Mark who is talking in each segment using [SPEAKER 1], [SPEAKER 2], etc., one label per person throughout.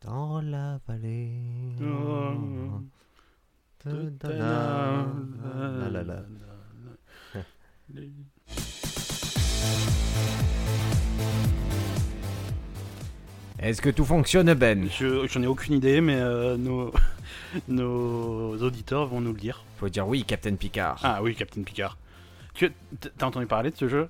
[SPEAKER 1] dans la vallée. Da, da, da, la, la, la. Est-ce que tout fonctionne, Ben
[SPEAKER 2] Je- J'en ai aucune idée, mais euh, nos, nos auditeurs vont nous le dire.
[SPEAKER 1] Faut dire oui, Captain Picard.
[SPEAKER 2] Ah oui, Captain Picard. Tu as entendu parler de ce jeu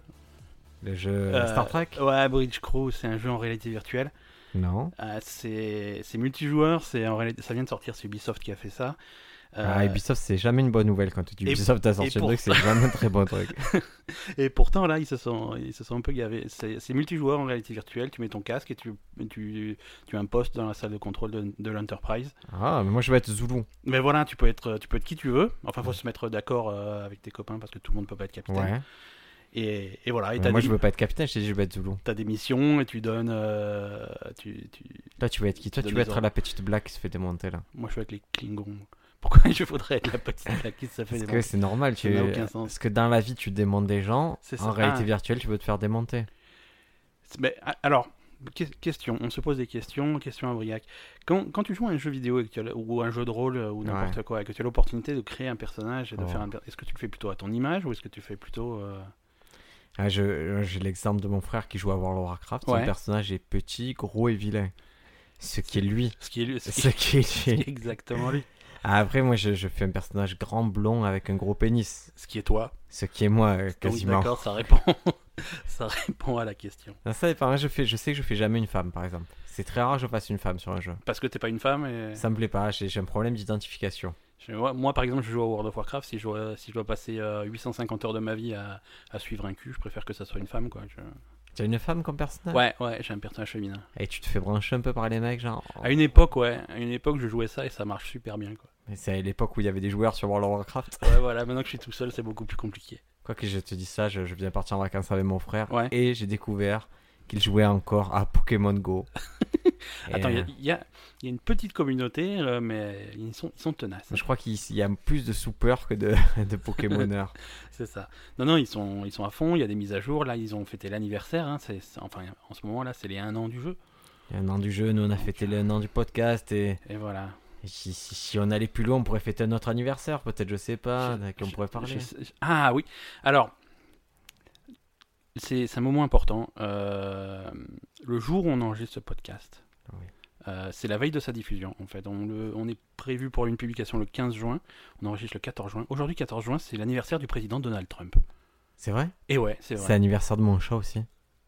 [SPEAKER 1] Le jeu
[SPEAKER 2] Euh,
[SPEAKER 1] Star Trek
[SPEAKER 2] Ouais, Bridge Crew, c'est un jeu en réalité virtuelle.
[SPEAKER 1] Non.
[SPEAKER 2] Euh, c'est c'est multijoueur, c'est en réalité, ça vient de sortir, c'est Ubisoft qui a fait ça. Euh,
[SPEAKER 1] Ah, Ubisoft, c'est jamais une bonne nouvelle quand tu dis
[SPEAKER 2] et-
[SPEAKER 1] Ubisoft a
[SPEAKER 2] et
[SPEAKER 1] sorti un
[SPEAKER 2] pour-
[SPEAKER 1] truc, c'est jamais un très bon truc.
[SPEAKER 2] Et pourtant, là, ils se sont, ils se sont un peu gavés. C'est c'est multijoueur en réalité virtuelle. Tu mets ton casque et tu, tu, tu as un poste dans la salle de contrôle de, de l'Enterprise.
[SPEAKER 1] Ah, mais moi je vais être Zulu.
[SPEAKER 2] Mais voilà, tu peux, être, tu peux être qui tu veux. Enfin, faut se mettre d'accord euh, avec tes copains parce que tout le monde peut pas être capitaine.
[SPEAKER 1] Ouais.
[SPEAKER 2] Et, et voilà, et
[SPEAKER 1] Mais
[SPEAKER 2] t'as
[SPEAKER 1] moi
[SPEAKER 2] des,
[SPEAKER 1] je veux pas être capitaine, je t'ai dit je vais être Zulu.
[SPEAKER 2] t'as des missions et tu donnes. euh, tu, tu...
[SPEAKER 1] Toi tu veux être qui Toi
[SPEAKER 2] De
[SPEAKER 1] tu veux
[SPEAKER 2] mes
[SPEAKER 1] être
[SPEAKER 2] ordres.
[SPEAKER 1] la petite blague qui se fait démonter là.
[SPEAKER 2] Moi, je suis avec les Klingons. Pourquoi je voudrais être la petite blague qui se fait
[SPEAKER 1] Parce
[SPEAKER 2] des
[SPEAKER 1] que c'est normal,
[SPEAKER 2] Ça
[SPEAKER 1] tu...
[SPEAKER 2] n'a aucun sens.
[SPEAKER 1] parce que dans la vie tu démontes des gens,
[SPEAKER 2] C'est ça.
[SPEAKER 1] en réalité
[SPEAKER 2] Ah.
[SPEAKER 1] virtuelle tu peux te faire démonter.
[SPEAKER 2] Mais, a- alors, que- question, on se pose des questions, question à Briac. Quand, quand tu joues à un jeu vidéo et que tu as le- ou à un jeu de rôle euh, ou n'importe quoi, et que tu as l'opportunité de créer un personnage, et de
[SPEAKER 1] Oh.
[SPEAKER 2] faire un per- est-ce que tu le fais plutôt à ton image ou est-ce que tu le fais plutôt... euh,
[SPEAKER 1] Ah, je- J'ai l'exemple de mon frère qui joue à World of Warcraft,
[SPEAKER 2] Ouais.
[SPEAKER 1] son personnage est petit, gros et vilain. Ce qui est lui.
[SPEAKER 2] ce qui est, ce qui
[SPEAKER 1] Ce qui est
[SPEAKER 2] est
[SPEAKER 1] lui.
[SPEAKER 2] exactement lui.
[SPEAKER 1] Ah, Après moi je, je fais un personnage grand blond avec un gros pénis.
[SPEAKER 2] Ce qui est toi.
[SPEAKER 1] Ce qui est moi euh,
[SPEAKER 2] Donc
[SPEAKER 1] quasiment.
[SPEAKER 2] Ah d'accord, ça répond, ça répond à la question.
[SPEAKER 1] Non, ça dépend. Là, je, fais, je sais que je fais jamais une femme, par exemple. C'est très rare que je fasse une femme sur un jeu.
[SPEAKER 2] Parce que t'es pas une femme et...
[SPEAKER 1] Ça me plaît pas, j'ai j'ai un problème d'identification.
[SPEAKER 2] Je- moi, moi, par exemple, je joue à World of Warcraft. Si je, dois- si je dois passer euh, 850 heures de ma vie à, à suivre un cul, je préfère que ça soit une femme. Quoi. Je-
[SPEAKER 1] Tu as une femme comme personnage
[SPEAKER 2] Ouais, ouais, j'ai un personnage féminin.
[SPEAKER 1] Et tu te fais brancher un peu par les mecs, genre.
[SPEAKER 2] À une époque, ouais. À une époque, je jouais ça et ça marche super bien. Quoi.
[SPEAKER 1] Mais C'est à l'époque où il y avait des joueurs sur World of Warcraft.
[SPEAKER 2] Ouais, voilà. Maintenant que je suis tout seul, c'est beaucoup plus compliqué.
[SPEAKER 1] Quoi que je te dis ça, je, je viens partir en vacances avec mon frère
[SPEAKER 2] Ouais.
[SPEAKER 1] et j'ai découvert qu'il jouait encore à Pokémon Go. Et,
[SPEAKER 2] Attends, il y a-
[SPEAKER 1] euh,
[SPEAKER 2] il y, a, il y a une petite communauté, euh, mais ils sont, ils sont tenaces.
[SPEAKER 1] Je crois qu'il il y a plus de soupeurs que de, de Pokémoneurs.
[SPEAKER 2] C'est ça. Non, non, ils sont, ils sont à fond. Il y a des mises à jour. Là, ils ont fêté l'anniversaire. hein, c'est- c'est- enfin, en ce moment, là, c'est les 1 an du jeu.
[SPEAKER 1] Il y a un an du jeu, nous on a fêté le an du podcast et
[SPEAKER 2] Et voilà.
[SPEAKER 1] et si, si- si on allait plus loin, on pourrait fêter notre anniversaire, peut-être, je sais pas,
[SPEAKER 2] Je-
[SPEAKER 1] à qui Ah, on
[SPEAKER 2] je-
[SPEAKER 1] pourrait parler. hein.
[SPEAKER 2] je sais- je- ah oui. Alors, c'est c'est un moment important. Euh, le jour où on enregistre ce podcast,
[SPEAKER 1] Oui.
[SPEAKER 2] euh, c'est la veille de sa diffusion. En fait, on, le- on est prévu pour une publication le 15 juin. On enregistre le 14 juin. Aujourd'hui, 14 juin, c'est l'anniversaire du président Donald Trump.
[SPEAKER 1] C'est vrai
[SPEAKER 2] Et ouais, c'est
[SPEAKER 1] C'est
[SPEAKER 2] vrai.
[SPEAKER 1] l'anniversaire de mon chat aussi.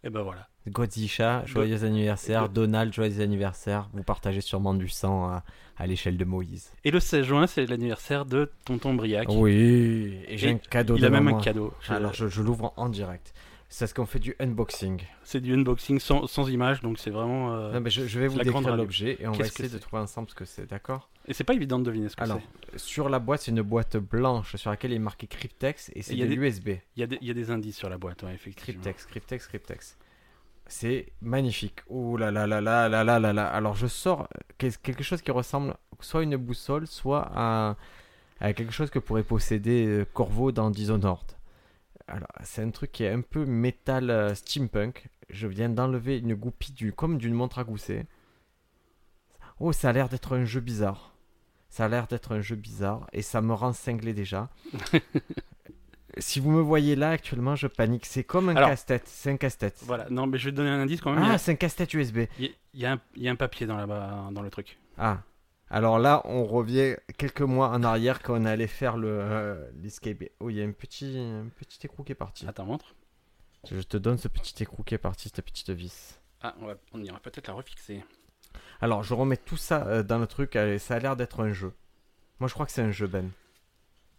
[SPEAKER 2] Et ben voilà.
[SPEAKER 1] Godzilla, joyeux anniversaire. Donald, joyeux anniversaire. Vous partagez sûrement du sang à, à l'échelle de Moïse.
[SPEAKER 2] Et le 16 juin, c'est l'anniversaire de Tonton Briac.
[SPEAKER 1] Oui, Ah, et j'ai
[SPEAKER 2] Et
[SPEAKER 1] un cadeau
[SPEAKER 2] Il a
[SPEAKER 1] devant
[SPEAKER 2] même un
[SPEAKER 1] moi.
[SPEAKER 2] cadeau. Je-
[SPEAKER 1] Alors je, je l'ouvre en direct. C'est ce qu'on fait du unboxing.
[SPEAKER 2] C'est du unboxing sans, sans image, donc c'est vraiment. euh,
[SPEAKER 1] Non, mais je, je vais vous
[SPEAKER 2] la grande
[SPEAKER 1] décrire
[SPEAKER 2] radio.
[SPEAKER 1] l'objet et on va
[SPEAKER 2] Qu'est-ce que
[SPEAKER 1] essayer de
[SPEAKER 2] c'est
[SPEAKER 1] trouver ensemble ce que c'est, d'accord
[SPEAKER 2] Et c'est pas évident de deviner ce que
[SPEAKER 1] Alors,
[SPEAKER 2] c'est.
[SPEAKER 1] sur la boîte, c'est une boîte blanche sur laquelle il est marqué Cryptex et c'est
[SPEAKER 2] Il y a
[SPEAKER 1] de
[SPEAKER 2] des-
[SPEAKER 1] l'USB.
[SPEAKER 2] Il y, a des- il y a des indices sur la boîte, ouais, effectivement.
[SPEAKER 1] Cryptex, Cryptex, Cryptex. C'est magnifique. Ouh là là là là là là là là. Alors je sors qu'est- quelque chose qui ressemble soit à une boussole, soit à, à quelque chose que pourrait posséder euh, Corvo dans Dishonored. Alors c'est un truc qui est un peu métal euh, steampunk. Je viens d'enlever une goupille du, comme d'une montre à gousset. Oh, ça a l'air d'être un jeu bizarre. Ça a l'air d'être un jeu bizarre et ça me rend cinglé déjà. si vous me voyez là actuellement, je panique. C'est comme un
[SPEAKER 2] Alors-
[SPEAKER 1] casse-tête. C'est un casse-tête.
[SPEAKER 2] Voilà, non, mais je vais te donner un indice quand même.
[SPEAKER 1] Ah, c'est un casse-tête USB.
[SPEAKER 2] il, y a, il y a un, il y a un papier dans, là-bas, dans le truc.
[SPEAKER 1] Ah. Alors là, on revient quelques mois en arrière quand on allait faire le euh, l'escape. Oh, il y a un petit, un petit écrou qui est parti.
[SPEAKER 2] Attends, montre.
[SPEAKER 1] Je te donne ce petit écrou qui est parti, cette petite vis.
[SPEAKER 2] Ah, on, va, on ira peut-être la refixer.
[SPEAKER 1] Alors, je remets tout ça euh, dans le truc. euh, ça a l'air d'être un jeu. Moi, je crois que c'est un jeu, Ben.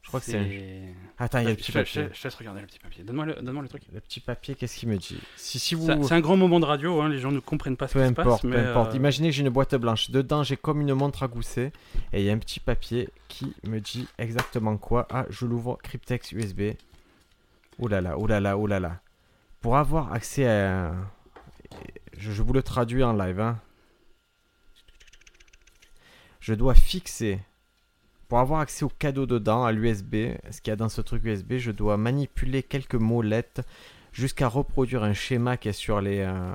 [SPEAKER 1] Je crois que c'est un jeu. Attends, il
[SPEAKER 2] Ah, Je,
[SPEAKER 1] y a le petit
[SPEAKER 2] je-
[SPEAKER 1] papier.
[SPEAKER 2] je- je te laisse regarder le petit papier. Donne-moi le, donne-moi le truc.
[SPEAKER 1] Le petit papier, qu'est-ce qu'il me dit Si, si vous...
[SPEAKER 2] Ça- C'est un grand moment de radio, hein, les gens ne comprennent pas ce
[SPEAKER 1] Peu
[SPEAKER 2] qui se passe.
[SPEAKER 1] importe, peu
[SPEAKER 2] mais, euh,
[SPEAKER 1] importe. Imaginez que j'ai une boîte blanche. Dedans, j'ai comme une montre à gousset. Et il y a un petit papier qui me dit exactement quoi. Ah, je l'ouvre. Cryptex USB. Oh là là, oh là là, oh là là. Pour avoir accès à. Je, je vous le traduis en live. hein. Je dois fixer. Pour avoir accès au cadeau dedans, à l'USB, ce qu'il y a dans ce truc USB, je dois manipuler quelques mots lettres jusqu'à reproduire un schéma qui est sur les. euh,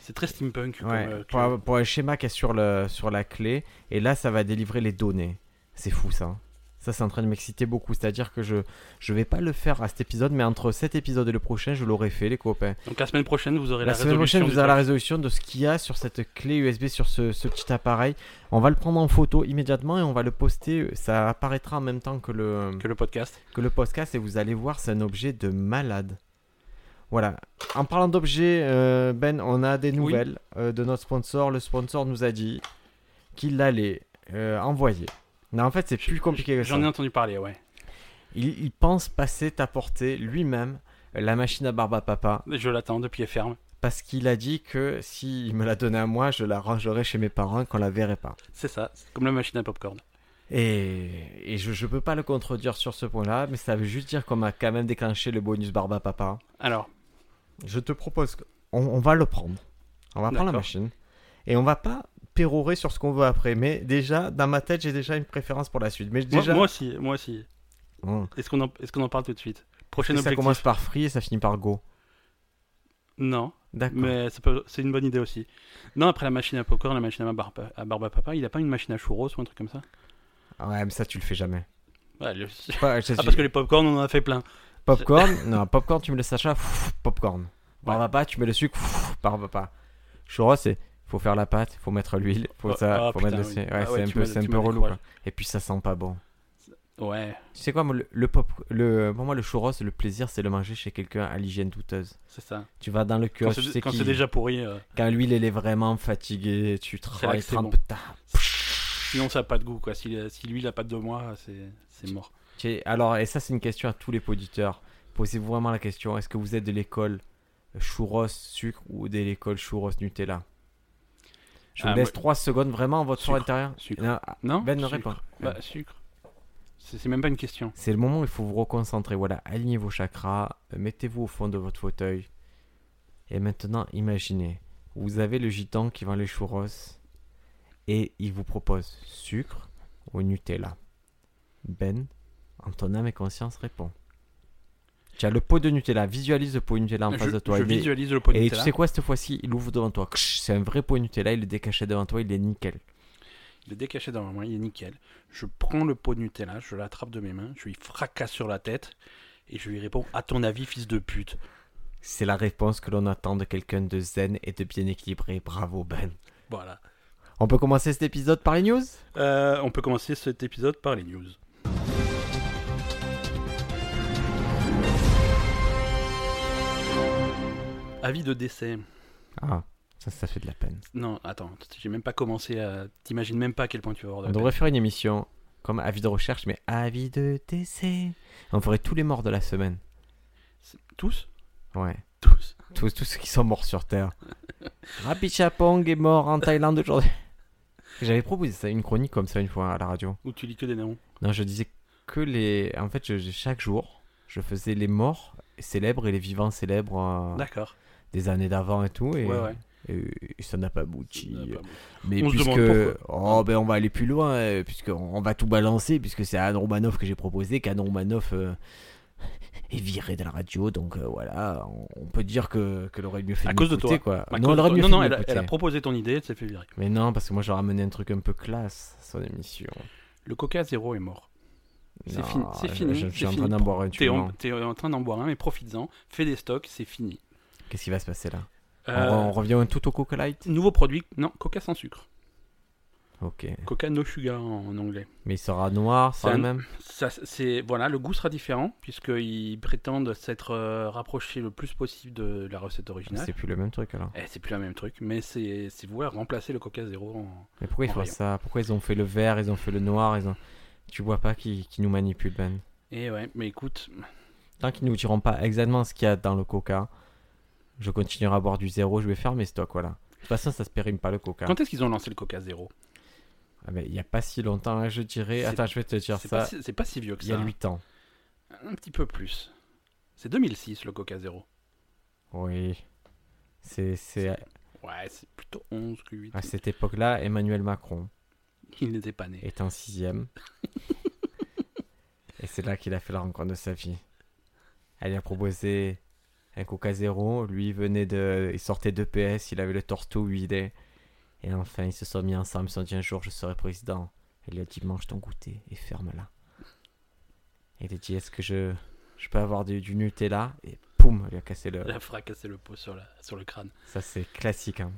[SPEAKER 2] C'est très steampunk. comme,
[SPEAKER 1] Ouais,
[SPEAKER 2] euh,
[SPEAKER 1] pour,
[SPEAKER 2] que-
[SPEAKER 1] avoir- pour un schéma qui est sur, le, sur la clé, et là ça va délivrer les données. C'est fou ça. hein. Ça c'est en train de m'exciter beaucoup, c'est-à-dire que je je vais pas le faire à cet épisode, mais entre cet épisode et le prochain, je l'aurai fait les copains.
[SPEAKER 2] Donc la semaine prochaine, vous aurez
[SPEAKER 1] La,
[SPEAKER 2] la,
[SPEAKER 1] semaine
[SPEAKER 2] résolution.
[SPEAKER 1] prochaine, vous
[SPEAKER 2] du
[SPEAKER 1] aurez la
[SPEAKER 2] truc.
[SPEAKER 1] résolution de ce qu'il y a sur cette clé USB, sur ce, ce petit appareil. On va le prendre en photo immédiatement et on va le poster. Ça apparaîtra en même temps que le
[SPEAKER 2] que le podcast.
[SPEAKER 1] que le podcast et vous allez voir, c'est un objet de malade. Voilà. En parlant d'objets, euh, Ben, on a des nouvelles euh, de notre sponsor. Le sponsor nous a dit qu'il allait euh, envoyer. Non, en fait, c'est plus compliqué que ça.
[SPEAKER 2] J'en ai entendu parler, ouais.
[SPEAKER 1] Il, il pense passer t'apporter lui-même la machine à barbe à papa
[SPEAKER 2] Je l'attends de pied ferme.
[SPEAKER 1] parce qu'il a dit que s'il me la donnait à moi, je la rangerais chez mes parents et qu'on la verrait pas.
[SPEAKER 2] C'est ça, c'est comme la machine à popcorn.
[SPEAKER 1] Et, et je, je peux pas le contredire sur ce point-là, mais ça veut juste dire qu'on m'a quand même déclenché le bonus barbe à papa.
[SPEAKER 2] Alors,
[SPEAKER 1] Je te propose qu'on on va le prendre. On va prendre la
[SPEAKER 2] D'accord.
[SPEAKER 1] machine. Et on va pas pérorer sur ce qu'on veut après. Mais déjà, dans ma tête, j'ai déjà une préférence pour la suite. Mais
[SPEAKER 2] moi-
[SPEAKER 1] déjà,
[SPEAKER 2] Moi, aussi, moi aussi.
[SPEAKER 1] Hum.
[SPEAKER 2] Est-ce qu'on en, est qu'on en parle tout de suite
[SPEAKER 1] Est-ce que
[SPEAKER 2] Prochain
[SPEAKER 1] ça
[SPEAKER 2] objectif
[SPEAKER 1] commence par Free et ça finit par Go.
[SPEAKER 2] Non,
[SPEAKER 1] D'accord.
[SPEAKER 2] mais ça peut- c'est une bonne idée aussi. Non, après la machine à popcorn, la machine à barbe à, barbe à papa, il a pas une machine à churros ou un truc comme ça
[SPEAKER 1] Ah Ouais, mais ça, tu le fais jamais.
[SPEAKER 2] Ouais, le-
[SPEAKER 1] Pas- je-
[SPEAKER 2] Ah, parce que les popcorn, on en a fait plein.
[SPEAKER 1] Popcorn, non, popcorn, tu mets le sachet, pff, popcorn. Barbapa, tu mets le sucre, pff, barbapa. Churros, c'est faut faire la pâte, faut mettre l'huile, faut
[SPEAKER 2] Oh,
[SPEAKER 1] ça,
[SPEAKER 2] ah,
[SPEAKER 1] faut
[SPEAKER 2] putain,
[SPEAKER 1] mettre le.
[SPEAKER 2] oui.
[SPEAKER 1] Ouais,
[SPEAKER 2] Ah ouais,
[SPEAKER 1] c'est un
[SPEAKER 2] tu
[SPEAKER 1] peu,
[SPEAKER 2] m'as-
[SPEAKER 1] c'est un
[SPEAKER 2] tu
[SPEAKER 1] peu
[SPEAKER 2] m'as
[SPEAKER 1] relou.
[SPEAKER 2] découragé.
[SPEAKER 1] quoi. Et puis ça sent pas bon.
[SPEAKER 2] Ouais,
[SPEAKER 1] Tu sais quoi, moi, le, le pop, le, moi, moi, le churros, le plaisir, c'est le manger chez quelqu'un à l'hygiène douteuse.
[SPEAKER 2] c'est ça.
[SPEAKER 1] Tu vas dans le
[SPEAKER 2] Quand
[SPEAKER 1] kiosque, tu
[SPEAKER 2] c'est
[SPEAKER 1] sais
[SPEAKER 2] quand
[SPEAKER 1] qu'il-
[SPEAKER 2] c'est déjà pourri, euh,
[SPEAKER 1] quand l'huile, elle est vraiment fatiguée, tu travailles,
[SPEAKER 2] que c'est
[SPEAKER 1] trempe
[SPEAKER 2] bon.
[SPEAKER 1] ta...
[SPEAKER 2] sinon ça a pas de goût. quoi. Si, euh, si lui, il a pas de deux mois, c'est c'est mort.
[SPEAKER 1] Tu sais, Alors, et ça, c'est une question à tous les auditeurs. Posez-vous vraiment la question, est-ce que vous êtes de l'école churros sucre ou de l'école churros Nutella Je vous
[SPEAKER 2] Ah,
[SPEAKER 1] laisse
[SPEAKER 2] moi-
[SPEAKER 1] 3 secondes, vraiment, votre soir
[SPEAKER 2] Sucre,
[SPEAKER 1] intérieur.
[SPEAKER 2] sucre.
[SPEAKER 1] Non,
[SPEAKER 2] Non
[SPEAKER 1] ben ne
[SPEAKER 2] Sucre.
[SPEAKER 1] répond.
[SPEAKER 2] Bah, sucre. C'est c'est même pas une question.
[SPEAKER 1] C'est le moment où il faut vous reconcentrer. Voilà, alignez vos chakras, euh, mettez-vous au fond de votre fauteuil. Et maintenant, imaginez, vous avez le gitan qui vend les churros et il vous propose sucre ou Nutella. Ben, en ton âme et conscience, répond. Tu as le pot de Nutella, visualise le pot de Nutella en
[SPEAKER 2] je
[SPEAKER 1] face de toi.
[SPEAKER 2] je
[SPEAKER 1] Il est-
[SPEAKER 2] visualise le pot de
[SPEAKER 1] Et tu
[SPEAKER 2] Nutella.
[SPEAKER 1] sais quoi, cette fois-ci, il ouvre devant toi. Ksh, C'est un vrai pot de Nutella, il le décaché devant toi, il est nickel.
[SPEAKER 2] Il est décaché dans ma main, il est nickel. Je prends le pot de Nutella, je l'attrape de mes mains, je lui fracasse sur la tête et je lui réponds À ton avis, fils de pute.
[SPEAKER 1] C'est la réponse que l'on attend de quelqu'un de zen et de bien équilibré. Bravo, Ben.
[SPEAKER 2] Voilà.
[SPEAKER 1] On peut commencer cet épisode par les news
[SPEAKER 2] Euh, on peut commencer cet épisode par les news. Avis de décès.
[SPEAKER 1] Ah, ça, ça fait de la peine.
[SPEAKER 2] Non, attends, j'ai même pas commencé à. T'imagines même pas à quel point tu vas avoir de
[SPEAKER 1] On
[SPEAKER 2] la
[SPEAKER 1] devrait faire une émission comme avis de recherche, mais avis de décès. On ferait tous les morts de la semaine.
[SPEAKER 2] peine. Tous
[SPEAKER 1] Ouais.
[SPEAKER 2] Tous.
[SPEAKER 1] Tous, tous ceux qui sont morts sur Terre. Rapi Chapong est mort en Thaïlande aujourd'hui. J'avais proposé ça, une chronique comme ça une fois à la radio.
[SPEAKER 2] Ou tu lis que des noms
[SPEAKER 1] Non, je disais que les. En fait, je- je- chaque jour, je faisais les morts célèbres et les vivants célèbres euh,
[SPEAKER 2] D'accord.
[SPEAKER 1] des années d'avant et tout. Et, euh,
[SPEAKER 2] Ouais, ouais.
[SPEAKER 1] et- et ça n'a pas abouti.
[SPEAKER 2] Ah, bah,
[SPEAKER 1] Mais
[SPEAKER 2] On se
[SPEAKER 1] puisque
[SPEAKER 2] demande
[SPEAKER 1] oh ben on va aller plus loin euh, puisque on va tout balancer puisque c'est Anne Romanoff que j'ai proposé qu'Anne Romanoff euh, est virée de la radio donc euh, voilà on, on peut dire que qu'elle aurait mieux fait
[SPEAKER 2] À
[SPEAKER 1] de
[SPEAKER 2] cause de
[SPEAKER 1] m'écouter, quoi.
[SPEAKER 2] bah,
[SPEAKER 1] non, elle aurait
[SPEAKER 2] non,
[SPEAKER 1] mieux fait
[SPEAKER 2] non,
[SPEAKER 1] de
[SPEAKER 2] elle, a-
[SPEAKER 1] m'écouter.
[SPEAKER 2] elle a proposé ton idée, elle s'est fait virer.
[SPEAKER 1] mais non parce que moi j'aurais ramené un truc un peu classe son émission
[SPEAKER 2] Le coca zéro est mort. C'est
[SPEAKER 1] Non,
[SPEAKER 2] fini, c'est
[SPEAKER 1] je-
[SPEAKER 2] fini,
[SPEAKER 1] je, je suis
[SPEAKER 2] c'est
[SPEAKER 1] en train
[SPEAKER 2] fini.
[SPEAKER 1] d'en boire un hein. tu
[SPEAKER 2] T'es en,
[SPEAKER 1] mens.
[SPEAKER 2] t'es en train d'en boire un, mais profites-en, fais des stocks, c'est fini.
[SPEAKER 1] qu'est-ce qui va se passer là
[SPEAKER 2] Euh,
[SPEAKER 1] on, on revient un tout au Coca Light
[SPEAKER 2] Nouveau produit, non, coca sans sucre.
[SPEAKER 1] ok
[SPEAKER 2] Coca no sugar en, en anglais.
[SPEAKER 1] mais il sera noir
[SPEAKER 2] C'est
[SPEAKER 1] sera
[SPEAKER 2] un-
[SPEAKER 1] le même
[SPEAKER 2] Ça, c'est, voilà, le goût sera différent, puisqu'ils prétendent s'être euh, rapprochés le plus possible de la recette originale.
[SPEAKER 1] c'est plus le même truc alors
[SPEAKER 2] Eh, c'est plus la même truc, mais c'est, c'est vouloir remplacer le coca zéro en...
[SPEAKER 1] mais pourquoi ils
[SPEAKER 2] En
[SPEAKER 1] font
[SPEAKER 2] rayon.
[SPEAKER 1] ça pourquoi ils ont fait le vert ils ont fait le noir ils ont tu vois pas qui qui nous manipule Ben
[SPEAKER 2] Et eh ouais, mais écoute,
[SPEAKER 1] Tant qu'ils nous diront pas exactement ce qu'il y a dans le coca, je continuerai à boire du zéro, je vais faire mes stocks, voilà. De toute façon, ça se périme pas le coca.
[SPEAKER 2] quand est-ce qu'ils ont lancé le coca zéro
[SPEAKER 1] Ah, mais il y a pas si longtemps, hein, je dirais.
[SPEAKER 2] C'est-
[SPEAKER 1] Attends, je vais te dire
[SPEAKER 2] c'est, pas
[SPEAKER 1] ça.
[SPEAKER 2] si, c'est pas si vieux que
[SPEAKER 1] Il y a
[SPEAKER 2] ça.
[SPEAKER 1] 8 ans.
[SPEAKER 2] Un petit peu plus. C'est 2006 le coca zéro.
[SPEAKER 1] Oui. C'est c'est-
[SPEAKER 2] Ouais, c'est plutôt 11 que 8.
[SPEAKER 1] à cette époque-là, Emmanuel Macron
[SPEAKER 2] Il n'était pas né.
[SPEAKER 1] est en sixième. Et c'est là qu'il a fait la rencontre de sa vie. Elle lui a proposé un coca zéro. Lui, il venait de. Il sortait de PS, il avait le torse tout vidé. Et enfin, ils se sont mis ensemble. Ils se sont dit un jour, je serai président. Il lui a dit mange ton goûter et ferme-la. Et il a dit est-ce que je, je peux avoir du, du Nutella Et poum, il lui a cassé le.
[SPEAKER 2] Elle a fracassé le pot sur, la, sur le crâne.
[SPEAKER 1] Ça, c'est classique. hein.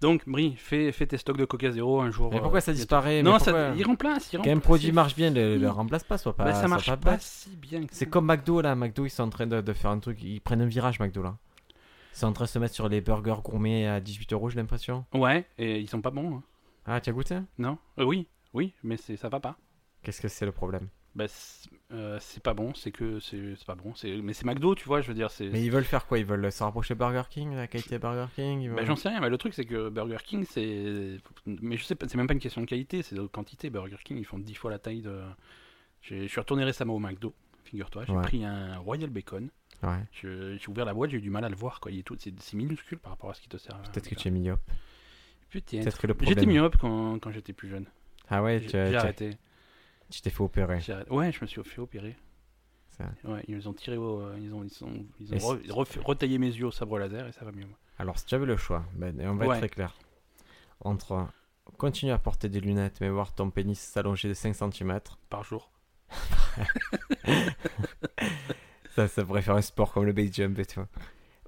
[SPEAKER 2] Donc, Brie, fais, fais tes stocks de Coca Zéro un jour.
[SPEAKER 1] Mais
[SPEAKER 2] euh,
[SPEAKER 1] pourquoi ça
[SPEAKER 2] bientôt.
[SPEAKER 1] disparaît
[SPEAKER 2] Non,
[SPEAKER 1] Mais
[SPEAKER 2] ça-
[SPEAKER 1] pourquoi-
[SPEAKER 2] il remplace. Il
[SPEAKER 1] Quand un
[SPEAKER 2] remplace,
[SPEAKER 1] produit
[SPEAKER 2] il-
[SPEAKER 1] marche bien, le, le
[SPEAKER 2] Mm.
[SPEAKER 1] remplace pas, soit pas.
[SPEAKER 2] Bah, ça
[SPEAKER 1] sois
[SPEAKER 2] marche
[SPEAKER 1] pas
[SPEAKER 2] pas,
[SPEAKER 1] bête.
[SPEAKER 2] si bien. que
[SPEAKER 1] C'est
[SPEAKER 2] ça.
[SPEAKER 1] comme McDo là, McDo ils sont en train de, de faire un truc, ils prennent un virage McDo là. Ils sont en train de se mettre sur les burgers gourmets à 18 euros, j'ai l'impression.
[SPEAKER 2] Ouais, et ils sont pas bons. hein.
[SPEAKER 1] Ah, tu as goûté
[SPEAKER 2] Non Euh, Oui, oui, mais c'est ça va pas.
[SPEAKER 1] Qu'est-ce que c'est le problème
[SPEAKER 2] Bah, c'est euh, c'est pas bon, c'est que c'est c'est pas bon. c'est- Mais c'est McDo, tu vois, je veux dire. c'est
[SPEAKER 1] Mais ils veulent faire quoi Ils veulent se rapprocher Burger King, la qualité Burger King ils
[SPEAKER 2] Bah,
[SPEAKER 1] veulent-
[SPEAKER 2] J'en sais rien, mais le truc c'est que Burger King, c'est. Mais je sais pas, c'est même pas une question de qualité, c'est de quantité. Burger King, ils font 10 fois la taille de. J'ai- Je suis retourné récemment au McDo, figure-toi, j'ai
[SPEAKER 1] Ouais.
[SPEAKER 2] pris un Royal Bacon.
[SPEAKER 1] Ouais,
[SPEAKER 2] Je- J'ai ouvert la boîte, j'ai eu du mal à le voir, quoi. Il est tout, c'est c'est minuscule par rapport à ce qui te sert. à-
[SPEAKER 1] peut-être que tu es myope.
[SPEAKER 2] Putain.
[SPEAKER 1] Peut-être que le
[SPEAKER 2] J'étais
[SPEAKER 1] problème.
[SPEAKER 2] myope quand, quand j'étais plus jeune.
[SPEAKER 1] Ah ouais,
[SPEAKER 2] J'ai
[SPEAKER 1] tu
[SPEAKER 2] j'ai
[SPEAKER 1] tu-
[SPEAKER 2] arrêté.
[SPEAKER 1] tu t'es fait opérer.
[SPEAKER 2] J'ai arrêté. Ouais, je me suis fait opérer.
[SPEAKER 1] c'est vrai.
[SPEAKER 2] Ouais, ils ont tiré au- euh, ils ont, ils sont, ils ont
[SPEAKER 1] Et
[SPEAKER 2] re-
[SPEAKER 1] c'est-
[SPEAKER 2] ref- retaillé mes yeux au sabre laser et ça va mieux. moi.
[SPEAKER 1] Alors, si tu avais le choix, ben, et on va
[SPEAKER 2] Ouais.
[SPEAKER 1] être très clair. Entre continuer à porter des lunettes mais voir ton pénis s'allonger de 5 cm,
[SPEAKER 2] Par jour.
[SPEAKER 1] ça, ça pourrait faire un sport comme le base jump et tout.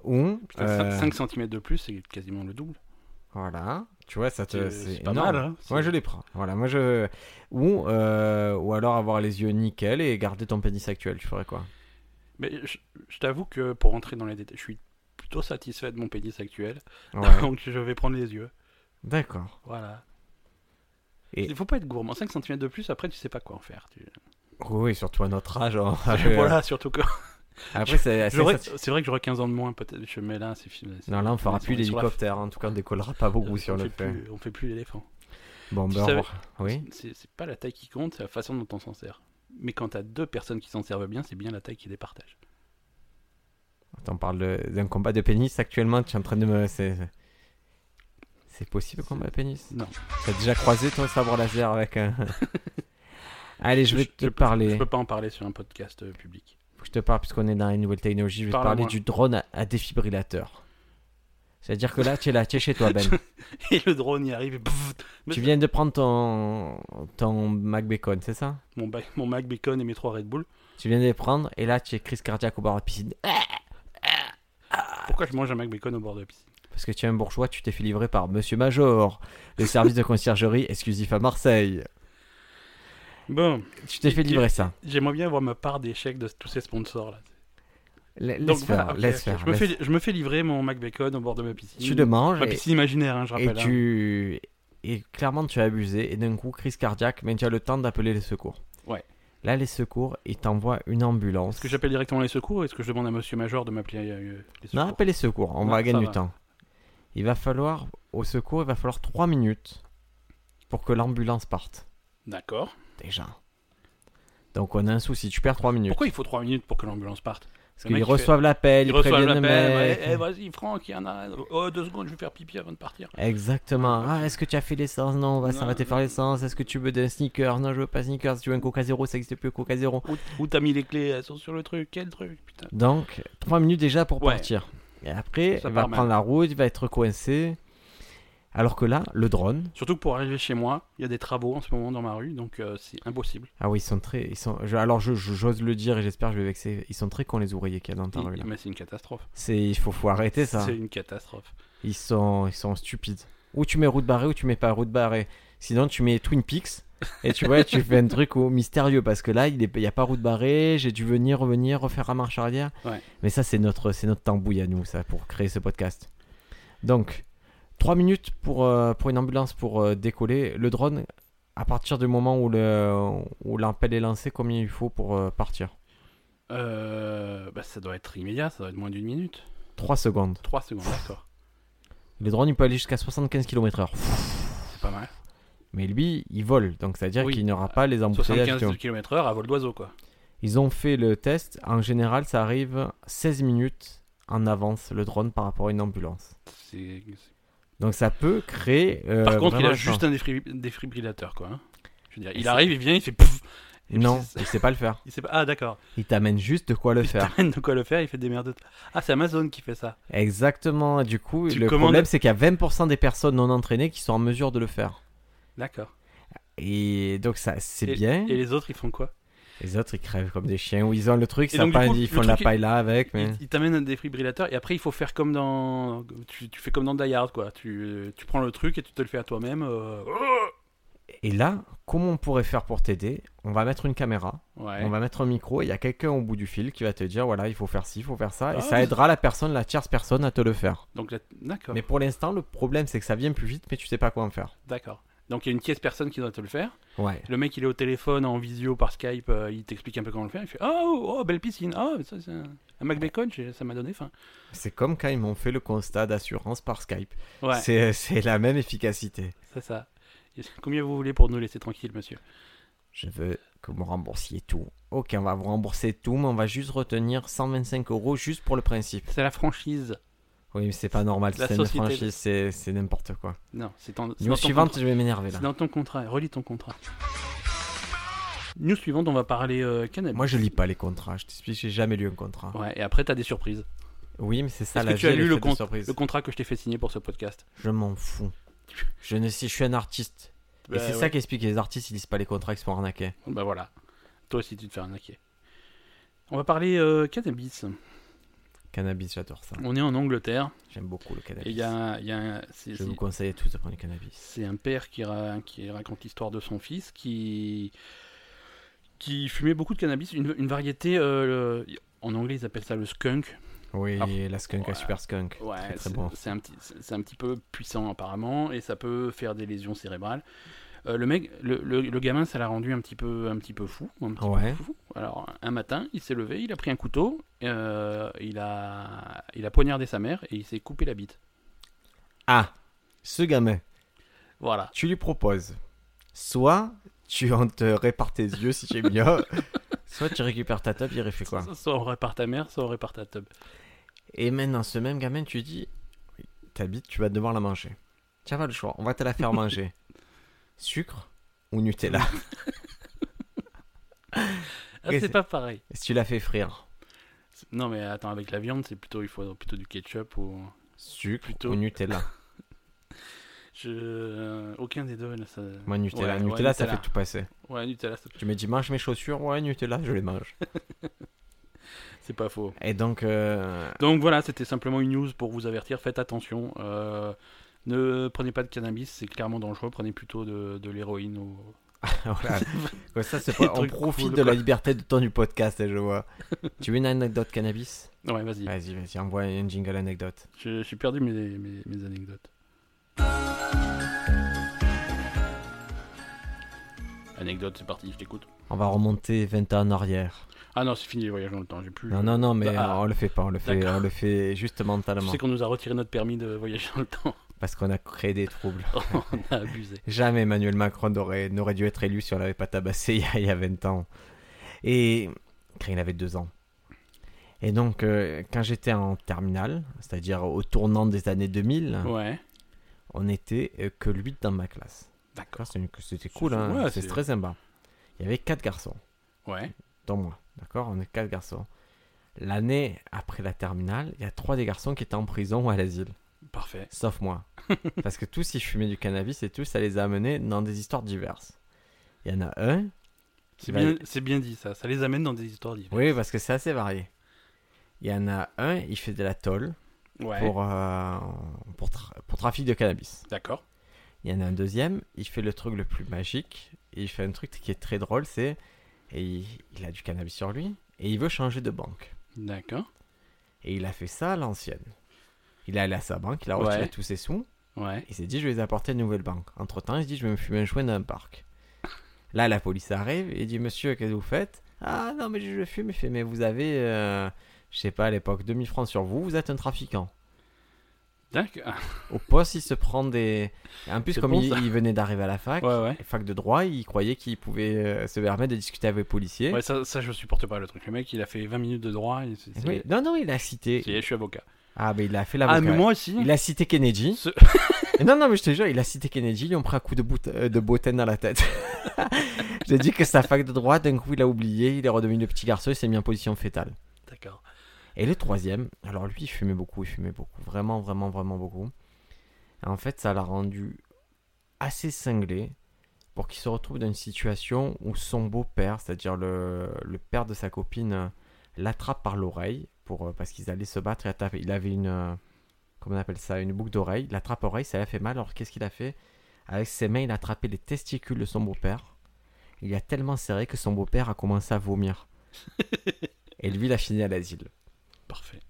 [SPEAKER 1] Ou.
[SPEAKER 2] Putain,
[SPEAKER 1] euh,
[SPEAKER 2] 5 cm de plus, c'est quasiment le double.
[SPEAKER 1] Voilà. Tu vois, ça te.
[SPEAKER 2] C'est-
[SPEAKER 1] C'est
[SPEAKER 2] c'est pas
[SPEAKER 1] énorme.
[SPEAKER 2] mal, hein.
[SPEAKER 1] Moi,
[SPEAKER 2] C'est-
[SPEAKER 1] je les prends. Voilà, moi, je. Ou, euh, ou alors avoir les yeux nickel et garder ton pénis actuel. Tu ferais quoi
[SPEAKER 2] Mais je, je t'avoue que pour rentrer dans les détails, je suis plutôt satisfait de mon pénis actuel.
[SPEAKER 1] Ouais.
[SPEAKER 2] Donc je vais prendre les yeux.
[SPEAKER 1] D'accord.
[SPEAKER 2] Voilà.
[SPEAKER 1] Et-
[SPEAKER 2] Il faut pas être gourmand. 5 cm de plus, après tu sais pas quoi en faire. tu-
[SPEAKER 1] Oui, surtout à notre âge. on-
[SPEAKER 2] voilà, surtout que.
[SPEAKER 1] Après, Ah, c'est assez.
[SPEAKER 2] j'aurais-
[SPEAKER 1] sati-
[SPEAKER 2] C'est vrai que j'aurais 15 ans de moins, peut-être. Je mets là, c'est fini. c'est-
[SPEAKER 1] Non, là, on fera plus
[SPEAKER 2] sur la- sur la-
[SPEAKER 1] d'hélicoptère. En tout cas, on décollera pas beaucoup si on
[SPEAKER 2] on
[SPEAKER 1] le
[SPEAKER 2] fait
[SPEAKER 1] fait.
[SPEAKER 2] plus- on fait plus l'éléphant.
[SPEAKER 1] Bon,
[SPEAKER 2] Tu
[SPEAKER 1] ben, au
[SPEAKER 2] savais-
[SPEAKER 1] revoir. Oui.
[SPEAKER 2] C'est c'est pas la taille qui compte, c'est la façon dont on s'en sert. Mais quand t'as deux personnes qui s'en servent bien, c'est bien la taille qui les partage.
[SPEAKER 1] T'en parles de- d'un combat de pénis actuellement. Tu es en train de me. C'est c'est possible, le combat de pénis
[SPEAKER 2] Non.
[SPEAKER 1] T'as déjà croisé ton sabre laser avec un. Allez, je vais te
[SPEAKER 2] peux-
[SPEAKER 1] parler.
[SPEAKER 2] Je peux pas en parler sur un podcast euh, public.
[SPEAKER 1] Faut que je te parle, puisqu'on est dans les nouvelles technologies, je vais te
[SPEAKER 2] Parle à
[SPEAKER 1] parler
[SPEAKER 2] moi.
[SPEAKER 1] du drone à, à défibrillateur. C'est-à-dire que là, tu es là, tu es chez toi, Ben.
[SPEAKER 2] Et le drone y arrive. et pfff, Mais-
[SPEAKER 1] tu viens de prendre ton, ton Mac Bacon, c'est ça
[SPEAKER 2] mon, ba- mon Mac Bacon et mes trois Red Bull.
[SPEAKER 1] Tu viens de les prendre, et là, tu es crise cardiaque au bord de la piscine. Ah.
[SPEAKER 2] Pourquoi je mange un Mac Bacon au bord de la piscine
[SPEAKER 1] Parce que tu es un bourgeois, tu t'es fait livrer par Monsieur Major, le service de conciergerie exclusif à Marseille.
[SPEAKER 2] Bon,
[SPEAKER 1] Tu t'es fait livrer ça.
[SPEAKER 2] j'aimerais bien avoir ma part d'échec de tous ces sponsors là.
[SPEAKER 1] La- Laisse
[SPEAKER 2] Donc
[SPEAKER 1] faire,
[SPEAKER 2] voilà, ok,
[SPEAKER 1] laisse
[SPEAKER 2] ok.
[SPEAKER 1] faire.
[SPEAKER 2] Je me,
[SPEAKER 1] laisse-
[SPEAKER 2] fais, je me fais livrer mon Mac Bacon au bord de ma piscine.
[SPEAKER 1] Tu le manges,
[SPEAKER 2] Ma
[SPEAKER 1] et-
[SPEAKER 2] piscine imaginaire, hein, je
[SPEAKER 1] et
[SPEAKER 2] rappelle. hein.
[SPEAKER 1] tu et clairement tu as abusé et d'un coup crise cardiaque mais tu as le temps d'appeler les secours.
[SPEAKER 2] Ouais.
[SPEAKER 1] Là les secours ils t'envoient une ambulance.
[SPEAKER 2] Est-ce que j'appelle directement les secours ou est-ce que je demande à Monsieur Major de m'appeler euh, les
[SPEAKER 1] Non
[SPEAKER 2] secours
[SPEAKER 1] appelle les secours, on
[SPEAKER 2] Non,
[SPEAKER 1] va
[SPEAKER 2] Ah, ça
[SPEAKER 1] gagner du
[SPEAKER 2] va.
[SPEAKER 1] temps. Il va falloir au secours il va falloir 3 minutes pour que l'ambulance parte
[SPEAKER 2] D'accord.
[SPEAKER 1] déjà. Donc on a un souci, tu perds 3 minutes.
[SPEAKER 2] Pourquoi il faut 3 minutes pour que l'ambulance parte
[SPEAKER 1] Parce
[SPEAKER 2] le mec,
[SPEAKER 1] qu'ils
[SPEAKER 2] il fait-
[SPEAKER 1] reçoivent l'appel,
[SPEAKER 2] Ils
[SPEAKER 1] ils
[SPEAKER 2] reçoivent
[SPEAKER 1] préviennent le
[SPEAKER 2] l'appel.
[SPEAKER 1] mec.
[SPEAKER 2] ouais, Eh, vas-y, Franck, il y en a. Oh, deux secondes, je vais faire pipi avant de partir.
[SPEAKER 1] Exactement. Ah, est-ce que tu as fait l'essence Non, on va
[SPEAKER 2] Non,
[SPEAKER 1] s'arrêter faire l'essence. Est-ce que tu veux des sneakers Non, je veux pas sneakers. Tu veux un Coca Zéro Ça existe plus Coca Zéro.
[SPEAKER 2] Où, où t'as mis les clés Elles sont sur le truc. Quel truc Putain.
[SPEAKER 1] Donc, 3 minutes déjà pour
[SPEAKER 2] Ouais.
[SPEAKER 1] partir. Et après,
[SPEAKER 2] Ça
[SPEAKER 1] il va
[SPEAKER 2] part mal.
[SPEAKER 1] prendre la route, il va être coincé. Alors que là, le drone.
[SPEAKER 2] Surtout que pour arriver chez moi, il y a des travaux en ce moment dans ma rue, donc euh, c'est impossible.
[SPEAKER 1] Ah oui, ils sont très. Ils sont, je- alors, je- je- j'ose le dire et j'espère que je vais vexer. Ils sont très cons, les ouvriers qu'il y a dans ta
[SPEAKER 2] Il-
[SPEAKER 1] rue. là.
[SPEAKER 2] Mais c'est une catastrophe.
[SPEAKER 1] C'est- Il faut, faut arrêter ça.
[SPEAKER 2] C'est une catastrophe.
[SPEAKER 1] Ils sont, ils sont stupides. Ou tu mets route barrée ou tu mets pas route barrée. Sinon, tu mets Twin Peaks. Et tu vois, tu fais un truc au mystérieux parce que là, il n'y a pas route barrée. J'ai dû venir, revenir, refaire à marche arrière.
[SPEAKER 2] Ouais.
[SPEAKER 1] Mais ça, c'est notre, c'est notre tambouille à nous, ça, pour créer ce podcast. Donc, 3 minutes pour, euh, pour une ambulance pour euh, décoller. Le drone, à partir du moment où le où l'appel est lancé, combien il faut pour euh, partir
[SPEAKER 2] Euh, bah, ça doit être immédiat, ça doit être moins d'une minute.
[SPEAKER 1] 3 secondes.
[SPEAKER 2] 3 secondes, d'accord.
[SPEAKER 1] Le drone, il peut aller jusqu'à 75 km/h.
[SPEAKER 2] C'est pas mal.
[SPEAKER 1] Mais lui, il vole, donc ça veut dire
[SPEAKER 2] Oui. Euh,
[SPEAKER 1] qu'il n'aura pas les embouteillages.
[SPEAKER 2] 75 km/h à vol d'oiseau, quoi.
[SPEAKER 1] Ils ont fait le test. En général, ça arrive 16 minutes en avance le drone par rapport à une ambulance.
[SPEAKER 2] C'est- c'est-
[SPEAKER 1] Donc ça peut créer. euh,
[SPEAKER 2] Par contre, il
[SPEAKER 1] vraiment
[SPEAKER 2] a
[SPEAKER 1] un
[SPEAKER 2] juste
[SPEAKER 1] sens.
[SPEAKER 2] un défri- défibrillateur, quoi. hein. Je veux dire,
[SPEAKER 1] Et
[SPEAKER 2] il
[SPEAKER 1] c'est-
[SPEAKER 2] arrive, il vient, il fait pouf. Et puis
[SPEAKER 1] non,
[SPEAKER 2] c'est-
[SPEAKER 1] il sait pas le faire.
[SPEAKER 2] Il sait pas... Ah, d'accord.
[SPEAKER 1] Il t'amène juste de quoi le
[SPEAKER 2] Il
[SPEAKER 1] faire.
[SPEAKER 2] t'amène de quoi le faire, il fait des merdes. Ah, c'est Amazon qui fait ça.
[SPEAKER 1] Exactement. Et Du coup,
[SPEAKER 2] Tu
[SPEAKER 1] le
[SPEAKER 2] commandes-
[SPEAKER 1] problème, c'est qu'il y a 20% des personnes non entraînées qui sont en mesure de le faire.
[SPEAKER 2] D'accord.
[SPEAKER 1] Et donc, ça, c'est bien.
[SPEAKER 2] Et les autres, ils font quoi
[SPEAKER 1] Les autres, ils crèvent comme des chiens ou ils ont le truc,
[SPEAKER 2] Et
[SPEAKER 1] ça
[SPEAKER 2] donc, du
[SPEAKER 1] pas,
[SPEAKER 2] coup,
[SPEAKER 1] ils
[SPEAKER 2] le
[SPEAKER 1] font de la
[SPEAKER 2] truc est-
[SPEAKER 1] paille là avec. Mais...
[SPEAKER 2] Ils Ils t'amènent un défibrillateur et après, il faut faire comme dans. Tu, tu fais comme dans Die Hard, quoi. Tu, tu prends le truc et tu te le fais à toi-même. euh,
[SPEAKER 1] Et là, comment on pourrait faire pour t'aider On va mettre une caméra,
[SPEAKER 2] Ouais.
[SPEAKER 1] on va mettre un micro, et il y a quelqu'un au bout du fil qui va te dire voilà, il faut faire ci, il faut faire ça,
[SPEAKER 2] Ah,
[SPEAKER 1] et ça
[SPEAKER 2] mais-
[SPEAKER 1] aidera la personne, la tierce personne à te le faire.
[SPEAKER 2] Donc, là- d'accord.
[SPEAKER 1] Mais pour l'instant, le problème c'est que ça vient plus vite, mais tu sais pas quoi en faire.
[SPEAKER 2] D'accord. Donc, il y a une tierce personne qui doit te le faire.
[SPEAKER 1] Ouais.
[SPEAKER 2] Le mec, il est au téléphone, en visio, par Skype. euh, il t'explique un peu comment le faire. Il fait Oh, oh belle piscine. Oh, mais ça, c'est un, un McBacon. j'ai- Ça m'a donné faim.
[SPEAKER 1] C'est comme quand ils m'ont fait le constat d'assurance par Skype.
[SPEAKER 2] Ouais,
[SPEAKER 1] C'est- euh, C'est la même efficacité.
[SPEAKER 2] c'est ça. Et- Combien vous voulez pour nous laisser tranquille, monsieur
[SPEAKER 1] Je veux que vous me remboursiez tout. Ok, on va vous rembourser tout, mais on va juste retenir 125 euros juste pour le principe.
[SPEAKER 2] C'est la franchise.
[SPEAKER 1] Oui, mais c'est pas normal,
[SPEAKER 2] La
[SPEAKER 1] c'est une
[SPEAKER 2] société-
[SPEAKER 1] franchise, c'est c'est n'importe quoi.
[SPEAKER 2] Non, c'est en. c'est
[SPEAKER 1] News
[SPEAKER 2] dans ton
[SPEAKER 1] suivante, je vais m'énerver
[SPEAKER 2] C'est
[SPEAKER 1] là.
[SPEAKER 2] dans ton contrat, relis ton contrat. News suivante, on va parler euh, cannabis.
[SPEAKER 1] Moi, je lis pas les contrats. Je t'explique, j'ai jamais lu un contrat.
[SPEAKER 2] Ouais, et après, t'as des surprises.
[SPEAKER 1] Oui, mais c'est ça
[SPEAKER 2] Est-ce
[SPEAKER 1] la
[SPEAKER 2] que tu
[SPEAKER 1] vie,
[SPEAKER 2] as
[SPEAKER 1] elle
[SPEAKER 2] lu
[SPEAKER 1] est
[SPEAKER 2] le,
[SPEAKER 1] faite de
[SPEAKER 2] con-
[SPEAKER 1] surprise.
[SPEAKER 2] le contrat que je t'ai fait signer pour ce podcast
[SPEAKER 1] Je m'en fous. Je ne sais, je suis un artiste.
[SPEAKER 2] Bah,
[SPEAKER 1] Et c'est ça
[SPEAKER 2] ouais.
[SPEAKER 1] qui explique que les artistes, ils lisent pas les contrats, ils se font arnaquer.
[SPEAKER 2] Bah voilà. Toi aussi, tu te fais arnaquer. On va parler euh, cannabis.
[SPEAKER 1] Cannabis, j'adore ça.
[SPEAKER 2] On est en Angleterre,
[SPEAKER 1] J'aime beaucoup le
[SPEAKER 2] et
[SPEAKER 1] cannabis.
[SPEAKER 2] il y a, un- il y a un- c'est-
[SPEAKER 1] Je vous conseille à tous de prendre le cannabis.
[SPEAKER 2] C'est un père qui, ra- qui raconte l'histoire de son fils qui, qui fumait beaucoup de cannabis, une, une variété, euh, le- en anglais ils appellent ça le skunk.
[SPEAKER 1] Oui,
[SPEAKER 2] Ah.
[SPEAKER 1] la skunk,
[SPEAKER 2] Ouais.
[SPEAKER 1] la super skunk.
[SPEAKER 2] Ouais,
[SPEAKER 1] très très
[SPEAKER 2] c'est
[SPEAKER 1] bon.
[SPEAKER 2] c'est un, petit- c'est- c'est un petit peu puissant apparemment et ça peut faire des lésions cérébrales. Euh, le, mec, le, le- le gamin, ça l'a rendu un petit peu, un petit peu fou. un petit peu
[SPEAKER 1] Ouais.
[SPEAKER 2] fou. Alors un matin, il s'est levé, il a pris un couteau, euh, il, a, il a poignardé sa mère et il s'est coupé la bite.
[SPEAKER 1] Ah, ce gamin,
[SPEAKER 2] Voilà.
[SPEAKER 1] tu lui proposes soit tu en te répares tes yeux si j'ai bien, soit tu récupères ta table, il aurait fait quoi
[SPEAKER 2] Soit- Soit on répare ta mère, soit on répare ta tub.
[SPEAKER 1] Et maintenant, ce même gamin, tu dis Ta bite, tu vas devoir la manger. Tiens, pas le choix, on va te la faire manger. Sucre ou Nutella
[SPEAKER 2] Ah,
[SPEAKER 1] Oui,
[SPEAKER 2] c'est
[SPEAKER 1] c'est-
[SPEAKER 2] pas pareil.
[SPEAKER 1] Et Si tu la fais frire,
[SPEAKER 2] C'est- Non mais attends, avec la viande, c'est plutôt il faut plutôt du ketchup ou
[SPEAKER 1] sucre
[SPEAKER 2] Plutôt.
[SPEAKER 1] ou Nutella
[SPEAKER 2] je euh, aucun des deux là ça.
[SPEAKER 1] Moi, Nutella.
[SPEAKER 2] Ouais, ouais,
[SPEAKER 1] Nutella, ça
[SPEAKER 2] Nutella.
[SPEAKER 1] fait tout passer.
[SPEAKER 2] Ouais, Nutella, c'est-
[SPEAKER 1] Tu me dis Mange mes chaussures, ouais, Nutella, je les mange.
[SPEAKER 2] c'est pas faux.
[SPEAKER 1] Et donc, euh,
[SPEAKER 2] Donc voilà, c'était simplement une news pour vous avertir, faites attention. euh, ne prenez pas de cannabis, c'est clairement dangereux, prenez plutôt de, de l'héroïne ou
[SPEAKER 1] voilà. Comme ça, c'est
[SPEAKER 2] Des
[SPEAKER 1] pas- on
[SPEAKER 2] trucs
[SPEAKER 1] profite
[SPEAKER 2] cool,
[SPEAKER 1] de
[SPEAKER 2] quoi.
[SPEAKER 1] la liberté de temps du podcast, et je vois. tu veux une anecdote cannabis
[SPEAKER 2] Ouais, vas-y.
[SPEAKER 1] Vas-y, vas-y, envoie une jingle anecdote.
[SPEAKER 2] Je, je suis perdu mes, mes, mes anecdotes. Anecdote, c'est parti, je t'écoute.
[SPEAKER 1] On va remonter 20 ans en arrière.
[SPEAKER 2] Ah non, c'est fini les voyages dans le temps, j'ai plus.
[SPEAKER 1] Non, non, non, mais
[SPEAKER 2] Ah.
[SPEAKER 1] on le fait pas, on le fait,
[SPEAKER 2] D'accord.
[SPEAKER 1] on le fait juste
[SPEAKER 2] Tu
[SPEAKER 1] mentalement.
[SPEAKER 2] sais qu'on nous a retiré notre permis de voyager dans le temps.
[SPEAKER 1] Parce qu'on a créé des troubles.
[SPEAKER 2] On a abusé.
[SPEAKER 1] Jamais Emmanuel Macron n'aurait, n'aurait dû être élu si on l'avait pas tabassé il y a, il y a 20 ans. Et quand il avait 2 ans. Et donc, euh, quand j'étais en terminale, c'est-à-dire au tournant des années 2000,
[SPEAKER 2] Ouais.
[SPEAKER 1] on était euh, que 8 dans ma classe.
[SPEAKER 2] D'accord.
[SPEAKER 1] D'accord, c'est une- C'était cool,
[SPEAKER 2] c'est-
[SPEAKER 1] hein,
[SPEAKER 2] ouais,
[SPEAKER 1] c'est
[SPEAKER 2] c'est-
[SPEAKER 1] très sympa. Il y avait 4 garçons,
[SPEAKER 2] Ouais.
[SPEAKER 1] dont moi. D'accord On est 4 garçons. L'année après la terminale, il y a 3 des garçons qui étaient en prison ou à l'asile.
[SPEAKER 2] Parfait.
[SPEAKER 1] Sauf moi. Parce que tous, ils fumaient du cannabis et tous, ça les a amenés dans des histoires diverses. Il y en a un.
[SPEAKER 2] C'est
[SPEAKER 1] Bah,
[SPEAKER 2] bien, c'est bien dit ça. Ça les amène dans des histoires diverses.
[SPEAKER 1] Oui, parce que c'est assez varié. Il y en a un, il fait de la tôle
[SPEAKER 2] Ouais.
[SPEAKER 1] pour, euh, pour, tra- pour trafic de cannabis.
[SPEAKER 2] D'accord.
[SPEAKER 1] Il y en a un deuxième, il fait le truc le plus magique. Et il fait un truc qui est très drôle, c'est. Et il, il a du cannabis sur lui et il veut changer de banque.
[SPEAKER 2] D'accord.
[SPEAKER 1] Et il a fait ça à l'ancienne. Il est allé à sa banque, il a retiré
[SPEAKER 2] Ouais.
[SPEAKER 1] tous ses sous.
[SPEAKER 2] Ouais.
[SPEAKER 1] Il s'est dit, je vais les apporter à une nouvelle banque. Entre temps, il se dit, je vais me fumer un joint dans un parc. Là, la police arrive et dit, monsieur, qu'est-ce que vous faites Ah non, mais je je fume. Il fait, mais vous avez, euh, je sais pas, à l'époque, 2000 francs sur vous, vous êtes un trafiquant.
[SPEAKER 2] D'accord. Ah,
[SPEAKER 1] Au poste, il se prend des. Et En plus,
[SPEAKER 2] C'est
[SPEAKER 1] comme
[SPEAKER 2] bon,
[SPEAKER 1] il,
[SPEAKER 2] ça.
[SPEAKER 1] il venait d'arriver à la fac,
[SPEAKER 2] Ouais, ouais.
[SPEAKER 1] fac de droit, il croyait qu'il pouvait euh, se permettre de discuter avec les policiers.
[SPEAKER 2] Ouais, ça, ça, je supporte pas le truc. Le mec, il a fait 20 minutes de droit. Et c'est- c'est-
[SPEAKER 1] Oui. Non, non, il a cité.
[SPEAKER 2] c'est- je suis avocat.
[SPEAKER 1] Ah, mais il a fait
[SPEAKER 2] Ah,
[SPEAKER 1] l'avocat.
[SPEAKER 2] mais moi aussi.
[SPEAKER 1] Il a cité Kennedy.
[SPEAKER 2] Ce-
[SPEAKER 1] Et non, non, mais je te jure, il a cité Kennedy, ils ont pris un coup de, bout- euh, de botaine dans la tête. J'ai dit que sa fac de droit, d'un coup, il a oublié, il est redevenu le petit garçon, il s'est mis en position fétale.
[SPEAKER 2] D'accord.
[SPEAKER 1] Et le troisième, alors lui, il fumait beaucoup, il fumait beaucoup, vraiment, vraiment, vraiment beaucoup. Et en fait, ça l'a rendu assez cinglé pour qu'il se retrouve dans une situation où son beau-père, c'est-à-dire le, le père de sa copine, euh, l'attrape par l'oreille pour euh, parce qu'ils allaient se battre. Il, a tapé- il avait une, euh, comment on appelle ça, une boucle d'oreille. Il attrape oreille, ça lui a fait mal. Alors qu'est-ce qu'il a fait Avec ses mains, il a attrapé les testicules de son beau-père. Il a tellement serré que son beau-père a commencé à vomir. Et lui, il a fini à l'asile.
[SPEAKER 2] Parfait.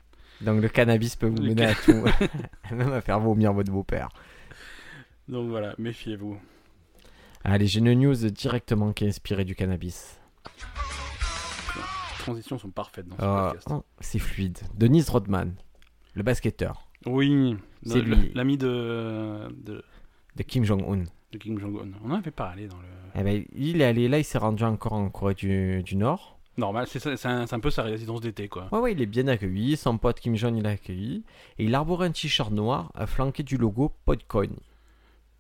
[SPEAKER 1] Donc le cannabis peut vous
[SPEAKER 2] Le
[SPEAKER 1] mener à tout, même à faire vomir votre beau-père.
[SPEAKER 2] Donc voilà, méfiez-vous.
[SPEAKER 1] Allez, j'ai une news directement qui est inspirée du cannabis.
[SPEAKER 2] Les transitions sont parfaites dans ce
[SPEAKER 1] Euh,
[SPEAKER 2] podcast.
[SPEAKER 1] oh, c'est fluide. Denise Rodman, le basketteur
[SPEAKER 2] Oui,
[SPEAKER 1] Oh. C'est
[SPEAKER 2] le-
[SPEAKER 1] lui.
[SPEAKER 2] l'ami de, de,
[SPEAKER 1] de Kim Jong-un.
[SPEAKER 2] de Kim Jong-un. On en avait parlé dans le.
[SPEAKER 1] Eh ben, il est allé là, il s'est rendu encore en Corée du, du Nord.
[SPEAKER 2] Normal, c'est ça- c'est un, c'est un peu sa résidence d'été, quoi.
[SPEAKER 1] Ouais, ouais, il est bien accueilli. Son pote Kim Jong, il l'a accueilli. Et il arbore un t-shirt noir euh, flanqué du logo Podcoin.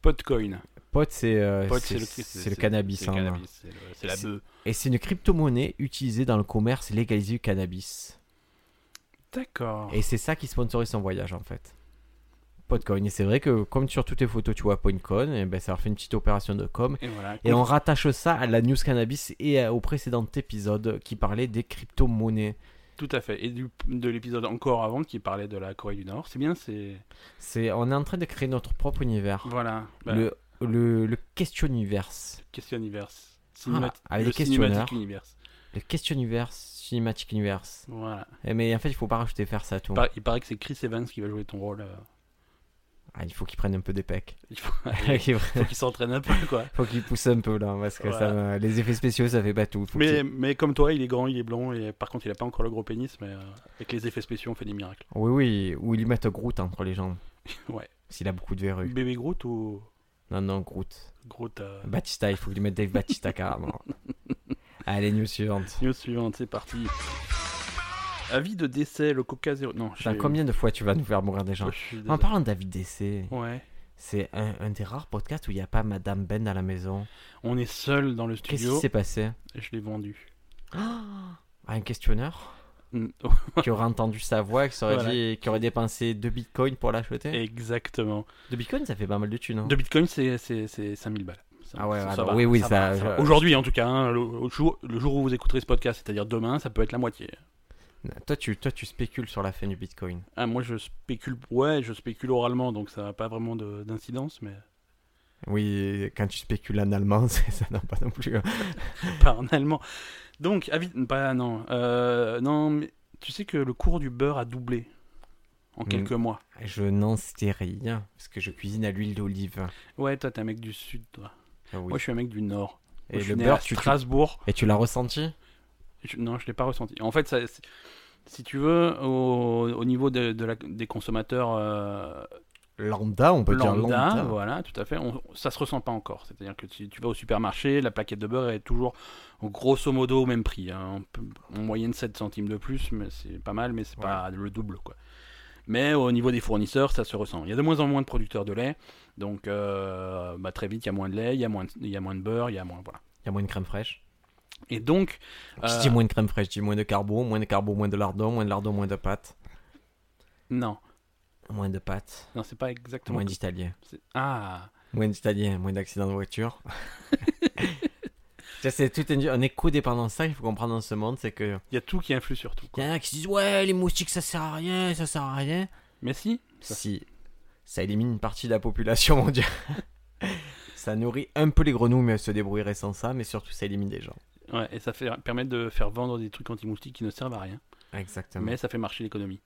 [SPEAKER 2] Potcoin.
[SPEAKER 1] Pod, c'est euh,
[SPEAKER 2] Pot,
[SPEAKER 1] c'est- c'est
[SPEAKER 2] c'est
[SPEAKER 1] le cannabis.
[SPEAKER 2] le
[SPEAKER 1] hein.
[SPEAKER 2] cannabis, c'est le- C'est la
[SPEAKER 1] C'est-
[SPEAKER 2] bœuf.
[SPEAKER 1] Et c'est une crypto-monnaie utilisée dans le commerce légalisé du cannabis.
[SPEAKER 2] D'accord.
[SPEAKER 1] Et c'est ça qui sponsorise son voyage en fait. Podcoin. Et c'est vrai que comme sur toutes les photos tu vois Podcoin, et ben, ça leur fait une petite opération de com.
[SPEAKER 2] Et voilà.
[SPEAKER 1] Et on rattache ça à la news cannabis et euh, au précédent épisode qui parlait des crypto-monnaies.
[SPEAKER 2] Tout à fait. Et du, de l'épisode encore avant qui parlait de la Corée du Nord. C'est bien, c'est.
[SPEAKER 1] C'est, on est en train de créer notre propre univers.
[SPEAKER 2] Voilà. Bah,
[SPEAKER 1] Le, le, le question universe.
[SPEAKER 2] Question universe.
[SPEAKER 1] Ah, avec
[SPEAKER 2] le
[SPEAKER 1] des questionneurs.
[SPEAKER 2] cinématique universe.
[SPEAKER 1] Le question universe, cinématique universe.
[SPEAKER 2] Voilà.
[SPEAKER 1] Eh, mais en fait, il faut pas rajouter faire ça tout.
[SPEAKER 2] Par- Il paraît que c'est Chris Evans qui va jouer ton rôle. euh,
[SPEAKER 1] Ah, il faut qu'ils prennent un peu des pecs.
[SPEAKER 2] Il faut, il
[SPEAKER 1] il
[SPEAKER 2] faut qu'il s'entraîne un peu, quoi.
[SPEAKER 1] faut qu'ils poussent un peu là, parce que
[SPEAKER 2] Voilà.
[SPEAKER 1] ça, va- les effets spéciaux ça fait pas tout. Faut
[SPEAKER 2] Mais,
[SPEAKER 1] qu'ils-
[SPEAKER 2] mais comme toi, il est grand, il est blond, et par contre, il a pas encore le gros pénis, mais euh, avec les effets spéciaux, on fait des miracles.
[SPEAKER 1] Oui, oui, ou ils lui mettent Groot entre les jambes.
[SPEAKER 2] Ouais.
[SPEAKER 1] S'il a beaucoup de verrues.
[SPEAKER 2] Bébé Groot ou
[SPEAKER 1] Non, non, Groot.
[SPEAKER 2] Groot euh,
[SPEAKER 1] Batista, il faut que lui mette Dave Batista carrément. Allez, news suivante.
[SPEAKER 2] News suivante, c'est parti. Avis de décès, le coca zéro. Non, je
[SPEAKER 1] Putain, combien de fois tu vas nous faire mourir des gens
[SPEAKER 2] je suis
[SPEAKER 1] En
[SPEAKER 2] désolé.
[SPEAKER 1] parlant de David DC,
[SPEAKER 2] Ouais.
[SPEAKER 1] c'est un, un des rares podcasts où il n'y a pas Madame Ben à la maison.
[SPEAKER 2] On est seul dans le
[SPEAKER 1] Qu'est-ce qui
[SPEAKER 2] studio.
[SPEAKER 1] s'est passé
[SPEAKER 2] Je l'ai vendu.
[SPEAKER 1] Ah, Un questionneur
[SPEAKER 2] Mm.
[SPEAKER 1] qui aurait entendu sa voix, qui, s'aurait
[SPEAKER 2] Voilà.
[SPEAKER 1] dit, qui aurait dépensé 2 bitcoins pour l'acheter.
[SPEAKER 2] Exactement.
[SPEAKER 1] 2 bitcoins, ça fait pas mal de thunes. hein.
[SPEAKER 2] De Bitcoin, c'est c'est- c'est 5000 balles. Ça-
[SPEAKER 1] Ah ouais,
[SPEAKER 2] ça- ça
[SPEAKER 1] alors,
[SPEAKER 2] va,
[SPEAKER 1] oui, oui,
[SPEAKER 2] va,
[SPEAKER 1] ça-
[SPEAKER 2] va.
[SPEAKER 1] je-
[SPEAKER 2] Aujourd'hui, en tout cas, hein, le, le jour, le jour où vous écouterez ce podcast, c'est-à-dire demain, ça peut être la moitié.
[SPEAKER 1] Toi, tu, toi, tu spécules sur la fin du bitcoin.
[SPEAKER 2] Ah, moi, je spécule, ouais, je spécule oralement, donc ça n'a pas vraiment de- d'incidence, mais
[SPEAKER 1] Oui, quand tu spécules en allemand, c'est- ça n'a pas non plus. hein.
[SPEAKER 2] pas en allemand. Donc, avis, bah non, euh, non, mais tu sais que le cours du beurre a doublé en
[SPEAKER 1] Mm.
[SPEAKER 2] quelques mois.
[SPEAKER 1] Je n'en sais rien, parce que je cuisine à l'huile d'olive.
[SPEAKER 2] Ouais, toi, t'es un mec du sud, toi.
[SPEAKER 1] Ah oui.
[SPEAKER 2] Moi, je suis un mec du nord. Moi,
[SPEAKER 1] Et
[SPEAKER 2] je suis
[SPEAKER 1] le
[SPEAKER 2] né à
[SPEAKER 1] beurre, tu, tu-
[SPEAKER 2] Strasbourg.
[SPEAKER 1] Et tu l'as ressenti
[SPEAKER 2] Je- non, je l'ai pas ressenti. En fait, ça, c'est- si tu veux, au, au niveau de, de la- des consommateurs euh,
[SPEAKER 1] Lambda, on peut
[SPEAKER 2] lambda,
[SPEAKER 1] dire lambda.
[SPEAKER 2] voilà, tout à fait, on, ça se ressent pas encore. C'est-à-dire que si tu vas au supermarché, la plaquette de beurre est toujours grosso modo au même prix. hein. On peut- En moyenne 7 centimes de plus, mais c'est pas mal, mais c'est
[SPEAKER 1] Ouais.
[SPEAKER 2] pas le double, quoi. Mais au niveau des fournisseurs, ça se ressent. Il y a de moins en moins de producteurs de lait, donc euh, bah, très vite, il y a moins de lait, il y a moins de, il y a moins de beurre, il y a moins, voilà.
[SPEAKER 1] Il y a moins de crème fraîche.
[SPEAKER 2] Et donc,
[SPEAKER 1] Qui
[SPEAKER 2] euh,
[SPEAKER 1] dit moins de crème fraîche, dit moins de carbo, moins de carbo, moins de lardon, moins de lardon, moins de pâtes.
[SPEAKER 2] non,
[SPEAKER 1] Moins de pâtes,
[SPEAKER 2] non, c'est pas exactement.
[SPEAKER 1] moins d'italiens.
[SPEAKER 2] c'est- Ah.
[SPEAKER 1] Moins d'italiens, moins d'accidents de voiture. Tu sais, c'est tout un, on est codépendant de ça, il faut comprendre dans ce monde, c'est que...
[SPEAKER 2] Il y a tout qui influe sur tout.
[SPEAKER 1] Il y en a qui se disent, ouais, les moustiques, ça sert à rien, ça sert à rien.
[SPEAKER 2] Mais si, Ça-
[SPEAKER 1] Si, ça élimine une partie de la population mondiale. ça nourrit un peu les grenouilles, mais elles se débrouilleraient sans ça, mais surtout ça élimine des gens.
[SPEAKER 2] ouais, et ça fait, permet de faire vendre des trucs anti-moustiques qui ne servent à rien,
[SPEAKER 1] Exactement.
[SPEAKER 2] mais ça fait marcher l'économie.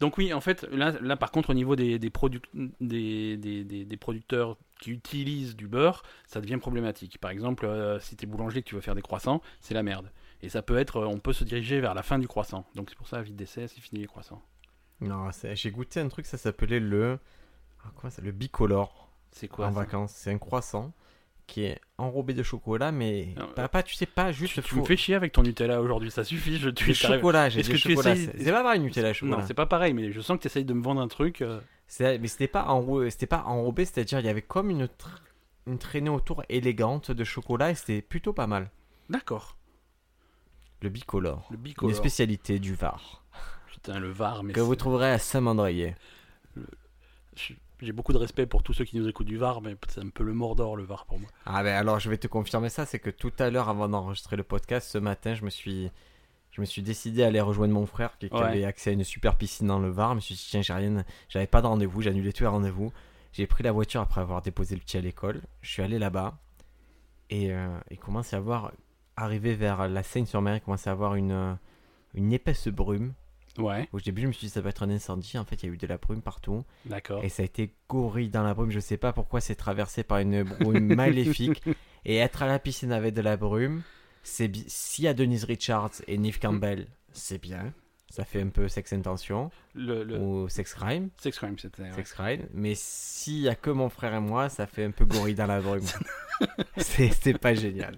[SPEAKER 2] Donc oui, en fait, là, là par contre, au niveau des, des, produc- des, des- des- des producteurs qui utilisent du beurre, ça devient problématique. Par exemple, euh, si t'es boulanger et que tu veux faire des croissants, c'est la merde. Et ça peut être, euh, on peut se diriger vers la fin du croissant. Donc c'est pour ça, vite d'essai, c'est fini les croissants.
[SPEAKER 1] Non, c'est- j'ai goûté un truc, ça s'appelait le. ah, comment ça Le bicolore
[SPEAKER 2] C'est quoi
[SPEAKER 1] en
[SPEAKER 2] ça
[SPEAKER 1] vacances. C'est un croissant qui est enrobé de chocolat, mais
[SPEAKER 2] Non,
[SPEAKER 1] pas, pas- tu sais pas juste
[SPEAKER 2] Tu, tu
[SPEAKER 1] faut-
[SPEAKER 2] me fais chier avec ton Nutella aujourd'hui, ça suffit, je
[SPEAKER 1] du
[SPEAKER 2] tue. t'arrives-
[SPEAKER 1] chocolat, j'ai
[SPEAKER 2] Est-ce
[SPEAKER 1] dit
[SPEAKER 2] que tu
[SPEAKER 1] chocolat.
[SPEAKER 2] essayes-
[SPEAKER 1] C'est c'est pas pareil Nutella chocolat.
[SPEAKER 2] Non, c'est pas pareil, mais je sens que tu essayes de me vendre un truc. euh,
[SPEAKER 1] C'est- mais c'était pas enrobé, c'était pas enrobé, c'est-à-dire il y avait comme une tr- une traînée autour élégante de chocolat et c'était plutôt pas mal.
[SPEAKER 2] D'accord,
[SPEAKER 1] Le bicolore,
[SPEAKER 2] le
[SPEAKER 1] une
[SPEAKER 2] bicolore.
[SPEAKER 1] spécialité du Var
[SPEAKER 2] Putain, le Var, mais
[SPEAKER 1] que
[SPEAKER 2] c'est-
[SPEAKER 1] vous trouverez à Saint-Mandrier.
[SPEAKER 2] je- j'ai beaucoup de respect pour tous ceux qui nous écoutent du Var, mais c'est un peu le Mordor, le Var pour moi.
[SPEAKER 1] Ah ben alors je vais te confirmer ça, c'est que tout à l'heure avant d'enregistrer le podcast ce matin, je me suis je me suis décidé à aller rejoindre mon frère qui, qui
[SPEAKER 2] Ouais.
[SPEAKER 1] avait accès à une super piscine dans le Var. Je me suis dit tiens j'ai rien, j'avais pas de rendez-vous, j'ai annulé tous les rendez-vous. J'ai pris la voiture après avoir déposé le petit à l'école. Je suis allé là-bas et euh, il commence à y avoir arrivé vers la Seine-sur-Mer, il commence à y avoir une euh, une épaisse brume.
[SPEAKER 2] Ouais,
[SPEAKER 1] Au début je me suis dit ça va être un incendie, en fait il y a eu de la brume partout.
[SPEAKER 2] d'accord.
[SPEAKER 1] Et ça a été gorille dans la brume. Je sais pas pourquoi c'est traversé par une brume maléfique. Et être à la piscine avec de la brume, c'est bi- s'il y a Denise Richards et
[SPEAKER 2] Mm.
[SPEAKER 1] Neve Campbell, c'est bien. Ça fait un peu sex intention
[SPEAKER 2] Le, le...
[SPEAKER 1] ou sex crime,
[SPEAKER 2] Sex Crime, c'était. ouais.
[SPEAKER 1] Oh. sex crime. Mais s'il y a que mon frère et moi, ça fait un peu gorille dans la brume. c'est c'est pas génial.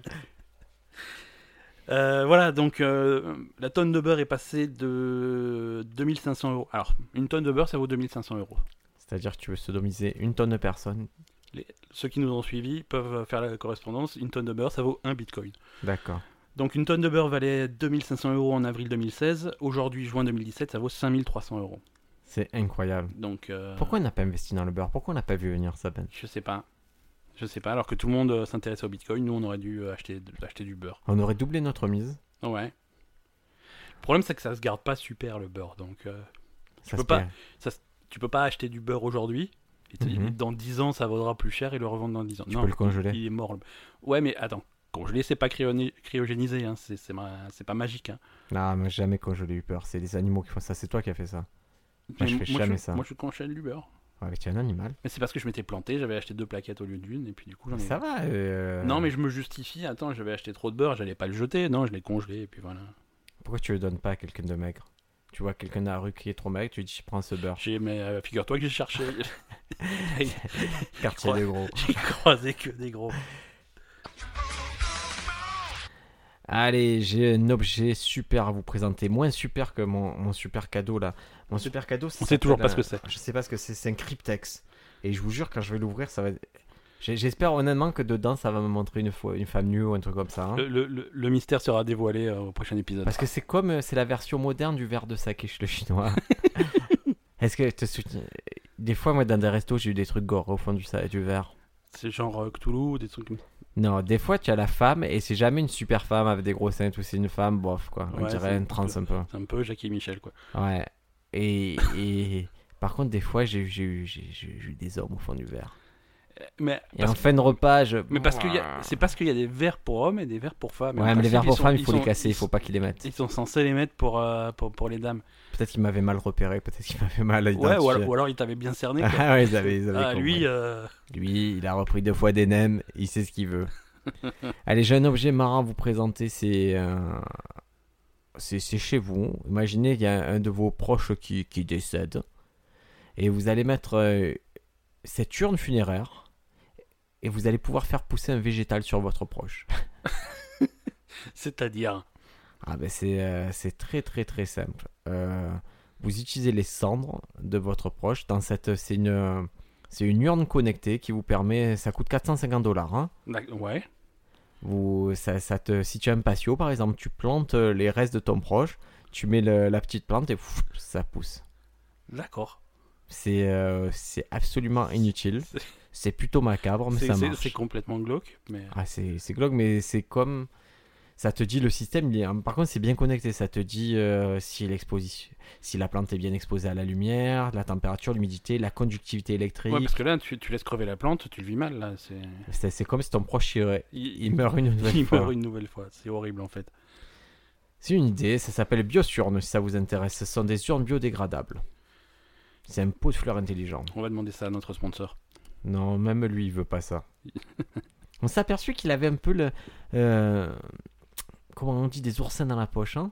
[SPEAKER 2] Euh, voilà, donc euh, la tonne de beurre est passée de 2500 euros. Alors, une tonne de beurre, ça vaut 2500 euros.
[SPEAKER 1] C'est-à-dire que tu veux sodomiser une tonne de personnes.
[SPEAKER 2] Les- Ceux qui nous ont suivis peuvent faire la correspondance. Une tonne de beurre, ça vaut un bitcoin.
[SPEAKER 1] D'accord.
[SPEAKER 2] Donc une tonne de beurre valait 2500 euros en avril 2016. Aujourd'hui, juin 2017, ça vaut 5300 euros.
[SPEAKER 1] C'est incroyable.
[SPEAKER 2] Donc euh,
[SPEAKER 1] Pourquoi on n'a pas investi dans le beurre Pourquoi on n'a pas vu venir ça, Ben
[SPEAKER 2] Je sais pas. Je sais pas. Alors que tout le monde euh, s'intéressait au bitcoin, nous on aurait dû euh, acheter, de- acheter du beurre. Oh
[SPEAKER 1] On aurait doublé notre mise.
[SPEAKER 2] Ouais. Le problème c'est que ça se garde pas super le beurre. Donc euh,
[SPEAKER 1] Ça
[SPEAKER 2] peux
[SPEAKER 1] se
[SPEAKER 2] pas-
[SPEAKER 1] perd.
[SPEAKER 2] tu peux pas acheter du beurre aujourd'hui. et te-
[SPEAKER 1] Mhm.
[SPEAKER 2] Dans 10 ans, ça vaudra plus cher et le revendre dans 10 ans.
[SPEAKER 1] Tu
[SPEAKER 2] non,
[SPEAKER 1] peux le congeler.
[SPEAKER 2] il est mort. le- Ouais, mais attends. Congeler, c'est pas cryoné- cryogénisé. Hein. C'est c'est ma- c'est pas magique. hein.
[SPEAKER 1] Non, mais jamais quand je l'ai eu peur. C'est les animaux qui font ça. C'est toi qui as fait ça. Moi,
[SPEAKER 2] Mais
[SPEAKER 1] je fais jamais ça.
[SPEAKER 2] Moi, je congèle du beurre.
[SPEAKER 1] Ouais, mais tu es un animal.
[SPEAKER 2] Mais c'est parce que je m'étais planté, j'avais acheté deux plaquettes au lieu d'une, et puis du coup j'en ai.
[SPEAKER 1] Ça va. euh,
[SPEAKER 2] Non, mais je me justifie, attends, j'avais acheté trop de beurre, j'allais pas le jeter, non, je l'ai congelé, et puis voilà.
[SPEAKER 1] Pourquoi tu le donnes pas à quelqu'un de maigre Tu vois quelqu'un dans la rue qui est trop maigre, tu lui dis prends ce beurre.
[SPEAKER 2] J'ai, mais euh, figure-toi que j'ai cherché,
[SPEAKER 1] Quartier
[SPEAKER 2] crois.
[SPEAKER 1] des gros.
[SPEAKER 2] j'ai croisé que des gros.
[SPEAKER 1] Allez, j'ai un objet super à vous présenter. Moins super que mon, mon super cadeau là. Mon super cadeau,
[SPEAKER 2] On sait toujours pas ce que c'est.
[SPEAKER 1] Je sais pas ce que c'est. C'est un cryptex. Et je vous jure, quand je vais l'ouvrir, ça va. être- J'ai- J'espère honnêtement que dedans, ça va me montrer une, fois, une femme nue ou un truc comme ça. hein.
[SPEAKER 2] Le, le- le- le mystère sera dévoilé euh, au prochain épisode.
[SPEAKER 1] Parce que c'est comme euh, c'est la version moderne du verre de saké chez le chinois. Est-ce que te soutiens Des fois, moi, dans des restos, j'ai eu des trucs gore au fond du, sa- du verre.
[SPEAKER 2] C'est genre euh, Cthulhu, ou des trucs comme
[SPEAKER 1] Non, des fois, tu as la femme et c'est jamais une super femme avec des gros seins et tout. C'est une femme, bof, quoi. On
[SPEAKER 2] Ouais,
[SPEAKER 1] dirait
[SPEAKER 2] c'est
[SPEAKER 1] une trans un peu.
[SPEAKER 2] C'est un peu Jackie et Michel, quoi.
[SPEAKER 1] Ouais. Et, et- par contre, des fois, j'ai eu- j'ai eu j'ai- j'ai eu des hommes au fond du verre.
[SPEAKER 2] Mais
[SPEAKER 1] Et
[SPEAKER 2] parce,
[SPEAKER 1] en fin de repas, je.
[SPEAKER 2] mais parce que y a- c'est parce qu'il y a des verres pour hommes et des verres pour femmes. et en
[SPEAKER 1] Ouais, mais les
[SPEAKER 2] principe,
[SPEAKER 1] verres
[SPEAKER 2] ils
[SPEAKER 1] pour
[SPEAKER 2] sont-
[SPEAKER 1] femmes, il
[SPEAKER 2] ils
[SPEAKER 1] faut
[SPEAKER 2] sont-
[SPEAKER 1] les casser, il faut pas qu'ils les mettent.
[SPEAKER 2] Ils sont censés les mettre pour, euh, pour, pour les dames.
[SPEAKER 1] Peut-être qu'ils m'avaient mal repéré, peut-être qu'ils m'avaient mal
[SPEAKER 2] Ouais,
[SPEAKER 1] identifié.
[SPEAKER 2] ou alors, ou alors ils t'avaient bien cerné. quoi.
[SPEAKER 1] ah ouais, ils avaient, ils avaient
[SPEAKER 2] Ah,
[SPEAKER 1] compris.
[SPEAKER 2] lui, euh,
[SPEAKER 1] Lui, il a repris deux fois des nems, il sait ce qu'il veut. Allez, j'ai un objet marrant à vous présenter, c'est euh, c'est c'est chez vous. Imaginez, il y a un de vos proches qui, qui décède. Et vous allez mettre euh, cette urne funéraire. Et vous allez pouvoir faire pousser un végétal sur votre proche.
[SPEAKER 2] c'est-à-dire.
[SPEAKER 1] Ah ben c'est euh, c'est très très très simple. Euh, vous utilisez les cendres de votre proche dans cette... C'est une, c'est une urne connectée qui vous permet... Ça coûte 450 dollars. Hein
[SPEAKER 2] D'ac- Ouais.
[SPEAKER 1] Vous, ça, ça te, si tu as un patio, par exemple, tu plantes euh, les restes de ton proche, tu mets le- la petite plante et pff, ça pousse.
[SPEAKER 2] D'accord.
[SPEAKER 1] C'est euh, c'est absolument inutile. C'est plutôt macabre, Oh, mais
[SPEAKER 2] C'est-
[SPEAKER 1] ça
[SPEAKER 2] C'est
[SPEAKER 1] marche.
[SPEAKER 2] c'est complètement glauque, mais
[SPEAKER 1] Ah, c'est c'est glauque, mais c'est comme. Ça te dit le système, il est- hein, par contre c'est bien connecté, ça te dit euh, si, l'exposition- si la plante est bien exposée à la lumière, la température, l'humidité, la conductivité électrique.
[SPEAKER 2] ouais, parce que là, tu, tu laisses crever la plante, tu le vis mal là. C'est
[SPEAKER 1] C'est c'est comme si ton proche il,
[SPEAKER 2] il,
[SPEAKER 1] il meurt une nouvelle
[SPEAKER 2] il
[SPEAKER 1] fois.
[SPEAKER 2] meurt une nouvelle fois. C'est horrible en fait.
[SPEAKER 1] C'est une idée, ça s'appelle Biosurne si ça vous intéresse. Ce sont des urnes biodégradables. C'est un pot de fleurs intelligent.
[SPEAKER 2] On va demander ça à notre sponsor.
[SPEAKER 1] Non, même lui, il veut pas ça. on s'est aperçu qu'il avait un peu le. euh, comment on dit Des oursins dans la poche, hein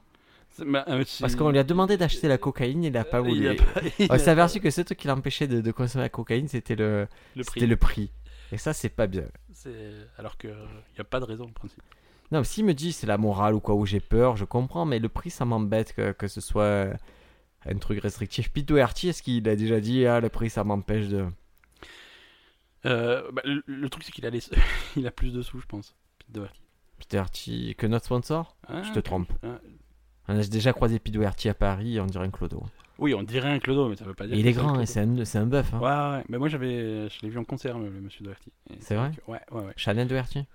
[SPEAKER 2] C'est- bah, euh, c'est-
[SPEAKER 1] Parce qu'on lui a demandé d'acheter la cocaïne, il a pas
[SPEAKER 2] il
[SPEAKER 1] voulu.
[SPEAKER 2] a pas- il
[SPEAKER 1] On
[SPEAKER 2] a
[SPEAKER 1] s'est aperçu que ce truc qui l'empêchait de, de consommer la cocaïne, c'était le,
[SPEAKER 2] le prix.
[SPEAKER 1] c'était le prix. Et ça, c'est pas bien.
[SPEAKER 2] C'est- Alors qu'il n'y a pas de raison, en principe.
[SPEAKER 1] Non, mais s'il me dit c'est la morale ou quoi, ou j'ai peur, je comprends, mais le prix, ça m'embête que, que ce soit euh, un truc restrictif. Pete Doherty, est-ce qu'il a déjà dit, ah, le prix, ça m'empêche de.
[SPEAKER 2] Euh, bah, le, le truc, c'est qu'il a, les... il a plus de sous, je pense. Pete Doherty.
[SPEAKER 1] Pete Doherty, que notre sponsor
[SPEAKER 2] Hein
[SPEAKER 1] Je te trompes.
[SPEAKER 2] Ah.
[SPEAKER 1] On a déjà croisé Pete Doherty à Paris, on dirait un clodo.
[SPEAKER 2] Oui, on dirait un clodo, mais ça veut pas dire.
[SPEAKER 1] Et il
[SPEAKER 2] que
[SPEAKER 1] est
[SPEAKER 2] c'est un
[SPEAKER 1] grand,
[SPEAKER 2] clodo.
[SPEAKER 1] hein, c'est un, c'est un bœuf. Hein.
[SPEAKER 2] Ouais, ouais, ouais. Mais moi, j'avais, je l'ai vu en concert, le, le monsieur Doherty. Et
[SPEAKER 1] C'est vrai
[SPEAKER 2] que- Ouais, ouais, ouais.
[SPEAKER 1] Shannon Doherty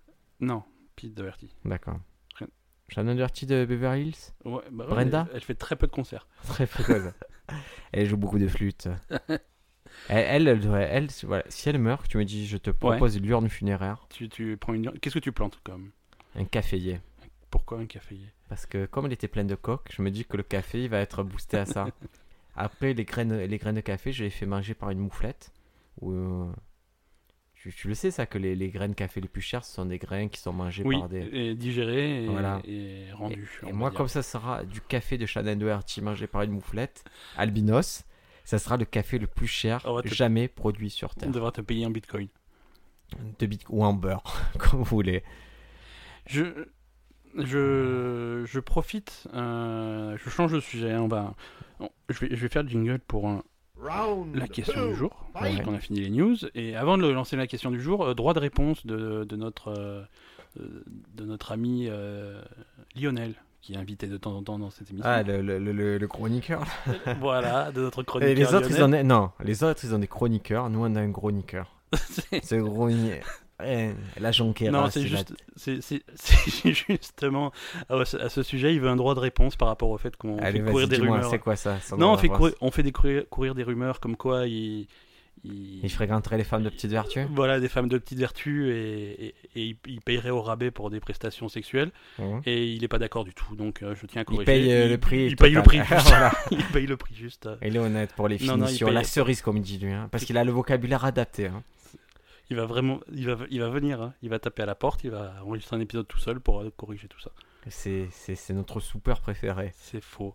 [SPEAKER 2] Non, Pete Doherty.
[SPEAKER 1] D'accord.
[SPEAKER 2] Rien.
[SPEAKER 1] Shannon Doherty de Beverly Hills
[SPEAKER 2] Ouais, bah ouais,
[SPEAKER 1] Brenda
[SPEAKER 2] mais elle, fait très peu de concerts.
[SPEAKER 1] Très peu quoi, ça. Elle joue beaucoup de flûte. Elle, elle, elle devrait- elle, si- voilà, si elle meurt, tu me dis, je te propose une l'urne funéraire,
[SPEAKER 2] Tu, tu prends une. Qu'est-ce que tu plantes comme
[SPEAKER 1] un caféier.
[SPEAKER 2] Pourquoi un caféier
[SPEAKER 1] Parce que comme elle était pleine de coques, je me dis que le café, il va être boosté à ça. Après, les graines, les graines de café, je les fais manger par une mouflette. Ou, euh, tu, tu le sais, ça, que les, les graines de café les plus chères, ce sont des graines qui sont mangées
[SPEAKER 2] Oui,
[SPEAKER 1] par des...
[SPEAKER 2] et digéré et,
[SPEAKER 1] Voilà.
[SPEAKER 2] et
[SPEAKER 1] Et,
[SPEAKER 2] rendu.
[SPEAKER 1] et
[SPEAKER 2] on va
[SPEAKER 1] moi,
[SPEAKER 2] dire.
[SPEAKER 1] comme ça sera du café de Shannon Doherty mangé par une mouflette, albinos, ça sera le café le plus cher
[SPEAKER 2] On va te-
[SPEAKER 1] jamais produit sur Terre.
[SPEAKER 2] on devra te payer en bitcoin.
[SPEAKER 1] de bit ou en beurre, comme vous voulez.
[SPEAKER 2] Je, je, je profite. euh, je change de sujet. hein, on va, on- je, vais, je vais faire le jingle pour un- la question du jour.
[SPEAKER 1] Ouais.
[SPEAKER 2] Quand on a fini les news. Et avant de lancer la question du jour, euh, droit de réponse de, de notre, euh, de de notre ami euh, Lionel, qui est invité de temps en temps dans cette émission.
[SPEAKER 1] Ah, le, le, le- le chroniqueur. là.
[SPEAKER 2] voilà, de notre chroniqueur.
[SPEAKER 1] Et les autres, ils
[SPEAKER 2] Lionel.
[SPEAKER 1] en ont... Non, les autres, ils ont des chroniqueurs. Nous, on a un chroniqueur. Ce grognier. Eh, La jonquera.
[SPEAKER 2] Non, c'est
[SPEAKER 1] la-
[SPEAKER 2] juste, c'est- c'est- c'est justement à ce, à ce sujet, il veut un droit de réponse par rapport au fait qu'on fait
[SPEAKER 1] Allez,
[SPEAKER 2] courir
[SPEAKER 1] vas-y,
[SPEAKER 2] des
[SPEAKER 1] dis-moi,
[SPEAKER 2] rumeurs.
[SPEAKER 1] c'est quoi ça sans
[SPEAKER 2] Non, on
[SPEAKER 1] avoir
[SPEAKER 2] fait,
[SPEAKER 1] voir
[SPEAKER 2] courir,
[SPEAKER 1] ça.
[SPEAKER 2] on fait des courir, courir des rumeurs comme quoi il, il-
[SPEAKER 1] Il fréquenterait les femmes de hein petite vertu
[SPEAKER 2] voilà des femmes de petite vertu et, et- et il- il payerait au rabais pour des prestations sexuelles
[SPEAKER 1] Mhm.
[SPEAKER 2] et il n'est pas d'accord du tout. Donc euh, je tiens à
[SPEAKER 1] Il
[SPEAKER 2] corriger.
[SPEAKER 1] paye euh, le prix.
[SPEAKER 2] Il paye le prix.
[SPEAKER 1] total. voilà.
[SPEAKER 2] il paye le prix juste. euh.
[SPEAKER 1] Il est honnête pour les
[SPEAKER 2] Non, non, il
[SPEAKER 1] finitions.
[SPEAKER 2] paye-
[SPEAKER 1] La cerise, comme il dit lui. hein, parce qu'il a le vocabulaire adapté. hein.
[SPEAKER 2] Il va vraiment, il va, il va venir. hein. Il va taper à la porte. Il va enregistrer un épisode tout seul pour euh, corriger tout ça.
[SPEAKER 1] C'est c'est- c'est notre soupeur préféré.
[SPEAKER 2] C'est faux.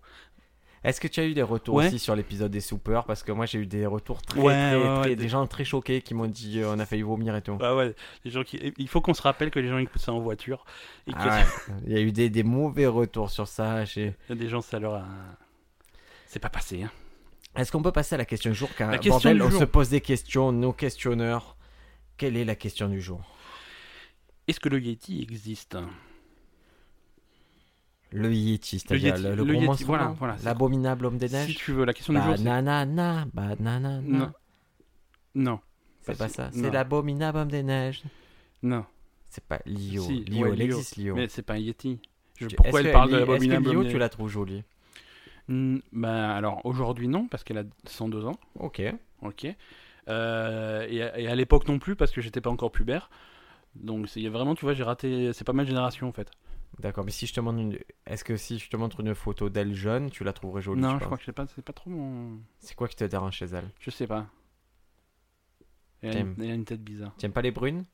[SPEAKER 1] Est-ce que tu as eu des retours
[SPEAKER 2] Ouais.
[SPEAKER 1] aussi sur l'épisode des soupeurs Parce que moi, j'ai eu des retours très,
[SPEAKER 2] Ouais,
[SPEAKER 1] très,
[SPEAKER 2] ouais, ouais,
[SPEAKER 1] très-
[SPEAKER 2] des-
[SPEAKER 1] des gens très choqués qui m'ont dit euh, on a failli vomir et tout.
[SPEAKER 2] Ah ouais, les gens qui... Il faut qu'on se rappelle que les gens écoutent ça en voiture et que
[SPEAKER 1] Ah ouais. Il y a eu des, des mauvais retours sur ça. j'ai-
[SPEAKER 2] des gens, ça leur a... C'est pas passé, hein.
[SPEAKER 1] Est-ce qu'on peut passer à la question du jour car,
[SPEAKER 2] La question
[SPEAKER 1] bordel,
[SPEAKER 2] du
[SPEAKER 1] on
[SPEAKER 2] jour.
[SPEAKER 1] se pose des questions, nos questionneurs. Quelle est la question du jour
[SPEAKER 2] Est-ce que le Yeti existe
[SPEAKER 1] Le Yeti, c'est-à-dire
[SPEAKER 2] Yeti,
[SPEAKER 1] le, le
[SPEAKER 2] le
[SPEAKER 1] gros
[SPEAKER 2] Yeti,
[SPEAKER 1] monstre,
[SPEAKER 2] voilà,
[SPEAKER 1] non
[SPEAKER 2] voilà, c'est-
[SPEAKER 1] l'abominable homme des
[SPEAKER 2] Si
[SPEAKER 1] neiges.
[SPEAKER 2] tu veux, la question du
[SPEAKER 1] Bah,
[SPEAKER 2] jour, c'est...
[SPEAKER 1] Bananana, bananana.
[SPEAKER 2] Non. Non,
[SPEAKER 1] C'est pas ça,
[SPEAKER 2] non.
[SPEAKER 1] c'est l'abominable homme des neiges.
[SPEAKER 2] non,
[SPEAKER 1] C'est pas Lio.
[SPEAKER 2] Si,
[SPEAKER 1] Lio,
[SPEAKER 2] ouais,
[SPEAKER 1] il
[SPEAKER 2] Lio.
[SPEAKER 1] existe Lio.
[SPEAKER 2] mais c'est pas un Yeti. Je-
[SPEAKER 1] Est-ce
[SPEAKER 2] Pourquoi
[SPEAKER 1] que
[SPEAKER 2] elle parle de
[SPEAKER 1] Li-
[SPEAKER 2] l'abominable
[SPEAKER 1] Est-ce que Lio,
[SPEAKER 2] homme
[SPEAKER 1] tu la trouves jolie
[SPEAKER 2] Hmm, Bah alors, aujourd'hui non, parce qu'elle a 102 ans,
[SPEAKER 1] Ok.
[SPEAKER 2] ok. Euh, et, à- et à l'époque non plus, parce que j'étais pas encore pubère. Donc c'est vraiment, tu vois, j'ai raté... C'est pas ma génération, en fait.
[SPEAKER 1] D'accord, mais si je te montre une... Est-ce que si je te montre une photo d'elle jeune, tu la trouverais jolie
[SPEAKER 2] non,
[SPEAKER 1] tu
[SPEAKER 2] je
[SPEAKER 1] penses
[SPEAKER 2] crois que c'est pas, c'est pas trop mon...
[SPEAKER 1] C'est quoi qui te dérange chez elle
[SPEAKER 2] Je sais pas. Elle a,
[SPEAKER 1] T'aimes.
[SPEAKER 2] une, elle a une tête bizarre.
[SPEAKER 1] T'aimes pas les brunes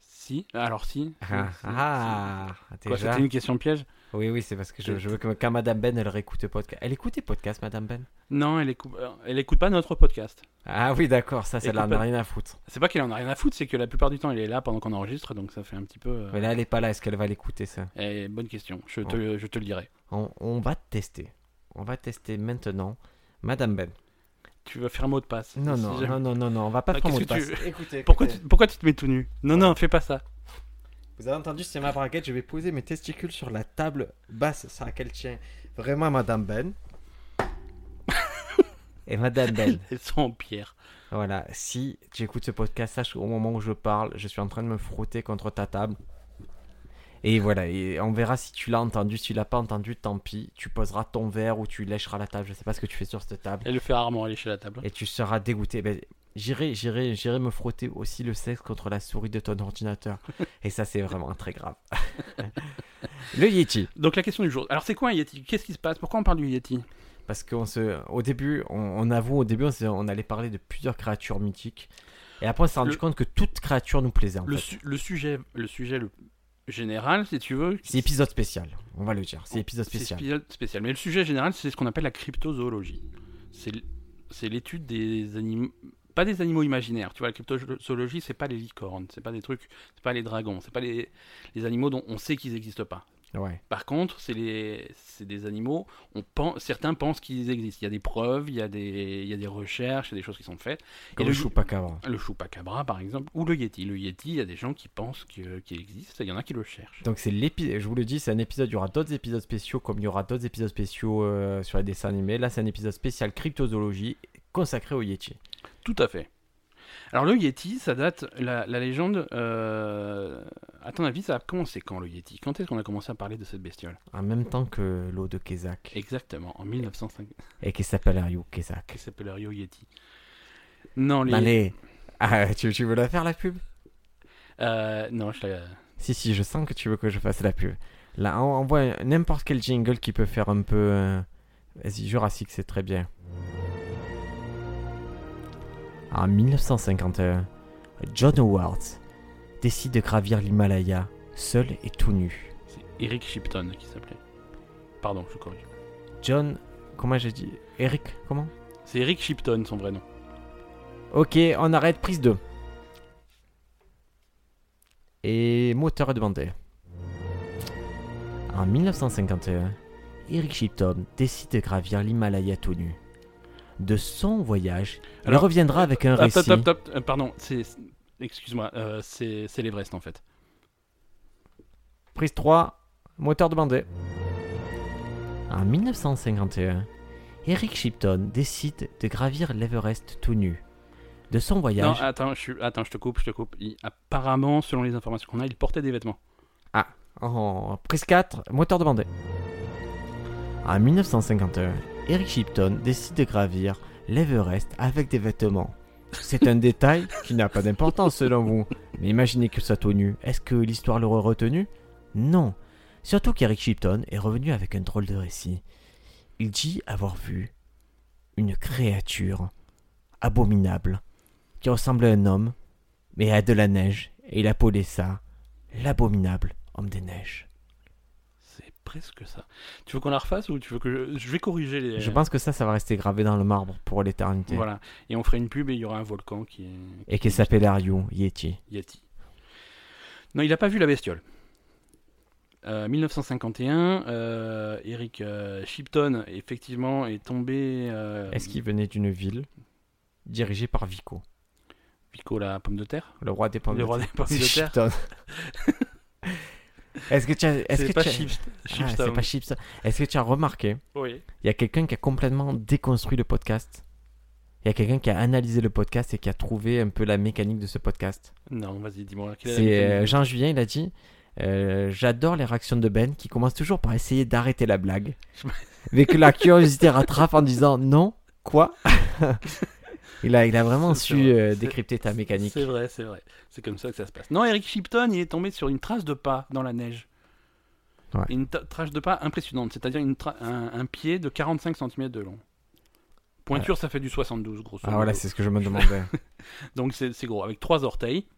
[SPEAKER 2] Si, alors si. si,
[SPEAKER 1] Ah,
[SPEAKER 2] si, si.
[SPEAKER 1] ah,
[SPEAKER 2] Quoi,
[SPEAKER 1] déjà
[SPEAKER 2] c'était une question piège
[SPEAKER 1] Oui, oui, c'est parce que je, je veux que quand Madame Ben, elle réécoute le podcast. Elle écoute les podcasts, Madame Ben
[SPEAKER 2] Non, elle écoute, euh, elle écoute pas notre podcast.
[SPEAKER 1] Ah oui, d'accord, ça,
[SPEAKER 2] Écoute
[SPEAKER 1] celle-là, on
[SPEAKER 2] pas.
[SPEAKER 1] a rien à foutre.
[SPEAKER 2] C'est pas qu'elle en a rien à foutre, c'est que la plupart du temps elle est là pendant qu'on enregistre, donc ça fait un petit peu. euh,
[SPEAKER 1] Mais là, elle est pas là, est-ce qu'elle va l'écouter, ça
[SPEAKER 2] eh, bonne question, je te, je te le dirai.
[SPEAKER 1] on, on va tester. On va tester maintenant. Madame Ben.
[SPEAKER 2] Tu veux faire mot de passe
[SPEAKER 1] Non,
[SPEAKER 2] si
[SPEAKER 1] non,
[SPEAKER 2] jamais-
[SPEAKER 1] non, non, non, non, on va pas
[SPEAKER 2] Ah,
[SPEAKER 1] prendre
[SPEAKER 2] qu'est-ce
[SPEAKER 1] mot
[SPEAKER 2] que tu-
[SPEAKER 1] de passe. Écoutez,
[SPEAKER 2] Pourquoi tu,
[SPEAKER 1] écoutez.
[SPEAKER 2] pourquoi tu te mets tout nu Non, non, fais pas ça.
[SPEAKER 1] Vous avez entendu, c'est ma braguette, je vais poser mes testicules sur la table basse sur laquelle tient vraiment Madame Ben. Et Madame Ben,
[SPEAKER 2] Elles sont en pierre.
[SPEAKER 1] voilà, si tu écoutes ce podcast, sache qu'au moment où je parle, je suis en train de me frotter contre ta table. Et voilà, et on verra si tu l'as entendu, si tu l'as pas entendu, tant pis. Tu poseras ton verre ou tu lècheras la table, je sais pas ce que tu fais sur cette table.
[SPEAKER 2] Elle le fait rarement, elle est chez la table.
[SPEAKER 1] Et tu seras dégoûté. Ben, j'irai, j'irai, j'irai me frotter aussi le sexe contre la souris de ton ordinateur. Et ça, c'est vraiment très grave. le Yeti.
[SPEAKER 2] Donc la question du jour. Alors c'est quoi un Yeti Qu'est-ce qui se passe Pourquoi on parle du Yeti
[SPEAKER 1] Parce qu'on se, au début, on, on avoue, au début, on, s'est- on allait parler de plusieurs créatures mythiques. Et après, on s'est rendu
[SPEAKER 2] Le-
[SPEAKER 1] compte que toute créature nous plaisait. En
[SPEAKER 2] le,
[SPEAKER 1] fait.
[SPEAKER 2] su- le sujet, le sujet le- général, si tu veux.
[SPEAKER 1] C'est épisode spécial, on va le dire. C'est épisode
[SPEAKER 2] C'est
[SPEAKER 1] spécial.
[SPEAKER 2] épisode spécial. Mais le sujet général, c'est ce qu'on appelle la cryptozoologie. C'est l- C'est l'étude des animaux. pas des animaux imaginaires. Tu vois, la cryptozoologie, c'est pas les licornes, c'est pas des trucs, c'est pas les dragons, c'est pas les, les animaux dont on sait qu'ils n'existent pas.
[SPEAKER 1] Ouais.
[SPEAKER 2] Par contre, c'est les, c'est des animaux. On pense, certains pensent qu'ils existent. Il y a des preuves, il y a des, il y a des recherches, il y a des choses qui sont faites.
[SPEAKER 1] Comme
[SPEAKER 2] le-
[SPEAKER 1] le chupacabra.
[SPEAKER 2] Le chupacabra, par exemple, ou le yeti. Le yeti, il y a des gens qui pensent que- qu'il existe. Il y en a qui le cherchent.
[SPEAKER 1] Donc c'est l'épisode, je vous le dis, c'est un épisode, il y aura d'autres épisodes spéciaux comme il y aura d'autres épisodes spéciaux euh, sur les dessins animés. Là c'est un épisode spécial cryptozoologie consacré au Yeti.
[SPEAKER 2] Tout à fait. Alors le Yeti, ça date, la, la légende, euh, à ton avis, ça a commencé quand le Yeti Quand est-ce qu'on a commencé à parler de cette bestiole
[SPEAKER 1] En même temps que l'eau de Kezak.
[SPEAKER 2] Exactement, en 1905,
[SPEAKER 1] Et qui s'appelle Ryu Kezak.
[SPEAKER 2] qui s'appelle Rio Yeti. Non, les...
[SPEAKER 1] Allez Ah, tu, tu veux la faire la pub
[SPEAKER 2] euh, non, je la-
[SPEAKER 1] Si, si, je sens que tu veux que je fasse la pub. Là, on, on voit n'importe quel jingle qui peut faire un peu... euh, Vas-y, Jurassic, c'est très bien. En 1951, euh, John Howard décide de gravir l'Himalaya, seul et tout nu.
[SPEAKER 2] c'est Eric Shipton qui s'appelait. Pardon, je corrige.
[SPEAKER 1] John... Comment j'ai dit Eric, comment
[SPEAKER 2] C'est Eric Shipton, son vrai nom.
[SPEAKER 1] Ok, on arrête, prise 2. Et moteur est demandé. En 1951, Eric Shipton décide de gravir l'Himalaya tout nu. De son voyage,
[SPEAKER 2] Alors,
[SPEAKER 1] il reviendra avec un
[SPEAKER 2] Top,
[SPEAKER 1] récit.
[SPEAKER 2] top, top, top. Euh, pardon, c'est... Excuse-moi, euh, c'est c'est l'Everest en fait.
[SPEAKER 1] Prise 3, moteur demandé. En 1951, Eric Shipton décide de gravir l'Everest tout nu. De son
[SPEAKER 2] Non,
[SPEAKER 1] voyage,
[SPEAKER 2] attends je, suis- attends, je te coupe, je te coupe. Il- Apparemment, selon les informations qu'on a, il portait des vêtements.
[SPEAKER 1] En prise 4, moteur demandé. En 1951, Eric Shipton décide de gravir l'Everest avec des vêtements. C'est un détail qui n'a pas d'importance selon vous. Mais imaginez que ça tout nu. Est-ce que l'histoire l'aurait retenu Non. Surtout qu'Eric Shipton est revenu avec un drôle de récit. Il dit avoir vu une créature abominable qui ressemble à un homme, mais à de la neige, et il a appelé ça l'abominable homme des neiges.
[SPEAKER 2] C'est presque ça. Tu veux qu'on la refasse ou tu veux que je, je vais corriger les.
[SPEAKER 1] Je pense que ça, ça va rester gravé dans le marbre pour l'éternité.
[SPEAKER 2] Voilà. Et on ferait une pub et il y aura un volcan qui est
[SPEAKER 1] Et qui s'appelle Ariou Yeti.
[SPEAKER 2] Yeti. Non, il n'a pas vu la bestiole. Euh, 1951, euh, Eric euh, Shipton effectivement est tombé. euh,
[SPEAKER 1] Est-ce qu'il venait d'une ville dirigée par Vico,
[SPEAKER 2] Pico la pomme de terre
[SPEAKER 1] le roi des pommes
[SPEAKER 2] Le
[SPEAKER 1] de
[SPEAKER 2] roi
[SPEAKER 1] terre
[SPEAKER 2] des pommes
[SPEAKER 1] C'est
[SPEAKER 2] de terre.
[SPEAKER 1] Shipton. Est-ce que tu as... Est-ce que
[SPEAKER 2] C'est pas
[SPEAKER 1] tu as-
[SPEAKER 2] Ship-
[SPEAKER 1] Ah,
[SPEAKER 2] Shipton.
[SPEAKER 1] c'est pas Shipton. Est-ce que tu as remarqué
[SPEAKER 2] Oui.
[SPEAKER 1] Il y a quelqu'un qui a complètement déconstruit le podcast. Il y a quelqu'un qui a analysé le podcast et qui a trouvé un peu la mécanique de ce podcast.
[SPEAKER 2] Non, vas-y, dis-moi. quelle est la
[SPEAKER 1] C'est
[SPEAKER 2] méthode
[SPEAKER 1] euh, Jean Julien, il a dit euh, J'adore les réactions de Ben qui commence toujours par essayer d'arrêter la blague,
[SPEAKER 2] Je me-
[SPEAKER 1] mais que la curiosité rattrape en disant Non, quoi il, a, il a vraiment
[SPEAKER 2] C'est
[SPEAKER 1] su
[SPEAKER 2] vrai,
[SPEAKER 1] euh,
[SPEAKER 2] c'est-
[SPEAKER 1] décrypter ta mécanique.
[SPEAKER 2] C'est vrai, c'est vrai. C'est comme ça que ça se passe. Non, Eric Shipton, il est tombé sur une trace de pas dans la neige.
[SPEAKER 1] Ouais.
[SPEAKER 2] Une ta- trace de pas impressionnante, c'est-à-dire une tra- un, un pied de 45 cm de long. Pointure, ça fait du 72, grosso
[SPEAKER 1] Ah
[SPEAKER 2] modo.
[SPEAKER 1] voilà, c'est ce que je me demandais.
[SPEAKER 2] Donc c'est c'est gros, avec trois orteils.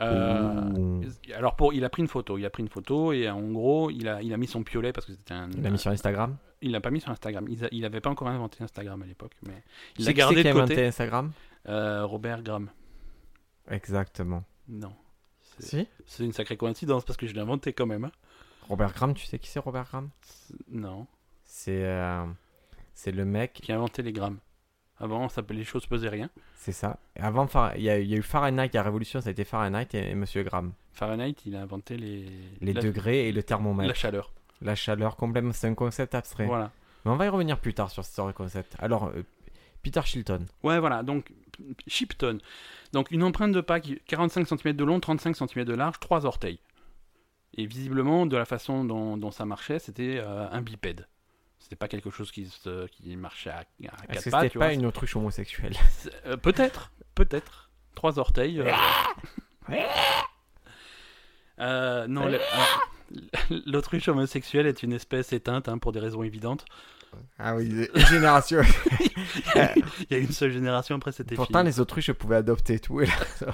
[SPEAKER 2] Euh,
[SPEAKER 1] Ouh.
[SPEAKER 2] alors pour, il a pris une photo, il a pris une photo et euh, en gros il a, il a mis son piolet parce que c'était un,
[SPEAKER 1] Il l'a mis sur Instagram.
[SPEAKER 2] il l'a pas mis sur Instagram, il, a- il avait pas encore inventé Instagram à l'époque, mais
[SPEAKER 1] Tu
[SPEAKER 2] il
[SPEAKER 1] sais
[SPEAKER 2] l'a
[SPEAKER 1] qui c'est
[SPEAKER 2] gardé
[SPEAKER 1] qui
[SPEAKER 2] de
[SPEAKER 1] a
[SPEAKER 2] côté.
[SPEAKER 1] inventé Instagram
[SPEAKER 2] Euh, Robert Graham,
[SPEAKER 1] Exactement.
[SPEAKER 2] non, C'est-
[SPEAKER 1] Si
[SPEAKER 2] c'est une sacrée coïncidence parce que je l'ai inventé quand même. hein.
[SPEAKER 1] Robert Graham, tu sais qui c'est Robert Graham
[SPEAKER 2] Non.
[SPEAKER 1] C'est euh, c'est le mec,
[SPEAKER 2] Qui a inventé les grammes. Avant, ça s'appelait les choses pesaient rien.
[SPEAKER 1] c'est ça. Avant, Far- il y, a il y a eu Fahrenheit, la révolution, ça a été Fahrenheit et, et Monsieur Graham.
[SPEAKER 2] Fahrenheit, il a inventé les,
[SPEAKER 1] Les
[SPEAKER 2] la,
[SPEAKER 1] degrés et le thermomètre.
[SPEAKER 2] la chaleur.
[SPEAKER 1] La chaleur complètement, c'est un concept abstrait.
[SPEAKER 2] Voilà.
[SPEAKER 1] Mais on va y revenir plus tard sur ce genre de concept. Alors, euh, Peter Shilton,
[SPEAKER 2] Ouais, voilà. Donc, Shipton. Donc, une empreinte de pas qui 45 cm de long, 35 cm de large, trois orteils. Et visiblement, de la façon dont, dont ça marchait, c'était euh, un bipède. C'était pas quelque chose qui, se- qui marchait à, à
[SPEAKER 1] est-ce
[SPEAKER 2] quatre
[SPEAKER 1] que
[SPEAKER 2] pattes.
[SPEAKER 1] c'était
[SPEAKER 2] tu
[SPEAKER 1] pas
[SPEAKER 2] vois.
[SPEAKER 1] une autruche homosexuelle
[SPEAKER 2] C'est- euh, peut-être, peut-être. Trois orteils. euh. Euh, non, le- euh, l'autruche homosexuelle est une espèce éteinte hein, pour des raisons évidentes.
[SPEAKER 1] Ah oui, génération.
[SPEAKER 2] Il y a une seule génération après c'était
[SPEAKER 1] Pourtant,
[SPEAKER 2] fini.
[SPEAKER 1] les autruches pouvaient adopter tout. et là, ça-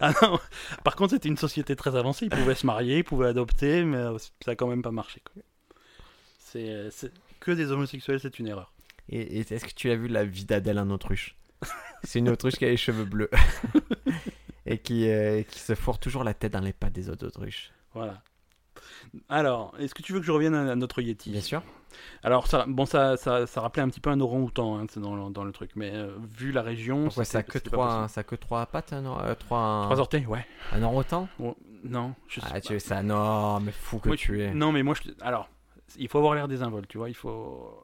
[SPEAKER 2] Ah non. Par contre, c'était une société très avancée. Ils pouvaient se marier, ils pouvaient adopter, mais euh, ça a quand même pas marché. quoi. euh, C'est c'est- que des homosexuels, c'est une erreur.
[SPEAKER 1] Et, et est-ce que tu as vu la vie d'Adèle en autruche C'est une autruche qui a les cheveux bleus. et qui, euh, qui se fourre toujours la tête dans les pattes des autres autruches.
[SPEAKER 2] Voilà. Alors, est-ce que tu veux que je revienne à notre Yeti
[SPEAKER 1] Bien sûr.
[SPEAKER 2] Alors, ça, bon, ça, ça, ça rappelait un petit peu un orang-outan hein, c'est dans, le- dans le truc, mais euh, vu la région.
[SPEAKER 1] Pourquoi ça a
[SPEAKER 2] c'était-
[SPEAKER 1] que
[SPEAKER 2] c'était pas
[SPEAKER 1] trois,
[SPEAKER 2] possible.
[SPEAKER 1] ça a que trois pattes un, or- euh, trois,
[SPEAKER 2] Trois orteils, ouais.
[SPEAKER 1] un orang-outan
[SPEAKER 2] Ouais, Non, je sais
[SPEAKER 1] Ah,
[SPEAKER 2] pas.
[SPEAKER 1] tu es ça, non, mais fou que
[SPEAKER 2] Moi,
[SPEAKER 1] tu es.
[SPEAKER 2] Non, mais moi, je... alors, il faut avoir l'air désinvolte, tu vois. Il faut.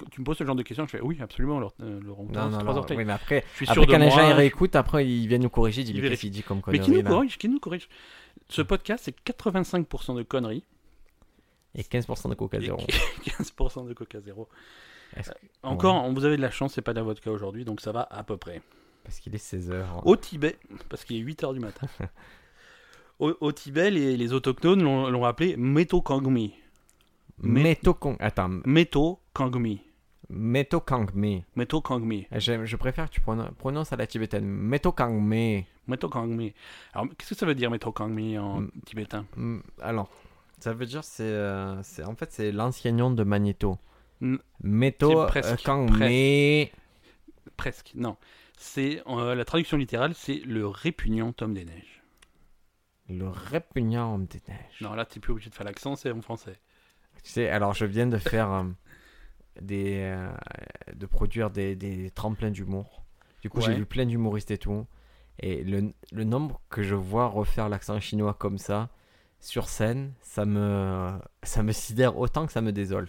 [SPEAKER 2] Quand Tu me poses ce genre de questions, je fais oui, absolument, leur, euh, leur rond-
[SPEAKER 1] Non,
[SPEAKER 2] c'est
[SPEAKER 1] non,
[SPEAKER 2] trois
[SPEAKER 1] non.
[SPEAKER 2] orteils.
[SPEAKER 1] Oui, mais après,
[SPEAKER 2] Je suis
[SPEAKER 1] après
[SPEAKER 2] sûr de
[SPEAKER 1] quand les
[SPEAKER 2] moi.
[SPEAKER 1] gens ils
[SPEAKER 2] je-
[SPEAKER 1] réécoutent, après ils viennent nous corriger, ils disent
[SPEAKER 2] Ils
[SPEAKER 1] mais qu'est-ce
[SPEAKER 2] vérifient.
[SPEAKER 1] qu'il dit comme
[SPEAKER 2] Mais
[SPEAKER 1] connerie.
[SPEAKER 2] qui nous
[SPEAKER 1] là
[SPEAKER 2] corrige, qui nous corrige. Ce podcast, c'est 85% de conneries
[SPEAKER 1] Et 15% de coca
[SPEAKER 2] et
[SPEAKER 1] zéro.
[SPEAKER 2] 15% de coca zéro. Euh,
[SPEAKER 1] Est-ce que-
[SPEAKER 2] Encore, on- vous avez de la chance, c'est pas de la vodka aujourd'hui, donc ça va à peu près.
[SPEAKER 1] Parce qu'il est 16h.
[SPEAKER 2] Au Tibet, parce qu'il est 8h du matin. Au, au Tibet, les, les autochtones l'ont l'ont appelé Meto Kangmi.
[SPEAKER 1] Metokong. Attends,
[SPEAKER 2] Meto Kangmi.
[SPEAKER 1] Metokangme.
[SPEAKER 2] Meto Kangmi.
[SPEAKER 1] J'aime- Je préfère que tu pronon- prononces à la tibétaine. Metokangme.
[SPEAKER 2] Meto Kangmi. Alors, qu'est-ce que ça veut dire Meto Kangmi en
[SPEAKER 1] Mm.
[SPEAKER 2] tibétain
[SPEAKER 1] Hmm, Alors, ça veut dire c'est, euh, c'est en fait c'est l'ancien nom de Magneto. Mm.
[SPEAKER 2] Hmm,
[SPEAKER 1] Meto
[SPEAKER 2] c'est presque,
[SPEAKER 1] euh, Kang
[SPEAKER 2] presque.
[SPEAKER 1] Me.
[SPEAKER 2] Presque, non. C'est euh, La traduction littérale, c'est le répugnant homme des neiges.
[SPEAKER 1] le répugnant homme des neiges.
[SPEAKER 2] Non, là, t'es plus obligé de faire l'accent, c'est en français.
[SPEAKER 1] Tu sais, alors je viens de faire euh, des, euh, de produire des, des tremplins d'humour. Du coup, j'ai
[SPEAKER 2] Ouais.
[SPEAKER 1] vu plein d'humoristes et tout. Et le, le nombre que je vois refaire l'accent chinois comme ça sur scène, ça me, ça me sidère autant que ça me désole.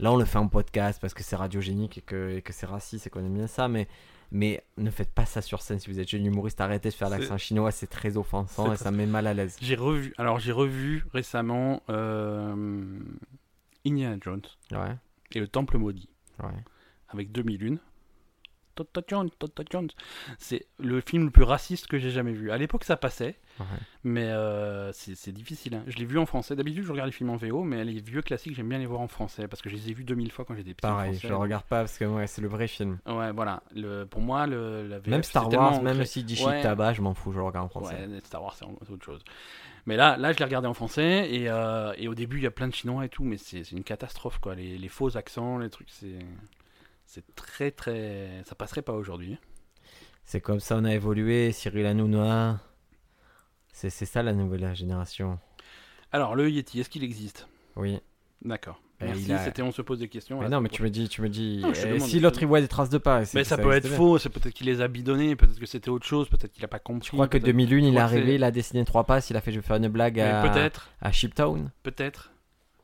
[SPEAKER 1] Là, on le fait en podcast parce que c'est radiogénique et que, et que c'est raciste et qu'on aime bien ça, mais, mais ne faites pas ça sur scène si vous êtes jeune humoriste. Arrêtez de faire
[SPEAKER 2] C'est-
[SPEAKER 1] l'accent chinois, c'est très offensant
[SPEAKER 2] c'est
[SPEAKER 1] et ça me met mal à l'aise.
[SPEAKER 2] J'ai revu, alors j'ai revu récemment euh, Indiana Jones
[SPEAKER 1] Ouais,
[SPEAKER 2] et le Temple Maudit.
[SPEAKER 1] ouais.
[SPEAKER 2] avec demi-lune. Toto Jones, Toto Jones. C'est le film le plus raciste que j'ai jamais vu. À l'époque, ça passait,
[SPEAKER 1] Ouais.
[SPEAKER 2] mais euh, c'est c'est difficile. hein. Je l'ai vu en français. D'habitude, je regarde les films en VO, mais les vieux classiques, j'aime bien les voir en français parce que je les ai vus 2000 fois quand j'étais petit. en
[SPEAKER 1] Pareil,
[SPEAKER 2] français.
[SPEAKER 1] je le regarde pas parce que ouais, c'est le vrai film.
[SPEAKER 2] Ouais, voilà. Le, pour moi, le, la VF,
[SPEAKER 1] Même
[SPEAKER 2] c'est
[SPEAKER 1] Star
[SPEAKER 2] tellement
[SPEAKER 1] Wars, même
[SPEAKER 2] ancré.
[SPEAKER 1] si dit
[SPEAKER 2] Ouais.
[SPEAKER 1] tabac, je m'en fous, je le regarde en français.
[SPEAKER 2] Ouais, Star Wars, c'est en- c'est autre chose. Mais là, là, je l'ai regardé en français et, euh, et au début, il y a plein de Chinois et tout, mais c'est c'est une catastrophe, quoi. Les, les faux accents, les trucs, c'est c'est très, très. Ça passerait pas aujourd'hui.
[SPEAKER 1] C'est comme ça on a évolué, Cyril Hanouna. C'est c'est ça la nouvelle génération.
[SPEAKER 2] Alors, le Yeti, est-ce qu'il existe
[SPEAKER 1] Oui.
[SPEAKER 2] D'accord.
[SPEAKER 1] Et
[SPEAKER 2] Merci,
[SPEAKER 1] Ben, il a-
[SPEAKER 2] c'était on se pose des questions.
[SPEAKER 1] mais
[SPEAKER 2] là,
[SPEAKER 1] non,
[SPEAKER 2] c'est
[SPEAKER 1] mais
[SPEAKER 2] pour-
[SPEAKER 1] tu me dis, tu me dis.
[SPEAKER 2] Non, je te
[SPEAKER 1] eh,
[SPEAKER 2] demande, je
[SPEAKER 1] si
[SPEAKER 2] te
[SPEAKER 1] l'autre il
[SPEAKER 2] demande.
[SPEAKER 1] voit des traces de pas, c'est
[SPEAKER 2] Mais
[SPEAKER 1] que
[SPEAKER 2] ça, peut être
[SPEAKER 1] existe bien.
[SPEAKER 2] faux, c'est peut-être qu'il les a bidonnés, peut-être que c'était autre chose, peut-être qu'il a pas compris.
[SPEAKER 1] Je crois que
[SPEAKER 2] peut-être-
[SPEAKER 1] 2001, il est
[SPEAKER 2] crois que
[SPEAKER 1] arrivé,
[SPEAKER 2] c'est-
[SPEAKER 1] il a dessiné trois passes, il a fait je vais faire une blague
[SPEAKER 2] Mais
[SPEAKER 1] à,
[SPEAKER 2] Peut-être,
[SPEAKER 1] à Shiptown.
[SPEAKER 2] peut-être,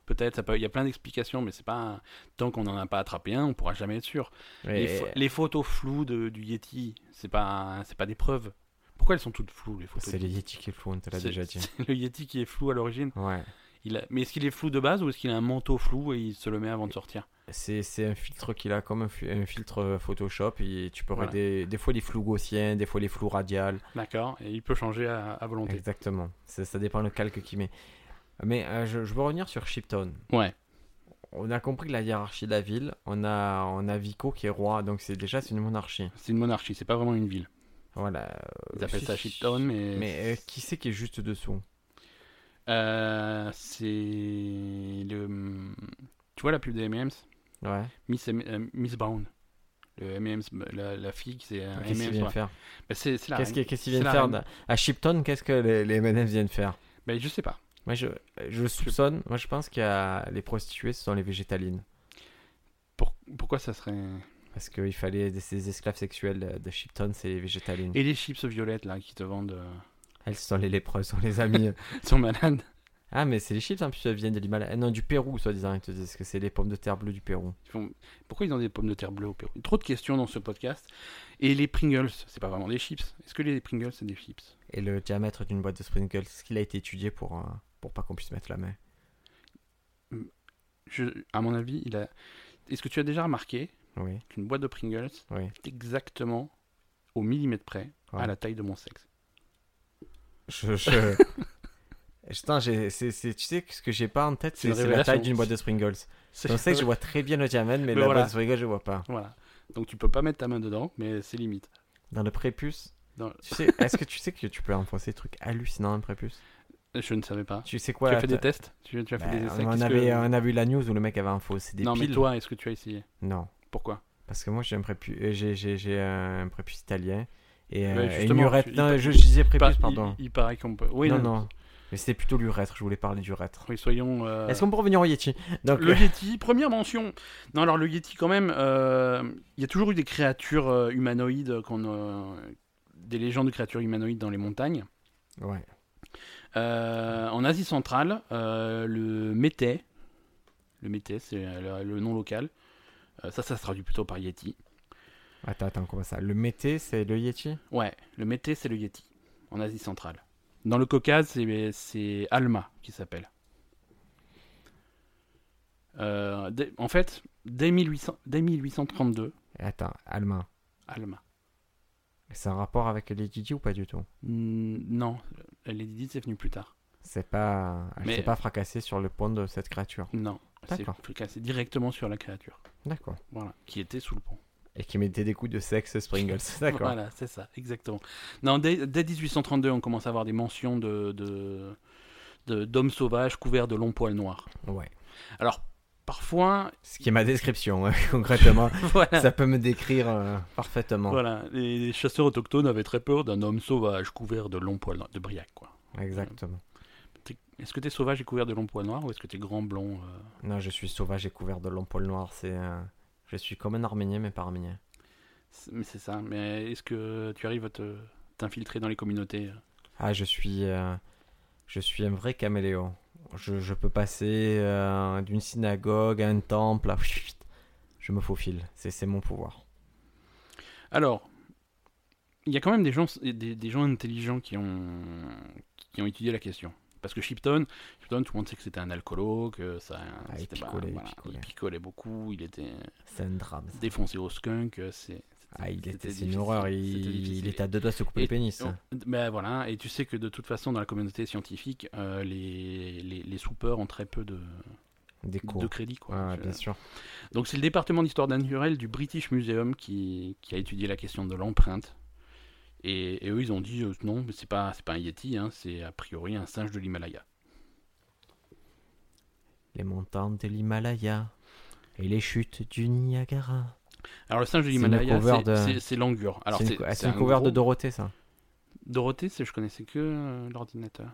[SPEAKER 2] peut-être. ça peut- Il y a plein d'explications, mais c'est pas tant qu'on n'en a pas attrapé un, on pourra jamais être sûr. Les,
[SPEAKER 1] Et
[SPEAKER 2] pho- les photos floues de- du Yeti, c'est pas, c'est pas des preuves. Pourquoi elles sont toutes floues les photos
[SPEAKER 1] C'est les Yeti qui le font, on te l'a
[SPEAKER 2] C'est-
[SPEAKER 1] déjà dit.
[SPEAKER 2] c'est le Yeti qui est flou à l'origine.
[SPEAKER 1] Ouais.
[SPEAKER 2] Il a- Mais est-ce qu'il est flou de base ou est-ce qu'il a un manteau flou et il se le met avant de sortir
[SPEAKER 1] C'est c'est un filtre qu'il a comme un, fi- un filtre euh, Photoshop. Et tu peux avoir
[SPEAKER 2] Voilà.
[SPEAKER 1] des, des fois les flous gaussiens, des fois les flous radiales.
[SPEAKER 2] D'accord, et il peut changer à, à volonté.
[SPEAKER 1] Exactement. Ça, ça dépend le calque qu'il met. Mais euh, je, je veux revenir sur Shipton.
[SPEAKER 2] Ouais.
[SPEAKER 1] On a compris la hiérarchie de la ville. On a, on a Vico qui est roi, donc c'est déjà c'est une monarchie.
[SPEAKER 2] C'est une monarchie, c'est pas vraiment une ville.
[SPEAKER 1] Voilà.
[SPEAKER 2] Ils
[SPEAKER 1] Euh,
[SPEAKER 2] appellent ça
[SPEAKER 1] si-
[SPEAKER 2] Shipton, mais,
[SPEAKER 1] Mais euh, qui c'est qui est juste dessous
[SPEAKER 2] Euh, c'est le. Tu vois la pub de M&M's
[SPEAKER 1] Ouais.
[SPEAKER 2] Miss, M- euh, Miss Brown. Le M&M's, la, la fille, qui c'est un
[SPEAKER 1] Qu'est-ce qu'ils
[SPEAKER 2] M&M's.
[SPEAKER 1] viennent
[SPEAKER 2] ouais.
[SPEAKER 1] faire
[SPEAKER 2] Bah, c'est c'est la
[SPEAKER 1] Qu'est-ce
[SPEAKER 2] reine.
[SPEAKER 1] qu'ils qu'est-ce qu'ils
[SPEAKER 2] C'est
[SPEAKER 1] viennent
[SPEAKER 2] la
[SPEAKER 1] faire
[SPEAKER 2] reine.
[SPEAKER 1] de- À Shipton, qu'est-ce que les, les M&M's viennent faire
[SPEAKER 2] Bah, je sais pas.
[SPEAKER 1] Moi je, je soupçonne. Moi je pense qu'il y a les prostituées, ce sont les végétalines.
[SPEAKER 2] Pour- pourquoi ça serait.
[SPEAKER 1] Parce qu'il fallait des- ces esclaves sexuels de Shipton, c'est les végétalines.
[SPEAKER 2] Et les chips violettes, là, qui te vendent. euh,
[SPEAKER 1] Elles, ce sont les lépreuses, on les a mis.
[SPEAKER 2] sont malades.
[SPEAKER 1] Ah, mais c'est les chips, en plus, elles viennent de l'Himalaya. Non, du Pérou, soi-disant, ils te disent que c'est les pommes de terre bleues du Pérou.
[SPEAKER 2] Ils font- Pourquoi ils ont des pommes de terre bleues au Pérou Trop de questions dans ce podcast. Et les Pringles, c'est pas vraiment des chips. Est-ce que les Pringles, c'est des chips
[SPEAKER 1] Et le diamètre d'une boîte de sprinkles, ce qu'il a été étudié pour, euh, pour pas qu'on puisse mettre la main.
[SPEAKER 2] je... À mon avis, il a. Est-ce que tu as déjà remarqué
[SPEAKER 1] Oui,
[SPEAKER 2] qu'une boîte de Pringles
[SPEAKER 1] oui.
[SPEAKER 2] est exactement au millimètre près
[SPEAKER 1] Ouais.
[SPEAKER 2] à la taille de mon sexe.
[SPEAKER 1] Je. je... Putain, j'ai- c'est- c'est- tu sais, ce que j'ai pas en tête,
[SPEAKER 2] C'est une
[SPEAKER 1] c'est c'est la taille
[SPEAKER 2] révélation.
[SPEAKER 1] d'une boîte de sprinkles.
[SPEAKER 2] C'est
[SPEAKER 1] Donc, c'est que je vois très bien le diamètre, mais,
[SPEAKER 2] Mais
[SPEAKER 1] la
[SPEAKER 2] voilà.
[SPEAKER 1] boîte de sprinkles, je vois pas.
[SPEAKER 2] Voilà. Donc tu peux pas mettre ta main dedans, mais c'est limite.
[SPEAKER 1] Dans le prépuce.
[SPEAKER 2] Dans-
[SPEAKER 1] Tu sais, est-ce que tu sais que tu peux enfoncer des trucs hallucinants dans le prépuce
[SPEAKER 2] Je ne savais pas.
[SPEAKER 1] Tu sais quoi
[SPEAKER 2] tu
[SPEAKER 1] la
[SPEAKER 2] as fait des
[SPEAKER 1] ta-
[SPEAKER 2] tests tu, tu as fait
[SPEAKER 1] Bah,
[SPEAKER 2] des essais
[SPEAKER 1] on,
[SPEAKER 2] qu'est-ce
[SPEAKER 1] avait,
[SPEAKER 2] que-
[SPEAKER 1] on a vu la news où le mec avait un faux, c'est des
[SPEAKER 2] Non,
[SPEAKER 1] piles.
[SPEAKER 2] mais toi, est-ce que tu as essayé
[SPEAKER 1] Non.
[SPEAKER 2] Pourquoi
[SPEAKER 1] Parce que moi, j'ai un prépuce, euh, j'ai, j'ai, j'ai un prépuce italien. Et, euh,
[SPEAKER 2] Ouais,
[SPEAKER 1] et une
[SPEAKER 2] justement,
[SPEAKER 1] urètre.
[SPEAKER 2] tu-
[SPEAKER 1] Non,
[SPEAKER 2] il-
[SPEAKER 1] je, je disais
[SPEAKER 2] Pas-
[SPEAKER 1] prépuce,
[SPEAKER 2] il-
[SPEAKER 1] pardon.
[SPEAKER 2] Il, paraît qu'on peut. Oui,
[SPEAKER 1] non, non, Mais c'était plutôt l'urètre, je voulais parler d'urètre.
[SPEAKER 2] Oui, soyons. euh,
[SPEAKER 1] Est-ce qu'on peut revenir au Yeti Donc,
[SPEAKER 2] Le Yeti, première mention. Non, alors le Yeti, quand même, euh, il y a toujours eu des créatures euh, humanoïdes, qu'on, euh, des légendes de créatures humanoïdes dans les montagnes.
[SPEAKER 1] ouais.
[SPEAKER 2] Euh, en Asie centrale, euh, le Mété, le Mété, c'est euh, le, le nom local. Euh, ça, ça se traduit plutôt par Yeti.
[SPEAKER 1] Attends, attends, comment ça Le mété, c'est le Yeti
[SPEAKER 2] Ouais, le Mété, c'est le Yeti, en Asie centrale. Dans le Caucase, c'est- c'est Alma qui s'appelle. Euh, dès- en fait, dès, 1800 dès 1832,
[SPEAKER 1] Attends, allemand.
[SPEAKER 2] Alma.
[SPEAKER 1] C'est un rapport avec les Yeti ou pas du tout
[SPEAKER 2] Mm, Non, Lady Did, c'est venu plus tard.
[SPEAKER 1] C'est pas. Elle
[SPEAKER 2] Mais-
[SPEAKER 1] s'est pas fracassée sur le pont de cette créature.
[SPEAKER 2] Non, c'est
[SPEAKER 1] D'accord.
[SPEAKER 2] cassé directement sur la créature.
[SPEAKER 1] D'accord.
[SPEAKER 2] Voilà, qui était sous le pont.
[SPEAKER 1] Et qui mettait des coups de sexe Springles. D'accord.
[SPEAKER 2] Voilà, c'est ça, exactement. Non, dès, dès 1832, on commence à avoir des mentions de de- de- d'hommes sauvages couverts de longs poils noirs.
[SPEAKER 1] Ouais.
[SPEAKER 2] Alors, parfois,
[SPEAKER 1] Ce qui est ma description, hein, concrètement.
[SPEAKER 2] voilà,
[SPEAKER 1] ça peut me décrire euh, parfaitement.
[SPEAKER 2] voilà, les, les chasseurs autochtones avaient très peur d'un homme sauvage couvert de longs poils noirs, de briac, quoi.
[SPEAKER 1] Exactement.
[SPEAKER 2] T'es- Est-ce que t'es sauvage et couvert de longs poils noirs ou est-ce que t'es grand blond euh,
[SPEAKER 1] Non, je suis sauvage et couvert de longs poils noirs. C'est. euh, Je suis comme un Arménien, mais pas Arménien.
[SPEAKER 2] c'est- mais C'est ça, mais est-ce que tu arrives à te- t'infiltrer dans les communautés euh
[SPEAKER 1] Ah, je suis, euh, je suis un vrai caméléon. Je, je peux passer euh, d'une synagogue à un temple. à- Je me faufile. C'est c'est mon pouvoir.
[SPEAKER 2] Alors, il y a quand même des gens, des, des gens intelligents qui ont, qui ont étudié la question. Parce que Shipton, Shipton, tout le monde sait que c'était un alcoolo, que ça,
[SPEAKER 1] Ah, il
[SPEAKER 2] c'était
[SPEAKER 1] picolait, il
[SPEAKER 2] il
[SPEAKER 1] picolait.
[SPEAKER 2] picolait beaucoup, il était
[SPEAKER 1] C'est un drame. ça.
[SPEAKER 2] défoncé au skunk. euh, C'est,
[SPEAKER 1] Ah, il était, c'est une
[SPEAKER 2] difficile,
[SPEAKER 1] horreur. Il,
[SPEAKER 2] c'était
[SPEAKER 1] il
[SPEAKER 2] difficile.
[SPEAKER 1] était à deux doigts de se couper
[SPEAKER 2] Et-
[SPEAKER 1] le pénis.
[SPEAKER 2] Oh, ben voilà, et tu sais que de toute façon, dans la communauté scientifique, euh, les, les, les soupeurs ont très peu de,
[SPEAKER 1] Des cours.
[SPEAKER 2] de crédit. Quoi.
[SPEAKER 1] Ouais, ouais,
[SPEAKER 2] Je-
[SPEAKER 1] bien sûr.
[SPEAKER 2] Donc c'est le département d'histoire naturelle du British Museum qui, qui a étudié la question de l'empreinte. Et, et eux, ils ont dit euh, non, mais c'est pas, c'est pas un Yeti, hein, c'est a priori un singe de l'Himalaya.
[SPEAKER 1] Les montagnes de l'Himalaya et les chutes du Niagara.
[SPEAKER 2] Alors le singe de
[SPEAKER 1] C'est une
[SPEAKER 2] l'Himalaya,
[SPEAKER 1] cover
[SPEAKER 2] c'est
[SPEAKER 1] de-
[SPEAKER 2] c'est- c'est l'angur. Alors
[SPEAKER 1] C'est une,
[SPEAKER 2] c'est
[SPEAKER 1] cou- ah, c'est
[SPEAKER 2] c'est
[SPEAKER 1] une
[SPEAKER 2] un
[SPEAKER 1] couvert de
[SPEAKER 2] gros-
[SPEAKER 1] Dorothée, ça.
[SPEAKER 2] Dorothée, c'est je connaissais que euh, l'ordinateur.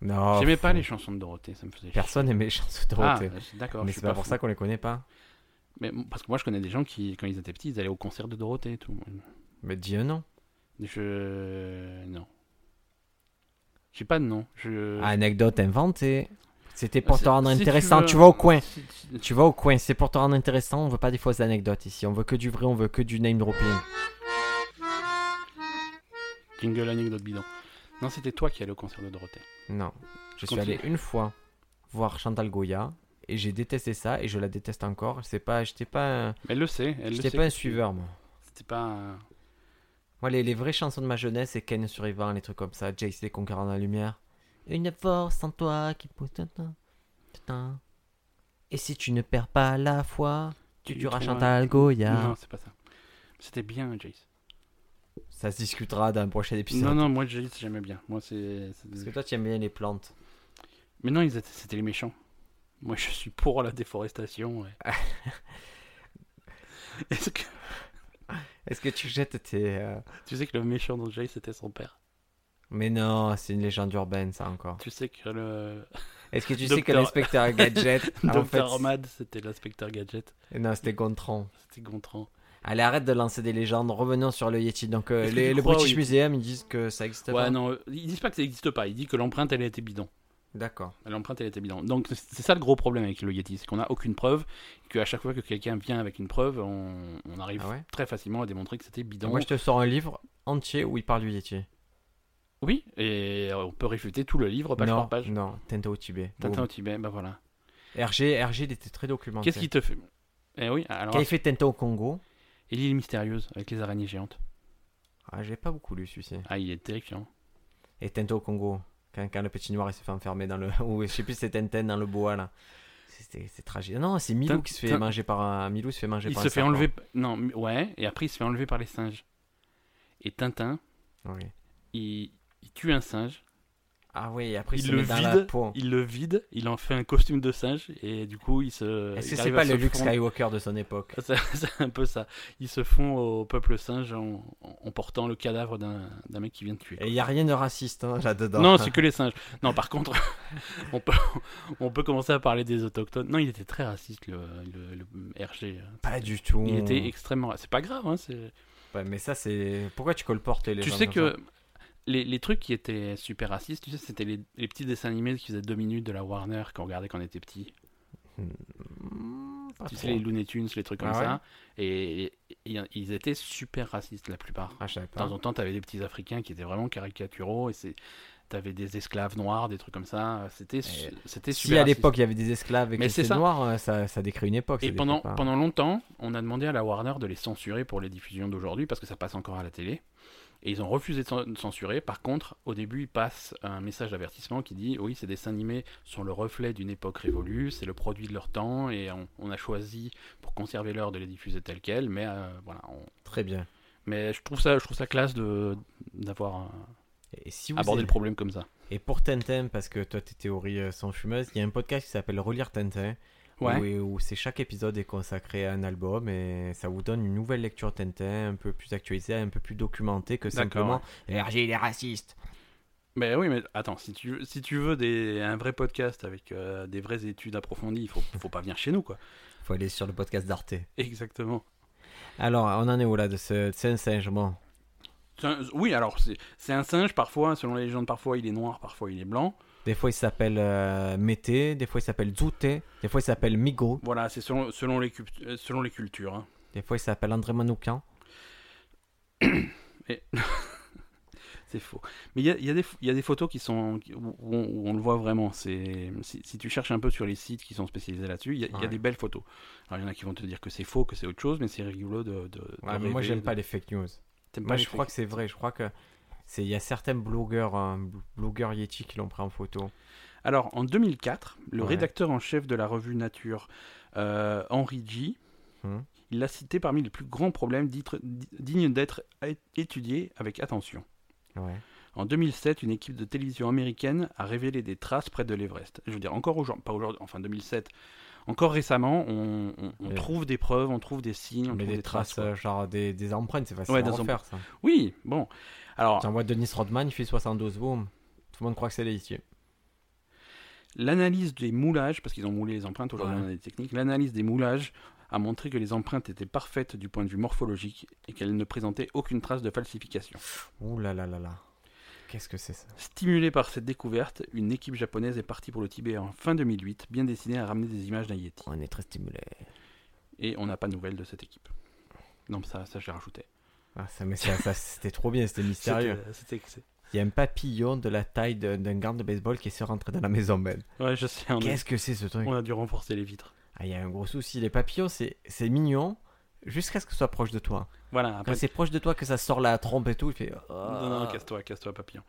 [SPEAKER 1] Non.
[SPEAKER 2] J'aimais
[SPEAKER 1] Oh, faut-
[SPEAKER 2] pas les chansons de Dorothée, ça me faisait chier.
[SPEAKER 1] Personne n'aimait les chansons de
[SPEAKER 2] Ah,
[SPEAKER 1] Dorothée.
[SPEAKER 2] d'accord.
[SPEAKER 1] mais
[SPEAKER 2] je suis
[SPEAKER 1] c'est pas, pour
[SPEAKER 2] fou.
[SPEAKER 1] ça qu'on les connaît pas.
[SPEAKER 2] Mais m- parce que moi, je connais des gens qui, quand ils étaient petits, ils allaient au concert de Dorothée et tout.
[SPEAKER 1] Mais dis un nom.
[SPEAKER 2] Je non. J'ai pas de nom. Euh, Je.
[SPEAKER 1] Ah,
[SPEAKER 2] Ah,
[SPEAKER 1] Anecdote inventée. C'était pour
[SPEAKER 2] Si-
[SPEAKER 1] te rendre
[SPEAKER 2] si
[SPEAKER 1] intéressant.
[SPEAKER 2] veux-
[SPEAKER 1] tu vas au coin.
[SPEAKER 2] si- si-
[SPEAKER 1] Tu vas au coin, c'est pour te rendre intéressant, on veut pas des fausses anecdotes ici, on veut que du vrai, on veut que du name dropping.
[SPEAKER 2] Jingle anecdote bidon. Non, c'était toi qui allais au concert de Dorothée.
[SPEAKER 1] Non, je suis
[SPEAKER 2] Continue.
[SPEAKER 1] allé une fois voir Chantal Goya et j'ai détesté ça et je la déteste encore. C'est pas, j'étais pas, un-
[SPEAKER 2] Elle le sait. Elle le
[SPEAKER 1] j'étais
[SPEAKER 2] sait
[SPEAKER 1] pas
[SPEAKER 2] que
[SPEAKER 1] un
[SPEAKER 2] tu-
[SPEAKER 1] suiveur moi.
[SPEAKER 2] C'était pas. un-
[SPEAKER 1] Moi les, les vraies chansons de ma jeunesse, c'est Ken Survivant, les trucs comme ça, Jace les conquérants de la lumière. Une force en toi qui pousse. tintin, tintin. Et si tu ne perds pas la foi, tu
[SPEAKER 2] Tu
[SPEAKER 1] tueras
[SPEAKER 2] trouveras-
[SPEAKER 1] Chantal Goya.
[SPEAKER 2] Non, c'est pas ça. C'était bien, Jace.
[SPEAKER 1] Ça se discutera dans un prochain épisode.
[SPEAKER 2] Non, non, moi Jace j'aimais bien. Moi c'est. c'est-
[SPEAKER 1] Parce que toi tu aimes bien les plantes.
[SPEAKER 2] Mais non, ils étaient... c'était les méchants. Moi je suis pour la déforestation. ouais. Est-ce que
[SPEAKER 1] Est-ce que tu jettes tes. euh,
[SPEAKER 2] tu sais que le méchant dans Jace c'était son père
[SPEAKER 1] Mais non, c'est une légende urbaine, ça encore.
[SPEAKER 2] Tu sais que le
[SPEAKER 1] Est-ce que tu sais que
[SPEAKER 2] Docteur-
[SPEAKER 1] l'inspecteur Gadget. Ah, en fait,
[SPEAKER 2] Docteur Mad c'était l'inspecteur Gadget,
[SPEAKER 1] Non, c'était Gontran.
[SPEAKER 2] c'était Gontran.
[SPEAKER 1] Allez, arrête de lancer des légendes. Revenons sur le Yeti. Donc, euh,
[SPEAKER 2] Est-ce que
[SPEAKER 1] les-
[SPEAKER 2] tu
[SPEAKER 1] le
[SPEAKER 2] crois au
[SPEAKER 1] British
[SPEAKER 2] Yeti
[SPEAKER 1] Museum, ils disent que ça existe
[SPEAKER 2] Ouais,
[SPEAKER 1] pas.
[SPEAKER 2] non, euh, ils disent pas que ça n'existe pas. Ils disent que l'empreinte elle a été bidon.
[SPEAKER 1] D'accord.
[SPEAKER 2] L'empreinte, elle était bidon. Donc, c'est- c'est ça le gros problème avec le Yeti, c'est qu'on n'a aucune preuve, qu'à chaque fois que quelqu'un vient avec une preuve, on, on arrive
[SPEAKER 1] Ah ouais Ah,
[SPEAKER 2] très facilement à démontrer que c'était bidon.
[SPEAKER 1] Moi, je te sors un livre entier où il parle du Yeti.
[SPEAKER 2] Oui, et on peut réfuter tout le livre, page
[SPEAKER 1] non,
[SPEAKER 2] par page.
[SPEAKER 1] non, Tintin au Tibet.
[SPEAKER 2] Tintin
[SPEAKER 1] Boum.
[SPEAKER 2] au Tibet, bah voilà.
[SPEAKER 1] RG, RG, il était très documenté.
[SPEAKER 2] Qu'est-ce qui te fait Eh oui, alors,
[SPEAKER 1] Qu'a fait Tintin au Congo
[SPEAKER 2] et l'île mystérieuse avec les araignées géantes.
[SPEAKER 1] Ah, j'ai pas beaucoup lu celui-ci.
[SPEAKER 2] Ah, il est terrifiant.
[SPEAKER 1] Et Tintin au Congo, quand, quand le petit noir il se fait enfermer dans le. Ou je sais plus, c'est Tintin dans le bois là. C'était- C'est tragique. Non, c'est Milou
[SPEAKER 2] Tin-
[SPEAKER 1] qui se fait
[SPEAKER 2] Tin-
[SPEAKER 1] manger par un. Milou se fait manger
[SPEAKER 2] Il
[SPEAKER 1] par
[SPEAKER 2] se
[SPEAKER 1] un
[SPEAKER 2] fait
[SPEAKER 1] serpent.
[SPEAKER 2] enlever. Non, mais- ouais, et après, il se fait enlever par les singes. Et Tintin,
[SPEAKER 1] Oui.
[SPEAKER 2] il, il tue un singe,
[SPEAKER 1] Ah oui, après il,
[SPEAKER 2] il
[SPEAKER 1] se
[SPEAKER 2] le
[SPEAKER 1] met dans la
[SPEAKER 2] vide,
[SPEAKER 1] peau.
[SPEAKER 2] il le vide, il en fait un costume de singe et du coup il se.
[SPEAKER 1] Est-ce
[SPEAKER 2] il
[SPEAKER 1] que c'est
[SPEAKER 2] arrive
[SPEAKER 1] pas
[SPEAKER 2] à se
[SPEAKER 1] le Luke
[SPEAKER 2] fondre-
[SPEAKER 1] Skywalker de son époque
[SPEAKER 2] C'est c'est un peu ça. Ils se font au peuple singe en, en portant le cadavre d'un d'un mec qui vient de tuer.
[SPEAKER 1] Et il n'y a rien de raciste hein, là-dedans.
[SPEAKER 2] Non, c'est que les singes. Non, par contre, on peut, on peut commencer à parler des autochtones. Non, il était très raciste, le, le- le RG.
[SPEAKER 1] Pas du tout.
[SPEAKER 2] Il était extrêmement. C'est pas grave. Hein, c'est-
[SPEAKER 1] Ouais, mais ça, c'est. Pourquoi tu colportes les
[SPEAKER 2] tu
[SPEAKER 1] gens
[SPEAKER 2] sais
[SPEAKER 1] comme
[SPEAKER 2] que les, les trucs qui étaient super racistes, tu sais, c'était les, les petits dessins animés qui faisaient deux minutes de la Warner qu'on regardait quand on était petit.
[SPEAKER 1] ça Hmm, pas
[SPEAKER 2] Tu sais,
[SPEAKER 1] trop.
[SPEAKER 2] Ah, les Looney Tunes, les trucs comme
[SPEAKER 1] Ah ouais
[SPEAKER 2] ça. Et, et- et ils étaient super racistes, la plupart.
[SPEAKER 1] Ah, je savais
[SPEAKER 2] De
[SPEAKER 1] pas.
[SPEAKER 2] temps en temps, t'avais des petits Africains qui étaient vraiment caricaturaux et c'est. T'avais des esclaves noirs, des trucs comme ça. C'était, su-
[SPEAKER 1] Et
[SPEAKER 2] c'était super.
[SPEAKER 1] Si à
[SPEAKER 2] raciste.
[SPEAKER 1] l'époque il y avait des esclaves et
[SPEAKER 2] Mais
[SPEAKER 1] qu'ils
[SPEAKER 2] c'est
[SPEAKER 1] étaient
[SPEAKER 2] ça.
[SPEAKER 1] noirs, euh, ça, ça décrit une époque.
[SPEAKER 2] Et
[SPEAKER 1] ça décrit
[SPEAKER 2] pendant,
[SPEAKER 1] pas-
[SPEAKER 2] pendant longtemps, on a demandé à la Warner de les censurer pour les diffusions d'aujourd'hui parce que ça passe encore à la télé. Et ils ont refusé de cen- de censurer. Par contre, au début, ils passent un message d'avertissement qui dit Oui, ces dessins animés sont le reflet d'une époque révolue, c'est le produit de leur temps, et on, on a choisi pour conserver l'heure de les diffuser tels quels. Mais euh, voilà. on-
[SPEAKER 1] Très bien.
[SPEAKER 2] Mais je trouve ça, je trouve ça classe de, d'avoir euh,
[SPEAKER 1] Et si vous
[SPEAKER 2] abordé
[SPEAKER 1] aimez-
[SPEAKER 2] le problème comme ça.
[SPEAKER 1] Et pour Tintin, parce que toi t'es théorie euh, sans fumeuse, il y a un podcast qui s'appelle Relire Tintin,
[SPEAKER 2] Ouais.
[SPEAKER 1] où, où c'est chaque épisode est consacré à un album et ça vous donne une nouvelle lecture Tintin, un peu plus actualisée, un peu plus documentée que
[SPEAKER 2] D'accord,
[SPEAKER 1] simplement RG il est raciste.
[SPEAKER 2] Mais oui, mais attends, si tu, veux- si tu veux des, un vrai podcast avec euh, des vraies études approfondies, il faut, faut pas venir chez nous, quoi.
[SPEAKER 1] Faut aller sur le podcast d'Arte.
[SPEAKER 2] Exactement.
[SPEAKER 1] Alors, on en est où là de ce, de ce singe Bon,
[SPEAKER 2] C'est un- Oui, alors c'est- c'est un singe, parfois, selon les légendes, parfois il est noir, parfois il est blanc.
[SPEAKER 1] Des fois il s'appelle euh, Mété, des fois il s'appelle Zouté, des fois il s'appelle Migo,
[SPEAKER 2] Voilà, c'est selon, selon, les, cup- euh, selon les cultures. hein.
[SPEAKER 1] des fois il s'appelle André Manoukian.
[SPEAKER 2] C'est faux. Mais il y a, il y a des ph- il y a des photos qui sont, qui- où, où on, où on le voit vraiment. C'est- Si, si tu cherches un peu sur les sites qui sont spécialisés là-dessus, il y, a- il y
[SPEAKER 1] Ouais.
[SPEAKER 2] a des belles photos. Alors il y en a qui vont te dire que c'est faux, que c'est autre chose, mais c'est rigolo de. de, de
[SPEAKER 1] Ouais, mais moi
[SPEAKER 2] rêver,
[SPEAKER 1] j'aime
[SPEAKER 2] de-
[SPEAKER 1] pas les fake news.
[SPEAKER 2] T'aimes pas
[SPEAKER 1] Moi,
[SPEAKER 2] les
[SPEAKER 1] je crois
[SPEAKER 2] faits.
[SPEAKER 1] que c'est vrai. Je crois que c'est il y a certains blogueurs, hein, bl- blogueurs Yeti qui l'ont pris en photo.
[SPEAKER 2] Alors, en 2004, le
[SPEAKER 1] Ouais.
[SPEAKER 2] rédacteur en chef de la revue Nature, euh, Henri G.,
[SPEAKER 1] Hum.
[SPEAKER 2] il l'a cité parmi les plus grands problèmes d'être- dignes d'être é- étudiés avec attention.
[SPEAKER 1] Ouais.
[SPEAKER 2] En 2007, une équipe de télévision américaine a révélé des traces près de l'Everest. Je veux dire, encore aujourd'hui, pas aujourd'hui, enfin 2007, encore récemment, on, on- on
[SPEAKER 1] Ouais.
[SPEAKER 2] trouve des preuves, on trouve des signes, on
[SPEAKER 1] Mais
[SPEAKER 2] trouve
[SPEAKER 1] des, traces, euh, genre des, des empreintes, Ah. c'est facile
[SPEAKER 2] Ouais,
[SPEAKER 1] à
[SPEAKER 2] des
[SPEAKER 1] refaire ça.
[SPEAKER 2] quoi. Oui, bon. Alors,
[SPEAKER 1] J'envoie Denis Rodman, il fait 72 boum. Tout le monde croit que c'est les Yeti.
[SPEAKER 2] L'analyse des moulages, parce qu'ils ont moulé les empreintes aujourd'hui,
[SPEAKER 1] Ouais.
[SPEAKER 2] on a des techniques, l'analyse des moulages a montré que les empreintes étaient parfaites du point de vue morphologique et qu'elles ne présentaient aucune trace de falsification.
[SPEAKER 1] Ouh là là là là. Qu'est-ce que c'est ça
[SPEAKER 2] Stimulée par cette découverte, une équipe japonaise est partie pour le Tibet en fin 2008, bien destinée à ramener des images d'un Yeti.
[SPEAKER 1] On est très stimulé.
[SPEAKER 2] Et on n'a pas de nouvelles de cette équipe. Non, ça, ça j'ai rajouté.
[SPEAKER 1] Ah, ça, mais ça, ça, c'était trop bien, c'était mystérieux.
[SPEAKER 2] C'était- c'était-
[SPEAKER 1] Il y a un papillon de la taille d'un d'un gant de baseball qui est rentré dans la maison même.
[SPEAKER 2] Ouais, je sais, on a,
[SPEAKER 1] Qu'est-ce que c'est ce truc
[SPEAKER 2] on a dû renforcer les vitres.
[SPEAKER 1] Ah, il y a un gros souci. Les papillons, c'est c'est mignon jusqu'à ce que ce soit proche de toi.
[SPEAKER 2] Voilà, après.
[SPEAKER 1] Quand c'est proche de toi que ça sort la trompe et tout, il fait.
[SPEAKER 2] Non, non, casse-toi, casse-toi, papillon.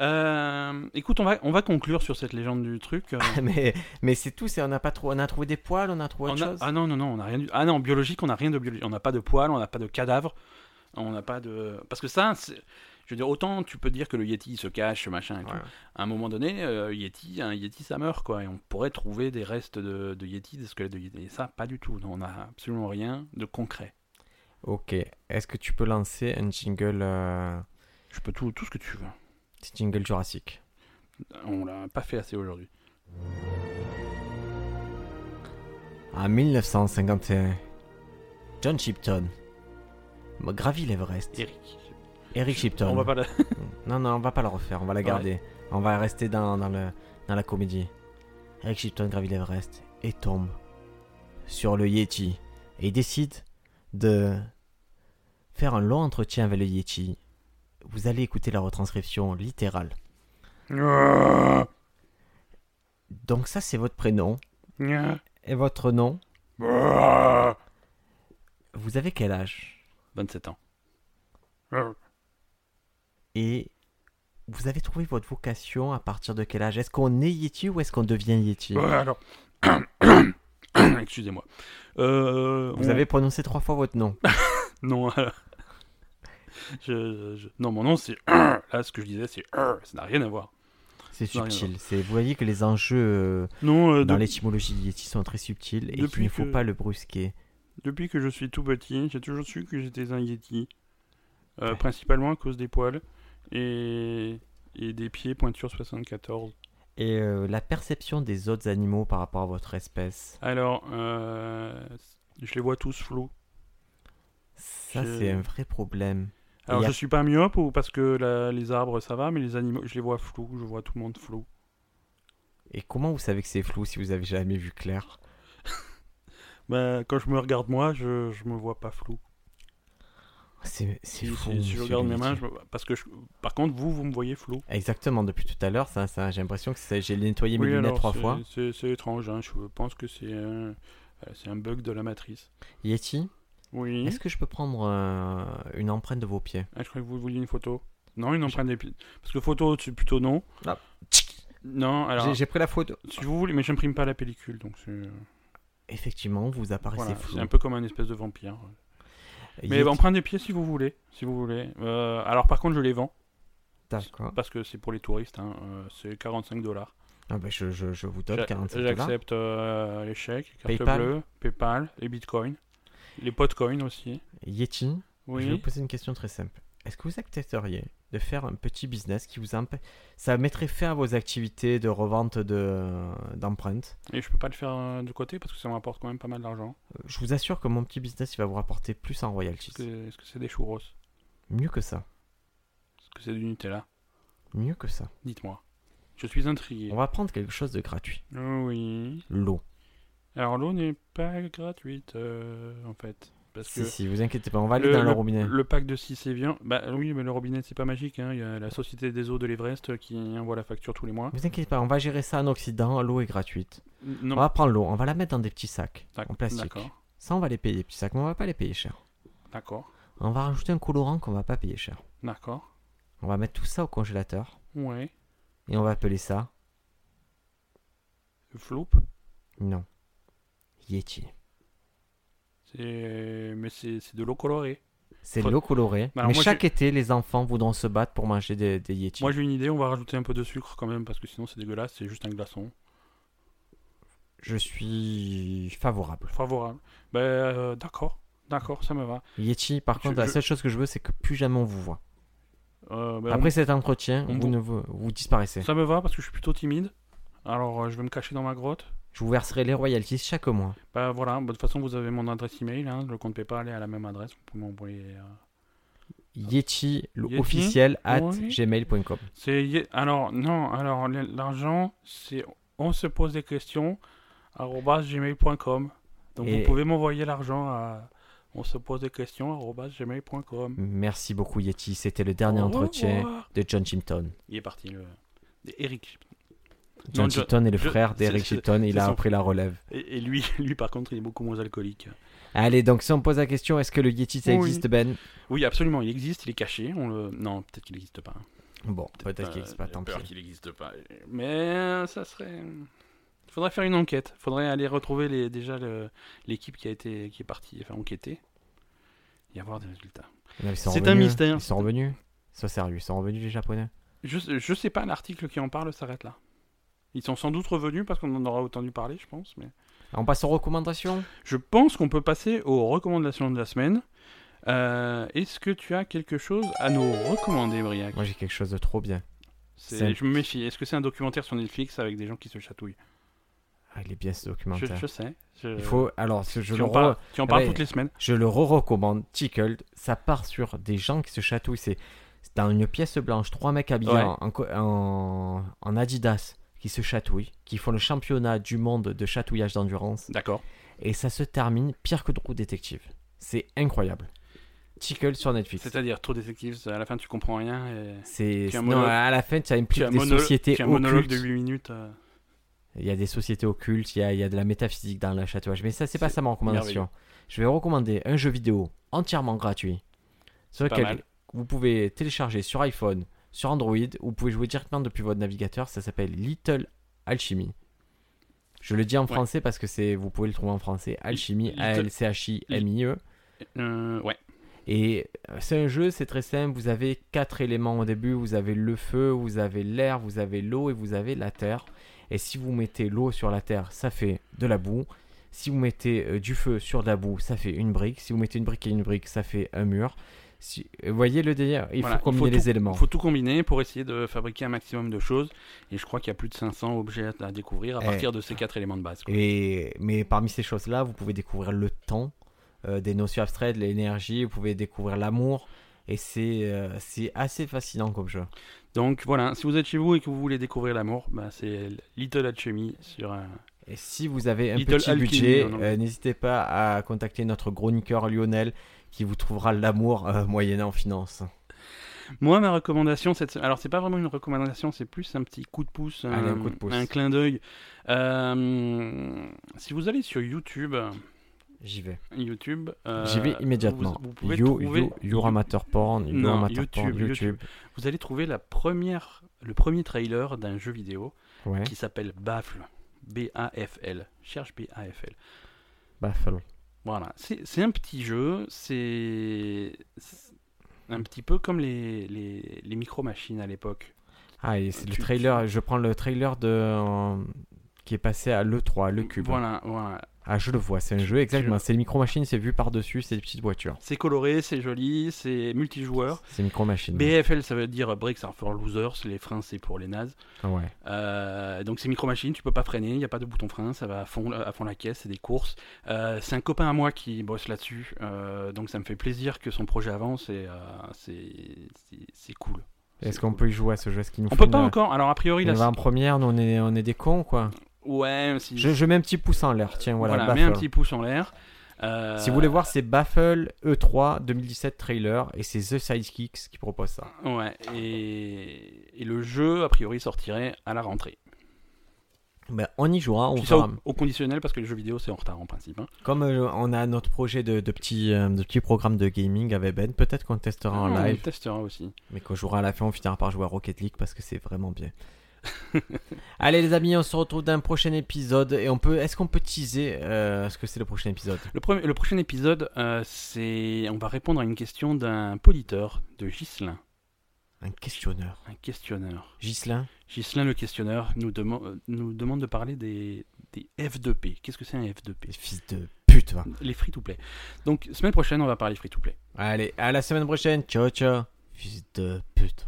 [SPEAKER 2] Euh, écoute, on va, on va conclure sur cette légende du truc. euh,
[SPEAKER 1] mais mais c'est tout, c'est on n'a pas trouvé, on a trouvé des poils, on a trouvé
[SPEAKER 2] On
[SPEAKER 1] autre
[SPEAKER 2] a-
[SPEAKER 1] chose.
[SPEAKER 2] Ah non, non, non, on n'a rien du... Ah non, en biologique, on n'a rien de biologique. On n'a pas de poils, on n'a pas de cadavre, on n'a pas de... Parce que ça, c'est- je veux dire, autant tu peux dire que le Yeti il se cache, machin, et tout.
[SPEAKER 1] Ouais.
[SPEAKER 2] À un moment donné, euh, Yeti, un Yeti, ça meurt, quoi. Et on pourrait trouver des restes de, de Yeti, des squelettes de Yeti. Et ça, pas du tout. Non, on n'a absolument rien de concret.
[SPEAKER 1] Ok, est-ce que tu peux lancer un jingle, euh,
[SPEAKER 2] Je peux tout, tout ce que tu veux.
[SPEAKER 1] petit jingle jurassique
[SPEAKER 2] On l'a pas fait assez aujourd'hui.
[SPEAKER 1] En 1951, John Shipton gravit l'Everest.
[SPEAKER 2] Eric,
[SPEAKER 1] Eric Shipton.
[SPEAKER 2] on va pas la...
[SPEAKER 1] Non, non, on va pas le refaire, on va la garder. On va rester dans, dans le, dans la comédie. Eric Shipton gravit l'Everest et tombe sur le Yeti. Et il décide de faire un long entretien avec le Yeti. Vous allez écouter la retranscription littérale.
[SPEAKER 2] Nya,
[SPEAKER 1] Donc ça, c'est votre prénom
[SPEAKER 2] nya,
[SPEAKER 1] et votre nom.
[SPEAKER 2] bah.
[SPEAKER 1] Vous avez quel âge
[SPEAKER 2] 27 ans.
[SPEAKER 1] Et vous avez trouvé votre vocation à partir de quel âge Est-ce qu'on est Yeti ou est-ce qu'on devient Yeti
[SPEAKER 2] Ouais, alors. Excusez-moi. Euh,
[SPEAKER 1] Vous
[SPEAKER 2] on-
[SPEAKER 1] avez prononcé trois fois votre nom.
[SPEAKER 2] Non. euh, je- je- Non, mon nom, c'est. Là, ce que je disais, c'est. Ça n'a rien à voir.
[SPEAKER 1] C'est
[SPEAKER 2] Non, rien
[SPEAKER 1] subtil. C'est vous voyez que les enjeux euh,
[SPEAKER 2] Non, euh,
[SPEAKER 1] dans
[SPEAKER 2] de-
[SPEAKER 1] l'étymologie de Yeti sont très subtils et qu'il
[SPEAKER 2] Depuis
[SPEAKER 1] ne faut
[SPEAKER 2] que-
[SPEAKER 1] pas le brusquer.
[SPEAKER 2] depuis que je suis tout petit, j'ai toujours su que j'étais un yeti. Euh,
[SPEAKER 1] Ouais.
[SPEAKER 2] Principalement à cause des poils et, et des pieds pointure 74.
[SPEAKER 1] Et euh, la perception des autres animaux par rapport à votre espèce,
[SPEAKER 2] Alors, euh, je les vois tous flous.
[SPEAKER 1] ça
[SPEAKER 2] Je-
[SPEAKER 1] c'est un vrai problème.
[SPEAKER 2] Alors,
[SPEAKER 1] Il y a-
[SPEAKER 2] je suis pas myope ou parce que la- les arbres ça va, mais les animaux, je les vois flous. Je vois tout le monde flou.
[SPEAKER 1] Et comment vous savez que c'est flou si vous avez jamais vu clair
[SPEAKER 2] Bah, quand je me regarde moi, je, je me vois pas flou.
[SPEAKER 1] C'est
[SPEAKER 2] Si,
[SPEAKER 1] c'est
[SPEAKER 2] si-
[SPEAKER 1] fou.
[SPEAKER 2] si je
[SPEAKER 1] monsieur
[SPEAKER 2] regarde mes
[SPEAKER 1] Luigi.
[SPEAKER 2] mains, je me- parce que je- par contre, vous, vous me voyez flou.
[SPEAKER 1] Exactement, depuis tout à l'heure, ça, ça, j'ai l'impression que c'est- j'ai nettoyé mes
[SPEAKER 2] Oui,
[SPEAKER 1] lunettes
[SPEAKER 2] alors,
[SPEAKER 1] trois
[SPEAKER 2] c'est-
[SPEAKER 1] fois.
[SPEAKER 2] C'est c'est étrange, hein, je pense que c'est un, euh, c'est un bug de la matrice.
[SPEAKER 1] Yeti,
[SPEAKER 2] Oui,
[SPEAKER 1] est-ce que je peux prendre euh, une empreinte de vos pieds
[SPEAKER 2] Ah, je crois que vous vouliez une photo. Non, une empreinte des pieds. Parce que photo, c'est plutôt non.
[SPEAKER 1] Ah.
[SPEAKER 2] Non, alors,
[SPEAKER 1] J'ai- J'ai pris la photo.
[SPEAKER 2] si vous voulez, mais j'imprime pas la pellicule, donc c'est euh,
[SPEAKER 1] Effectivement, vous apparaissez
[SPEAKER 2] voilà,
[SPEAKER 1] flou.
[SPEAKER 2] c'est un peu comme un espèce de vampire. Mais
[SPEAKER 1] Yeti,
[SPEAKER 2] empreinte des pieds si vous voulez, si vous voulez. Euh, alors par contre, je les vends,
[SPEAKER 1] D'accord.
[SPEAKER 2] parce que c'est pour les touristes, hein, euh, c'est 45 dollars.
[SPEAKER 1] Ah bah, je, je- je vous donne
[SPEAKER 2] J'a-
[SPEAKER 1] 45 dollars.
[SPEAKER 2] J'accepte euh, les chèques, les cartes
[SPEAKER 1] PayPal.
[SPEAKER 2] bleues, PayPal, les bitcoins, les potcoins aussi.
[SPEAKER 1] Yeti, je vais vous
[SPEAKER 2] Oui.
[SPEAKER 1] poser une question très simple. Est-ce que vous accepteriez de faire un petit business qui vous empêche Ça mettrait fin à vos activités de revente de- d'empreintes.
[SPEAKER 2] Et je peux pas le faire euh, de côté parce que ça me rapporte quand même pas mal d'argent.
[SPEAKER 1] Euh, je vous assure que mon petit business, il va vous rapporter plus en royalties.
[SPEAKER 2] Est-ce que est-ce que c'est des churros Est-ce
[SPEAKER 1] Mieux que ça.
[SPEAKER 2] que c'est du Nutella
[SPEAKER 1] Mieux que ça.
[SPEAKER 2] Dites-moi. Je suis intrigué. Oh
[SPEAKER 1] On va prendre quelque chose de gratuit.
[SPEAKER 2] Oui.
[SPEAKER 1] L'eau.
[SPEAKER 2] Alors l'eau n'est pas gratuite euh, en fait. Parce
[SPEAKER 1] Si,
[SPEAKER 2] que
[SPEAKER 1] si, vous inquiétez pas, on va aller
[SPEAKER 2] le,
[SPEAKER 1] dans le,
[SPEAKER 2] le-
[SPEAKER 1] robinet.
[SPEAKER 2] le pack de 6 et viens. Bah oui, mais le robinet c'est pas magique. hein. Il y a la Société des eaux de l'Everest euh, qui envoie la facture tous les mois.
[SPEAKER 1] Vous inquiétez pas, on va gérer ça en Occident, l'eau est gratuite.
[SPEAKER 2] Non,
[SPEAKER 1] On va prendre l'eau, on va la mettre dans des petits sacs,
[SPEAKER 2] d'ac-
[SPEAKER 1] en plastique.
[SPEAKER 2] D'accord.
[SPEAKER 1] Ça, on va les payer, les petits sacs, mais on va pas les payer cher.
[SPEAKER 2] D'accord.
[SPEAKER 1] On va rajouter un colorant qu'on va pas payer cher.
[SPEAKER 2] D'accord.
[SPEAKER 1] On va mettre tout ça au congélateur,
[SPEAKER 2] Ouais.
[SPEAKER 1] et on va appeler ça...
[SPEAKER 2] Floupe.
[SPEAKER 1] Non. Yeti.
[SPEAKER 2] C'est- Mais c'est c'est de l'eau colorée.
[SPEAKER 1] C'est
[SPEAKER 2] Faut-
[SPEAKER 1] l'eau colorée.
[SPEAKER 2] Bah, alors,
[SPEAKER 1] mais
[SPEAKER 2] moi,
[SPEAKER 1] chaque été, les enfants voudront se battre pour manger des, des Yeti.
[SPEAKER 2] Moi j'ai une idée, on va rajouter un peu de sucre quand même parce que sinon c'est dégueulasse, c'est juste un glaçon.
[SPEAKER 1] Je suis favorable.
[SPEAKER 2] Favorable. Ben euh, d'accord, d'accord, ça me va.
[SPEAKER 1] Yeti, par
[SPEAKER 2] Je-
[SPEAKER 1] contre, la
[SPEAKER 2] je-
[SPEAKER 1] seule chose que je veux, c'est que plus jamais on vous voit.
[SPEAKER 2] Euh, ben,
[SPEAKER 1] Après cet entretien,
[SPEAKER 2] on
[SPEAKER 1] vous,
[SPEAKER 2] vous-
[SPEAKER 1] ne vous, vous disparaissez.
[SPEAKER 2] Ça me va parce que je suis plutôt timide. Alors euh, je vais me cacher dans ma grotte.
[SPEAKER 1] Je vous verserai les royalties chaque mois.
[SPEAKER 2] Bah voilà, bah, de toute façon vous avez mon adresse email, hein, le compte PayPal est à la même adresse, vous pouvez m'envoyer. euh,
[SPEAKER 1] Yeti, le
[SPEAKER 2] Yeti,
[SPEAKER 1] officiel at
[SPEAKER 2] oui.
[SPEAKER 1] gmail.com.
[SPEAKER 2] C'est ye- alors non, alors l- l'argent c'est on se pose des questions arobase @gmail.com. Donc
[SPEAKER 1] Et-
[SPEAKER 2] vous pouvez m'envoyer l'argent à on se pose des questions arobase @gmail.com.
[SPEAKER 1] Merci beaucoup Yeti, c'était le dernier
[SPEAKER 2] Au
[SPEAKER 1] entretien
[SPEAKER 2] revoir.
[SPEAKER 1] de John Chipton.
[SPEAKER 2] Il est parti le. Eric.
[SPEAKER 1] John
[SPEAKER 2] Non, Jo-
[SPEAKER 1] Chipton est le
[SPEAKER 2] Jo-
[SPEAKER 1] frère
[SPEAKER 2] c'est-
[SPEAKER 1] d'Eric
[SPEAKER 2] c'est-
[SPEAKER 1] Chipton, il
[SPEAKER 2] c'est
[SPEAKER 1] a
[SPEAKER 2] son-
[SPEAKER 1] appris la relève.
[SPEAKER 2] Et, et lui, lui par contre, il est beaucoup moins alcoolique.
[SPEAKER 1] Allez, donc si on pose la question, est-ce que le Yeti ça
[SPEAKER 2] Oui.
[SPEAKER 1] existe Ben
[SPEAKER 2] Oui, absolument, il existe, il est caché. On le... Non, peut-être qu'il n'existe pas.
[SPEAKER 1] Bon, peut-être qu'il existe pas,
[SPEAKER 2] j'ai
[SPEAKER 1] tant
[SPEAKER 2] peur
[SPEAKER 1] pis.
[SPEAKER 2] qu'il n'existe pas. Mais euh, ça serait. Faudrait faire une enquête. Faudrait aller retrouver les, déjà le- l'équipe qui a été qui est partie, enfin enquêter, et avoir des résultats.
[SPEAKER 1] Non, ils sont
[SPEAKER 2] C'est un
[SPEAKER 1] revenus, hein.
[SPEAKER 2] mystère.
[SPEAKER 1] Ils sont revenus Sois sérieux, ils sont revenus les Japonais
[SPEAKER 2] Je, je sais pas, l'article qui en parle s'arrête là. Ils sont sans doute revenus parce qu'on en aura entendu parler, je pense. Mais
[SPEAKER 1] On passe aux recommandations
[SPEAKER 2] Je pense qu'on peut passer aux recommandations de la semaine. Euh, Est-ce que tu as quelque chose à nous recommander, Briac
[SPEAKER 1] Moi j'ai quelque chose de trop bien.
[SPEAKER 2] C'est-
[SPEAKER 1] c'est-
[SPEAKER 2] Je me méfie. Est-ce que c'est un documentaire sur Netflix avec des gens qui se chatouillent
[SPEAKER 1] Ah, il est bien ce
[SPEAKER 2] je,
[SPEAKER 1] documentaire.
[SPEAKER 2] je sais. je-
[SPEAKER 1] Il faut... Alors, ce- je
[SPEAKER 2] tu,
[SPEAKER 1] le
[SPEAKER 2] en
[SPEAKER 1] re-
[SPEAKER 2] parles, tu en parles
[SPEAKER 1] Ouais.
[SPEAKER 2] toutes les semaines.
[SPEAKER 1] Je le re-recommande, Tickled. Ça part sur des gens qui se chatouillent. C'est c'est dans une pièce blanche, trois mecs habillés
[SPEAKER 2] Ouais.
[SPEAKER 1] en- en, co- en- en Adidas qui se chatouillent, qui font le championnat du monde de chatouillage d'endurance.
[SPEAKER 2] D'accord.
[SPEAKER 1] Et ça se termine pire que Trou Détective. C'est incroyable. Tickled sur Netflix.
[SPEAKER 2] C'est-à-dire, trop détective, à la fin tu comprends rien. Et...
[SPEAKER 1] C'est
[SPEAKER 2] tu as un
[SPEAKER 1] non,
[SPEAKER 2] monologue-
[SPEAKER 1] à la fin, tu as une
[SPEAKER 2] Tu as un
[SPEAKER 1] des
[SPEAKER 2] monolo-
[SPEAKER 1] sociétés
[SPEAKER 2] tu as un monologue de
[SPEAKER 1] occultes.
[SPEAKER 2] 8 minutes. euh,
[SPEAKER 1] Il y a des sociétés occultes, il y a, il y a de la métaphysique dans le chatouage. Mais ça, c'est pas
[SPEAKER 2] C'est
[SPEAKER 1] ça ma recommandation. Je vais recommander un jeu vidéo entièrement gratuit sur
[SPEAKER 2] Pas
[SPEAKER 1] lequel
[SPEAKER 2] mal.
[SPEAKER 1] vous pouvez télécharger sur iPhone, sur Android, ou vous pouvez jouer directement depuis votre navigateur. Ça s'appelle Little Alchemy. Je le dis en
[SPEAKER 2] Ouais.
[SPEAKER 1] français parce que c'est vous pouvez le trouver en français. Alchemy,
[SPEAKER 2] Little-
[SPEAKER 1] A L C H I M I E.
[SPEAKER 2] euh, ouais.
[SPEAKER 1] Et euh, c'est un jeu, c'est très simple. Vous avez quatre éléments au début. Vous avez le feu, vous avez l'air, vous avez l'eau et vous avez la terre. Et si vous mettez l'eau sur la terre, ça fait de la boue. Si vous mettez euh, du feu sur de la boue, ça fait une brique. Si vous mettez une brique et une brique, ça fait un mur. Si... euh, Vous voyez le délire Il
[SPEAKER 2] Voilà,
[SPEAKER 1] faut combiner
[SPEAKER 2] tout-
[SPEAKER 1] les éléments.
[SPEAKER 2] Il faut tout combiner pour essayer de fabriquer un maximum de choses. Et je crois qu'il y a plus de 500 objets à- à découvrir à
[SPEAKER 1] Eh.
[SPEAKER 2] partir de ces quatre éléments de base. quoi.
[SPEAKER 1] Et, mais parmi ces choses-là, vous pouvez découvrir le temps, euh, des notions abstraites, l'énergie, vous pouvez découvrir l'amour. Et c'est euh, c'est assez fascinant comme jeu.
[SPEAKER 2] Donc voilà, si vous êtes chez vous et que vous voulez découvrir l'amour, bah, c'est Little Alchemy sur euh, un...
[SPEAKER 1] Et si vous avez un
[SPEAKER 2] Little
[SPEAKER 1] petit
[SPEAKER 2] Alchemy,
[SPEAKER 1] budget,
[SPEAKER 2] non, non.
[SPEAKER 1] euh, n'hésitez pas à contacter notre chroniqueur Lionel qui vous trouvera l'amour euh, moyennant finance.
[SPEAKER 2] Moi, ma recommandation, cette... se- alors c'est pas vraiment une recommandation, c'est plus un petit coup de pouce, un,
[SPEAKER 1] Allez, un coup de pouce.
[SPEAKER 2] un clin d'œil. Euh, Si vous allez sur YouTube,
[SPEAKER 1] J'y vais.
[SPEAKER 2] YouTube, euh,
[SPEAKER 1] J'y vais immédiatement.
[SPEAKER 2] Vous, vous pouvez
[SPEAKER 1] you,
[SPEAKER 2] trouver-
[SPEAKER 1] you, you're amateur porn, you're
[SPEAKER 2] Non,
[SPEAKER 1] amateur porn,
[SPEAKER 2] YouTube,
[SPEAKER 1] YouTube.
[SPEAKER 2] vous allez trouver la première, le premier trailer d'un jeu vidéo
[SPEAKER 1] Ouais,
[SPEAKER 2] qui s'appelle Baffle, B-A-F-L. Cherche B-A-F-L.
[SPEAKER 1] baffle.
[SPEAKER 2] Voilà, c'est c'est un petit jeu, c'est c'est un petit peu comme les, les, les micro-machines à l'époque.
[SPEAKER 1] Ah, et c'est le
[SPEAKER 2] Tu- tu-
[SPEAKER 1] trailer, je prends le trailer de... euh, qui est passé à l'E3, le cube.
[SPEAKER 2] Voilà, voilà.
[SPEAKER 1] Ah, je le vois, c'est un jeu, exactement. C'est les micro-machines, c'est vu par-dessus, c'est des petites voitures.
[SPEAKER 2] C'est coloré, c'est joli, c'est multijoueur.
[SPEAKER 1] C'est micro-machines.
[SPEAKER 2] BFL, ça veut dire Breaks are for losers, les freins c'est pour les nazes.
[SPEAKER 1] Ah Ouais.
[SPEAKER 2] Euh, donc c'est micro-machine, tu peux pas freiner, il n'y a pas de bouton frein, ça va à fond, à fond la caisse, c'est des courses. Euh, c'est un copain à moi qui bosse là-dessus, euh, donc ça me fait plaisir que son projet avance et euh, c'est- c'est c'est cool.
[SPEAKER 1] Est-ce
[SPEAKER 2] C'est
[SPEAKER 1] qu'on
[SPEAKER 2] cool.
[SPEAKER 1] peut y jouer à ce jeu Est-ce qu'il nous
[SPEAKER 2] On
[SPEAKER 1] faut
[SPEAKER 2] peut pas
[SPEAKER 1] une-
[SPEAKER 2] encore, alors a priori
[SPEAKER 1] On
[SPEAKER 2] là.
[SPEAKER 1] va en première, nous on est, on est des cons quoi.
[SPEAKER 2] Ouais, si.
[SPEAKER 1] Je, je mets un petit pouce en l'air, tiens, voilà.
[SPEAKER 2] Voilà, mets un
[SPEAKER 1] Baffle.
[SPEAKER 2] petit pouce en l'air. Euh,
[SPEAKER 1] Si vous voulez voir, c'est Baffle E E3 2017 trailer et c'est The Sidekicks qui propose ça.
[SPEAKER 2] Ouais, et, et le jeu a priori sortirait à la rentrée.
[SPEAKER 1] Ben, on y jouera, on
[SPEAKER 2] Je dis ça
[SPEAKER 1] fera.
[SPEAKER 2] au, au conditionnel parce que les jeux vidéo c'est en retard en principe. hein.
[SPEAKER 1] Comme euh, on a notre projet de, de petit, euh, de petit programme de gaming avec Ben, peut-être qu'on testera en
[SPEAKER 2] Ah, on
[SPEAKER 1] live,
[SPEAKER 2] testera aussi.
[SPEAKER 1] mais qu'on jouera à la fin, on finira par jouer à Rocket League parce que c'est vraiment bien. Allez les amis, on se retrouve dans un prochain épisode et on peut, est-ce qu'on peut teaser euh, ce que c'est le prochain épisode
[SPEAKER 2] Le, premier- le prochain épisode, euh, c'est on va répondre à une question d'un poditeur de Gislin,
[SPEAKER 1] Un questionneur.
[SPEAKER 2] un questionneur.
[SPEAKER 1] Gislin,
[SPEAKER 2] Gislin le questionneur nous, deman- euh, nous demande de parler des, des F2P. Qu'est-ce que c'est un F2P
[SPEAKER 1] fils de pute. va.
[SPEAKER 2] Les free to play. Donc semaine prochaine on va parler free to play.
[SPEAKER 1] Allez, à la semaine prochaine. Ciao, ciao. Fils de pute.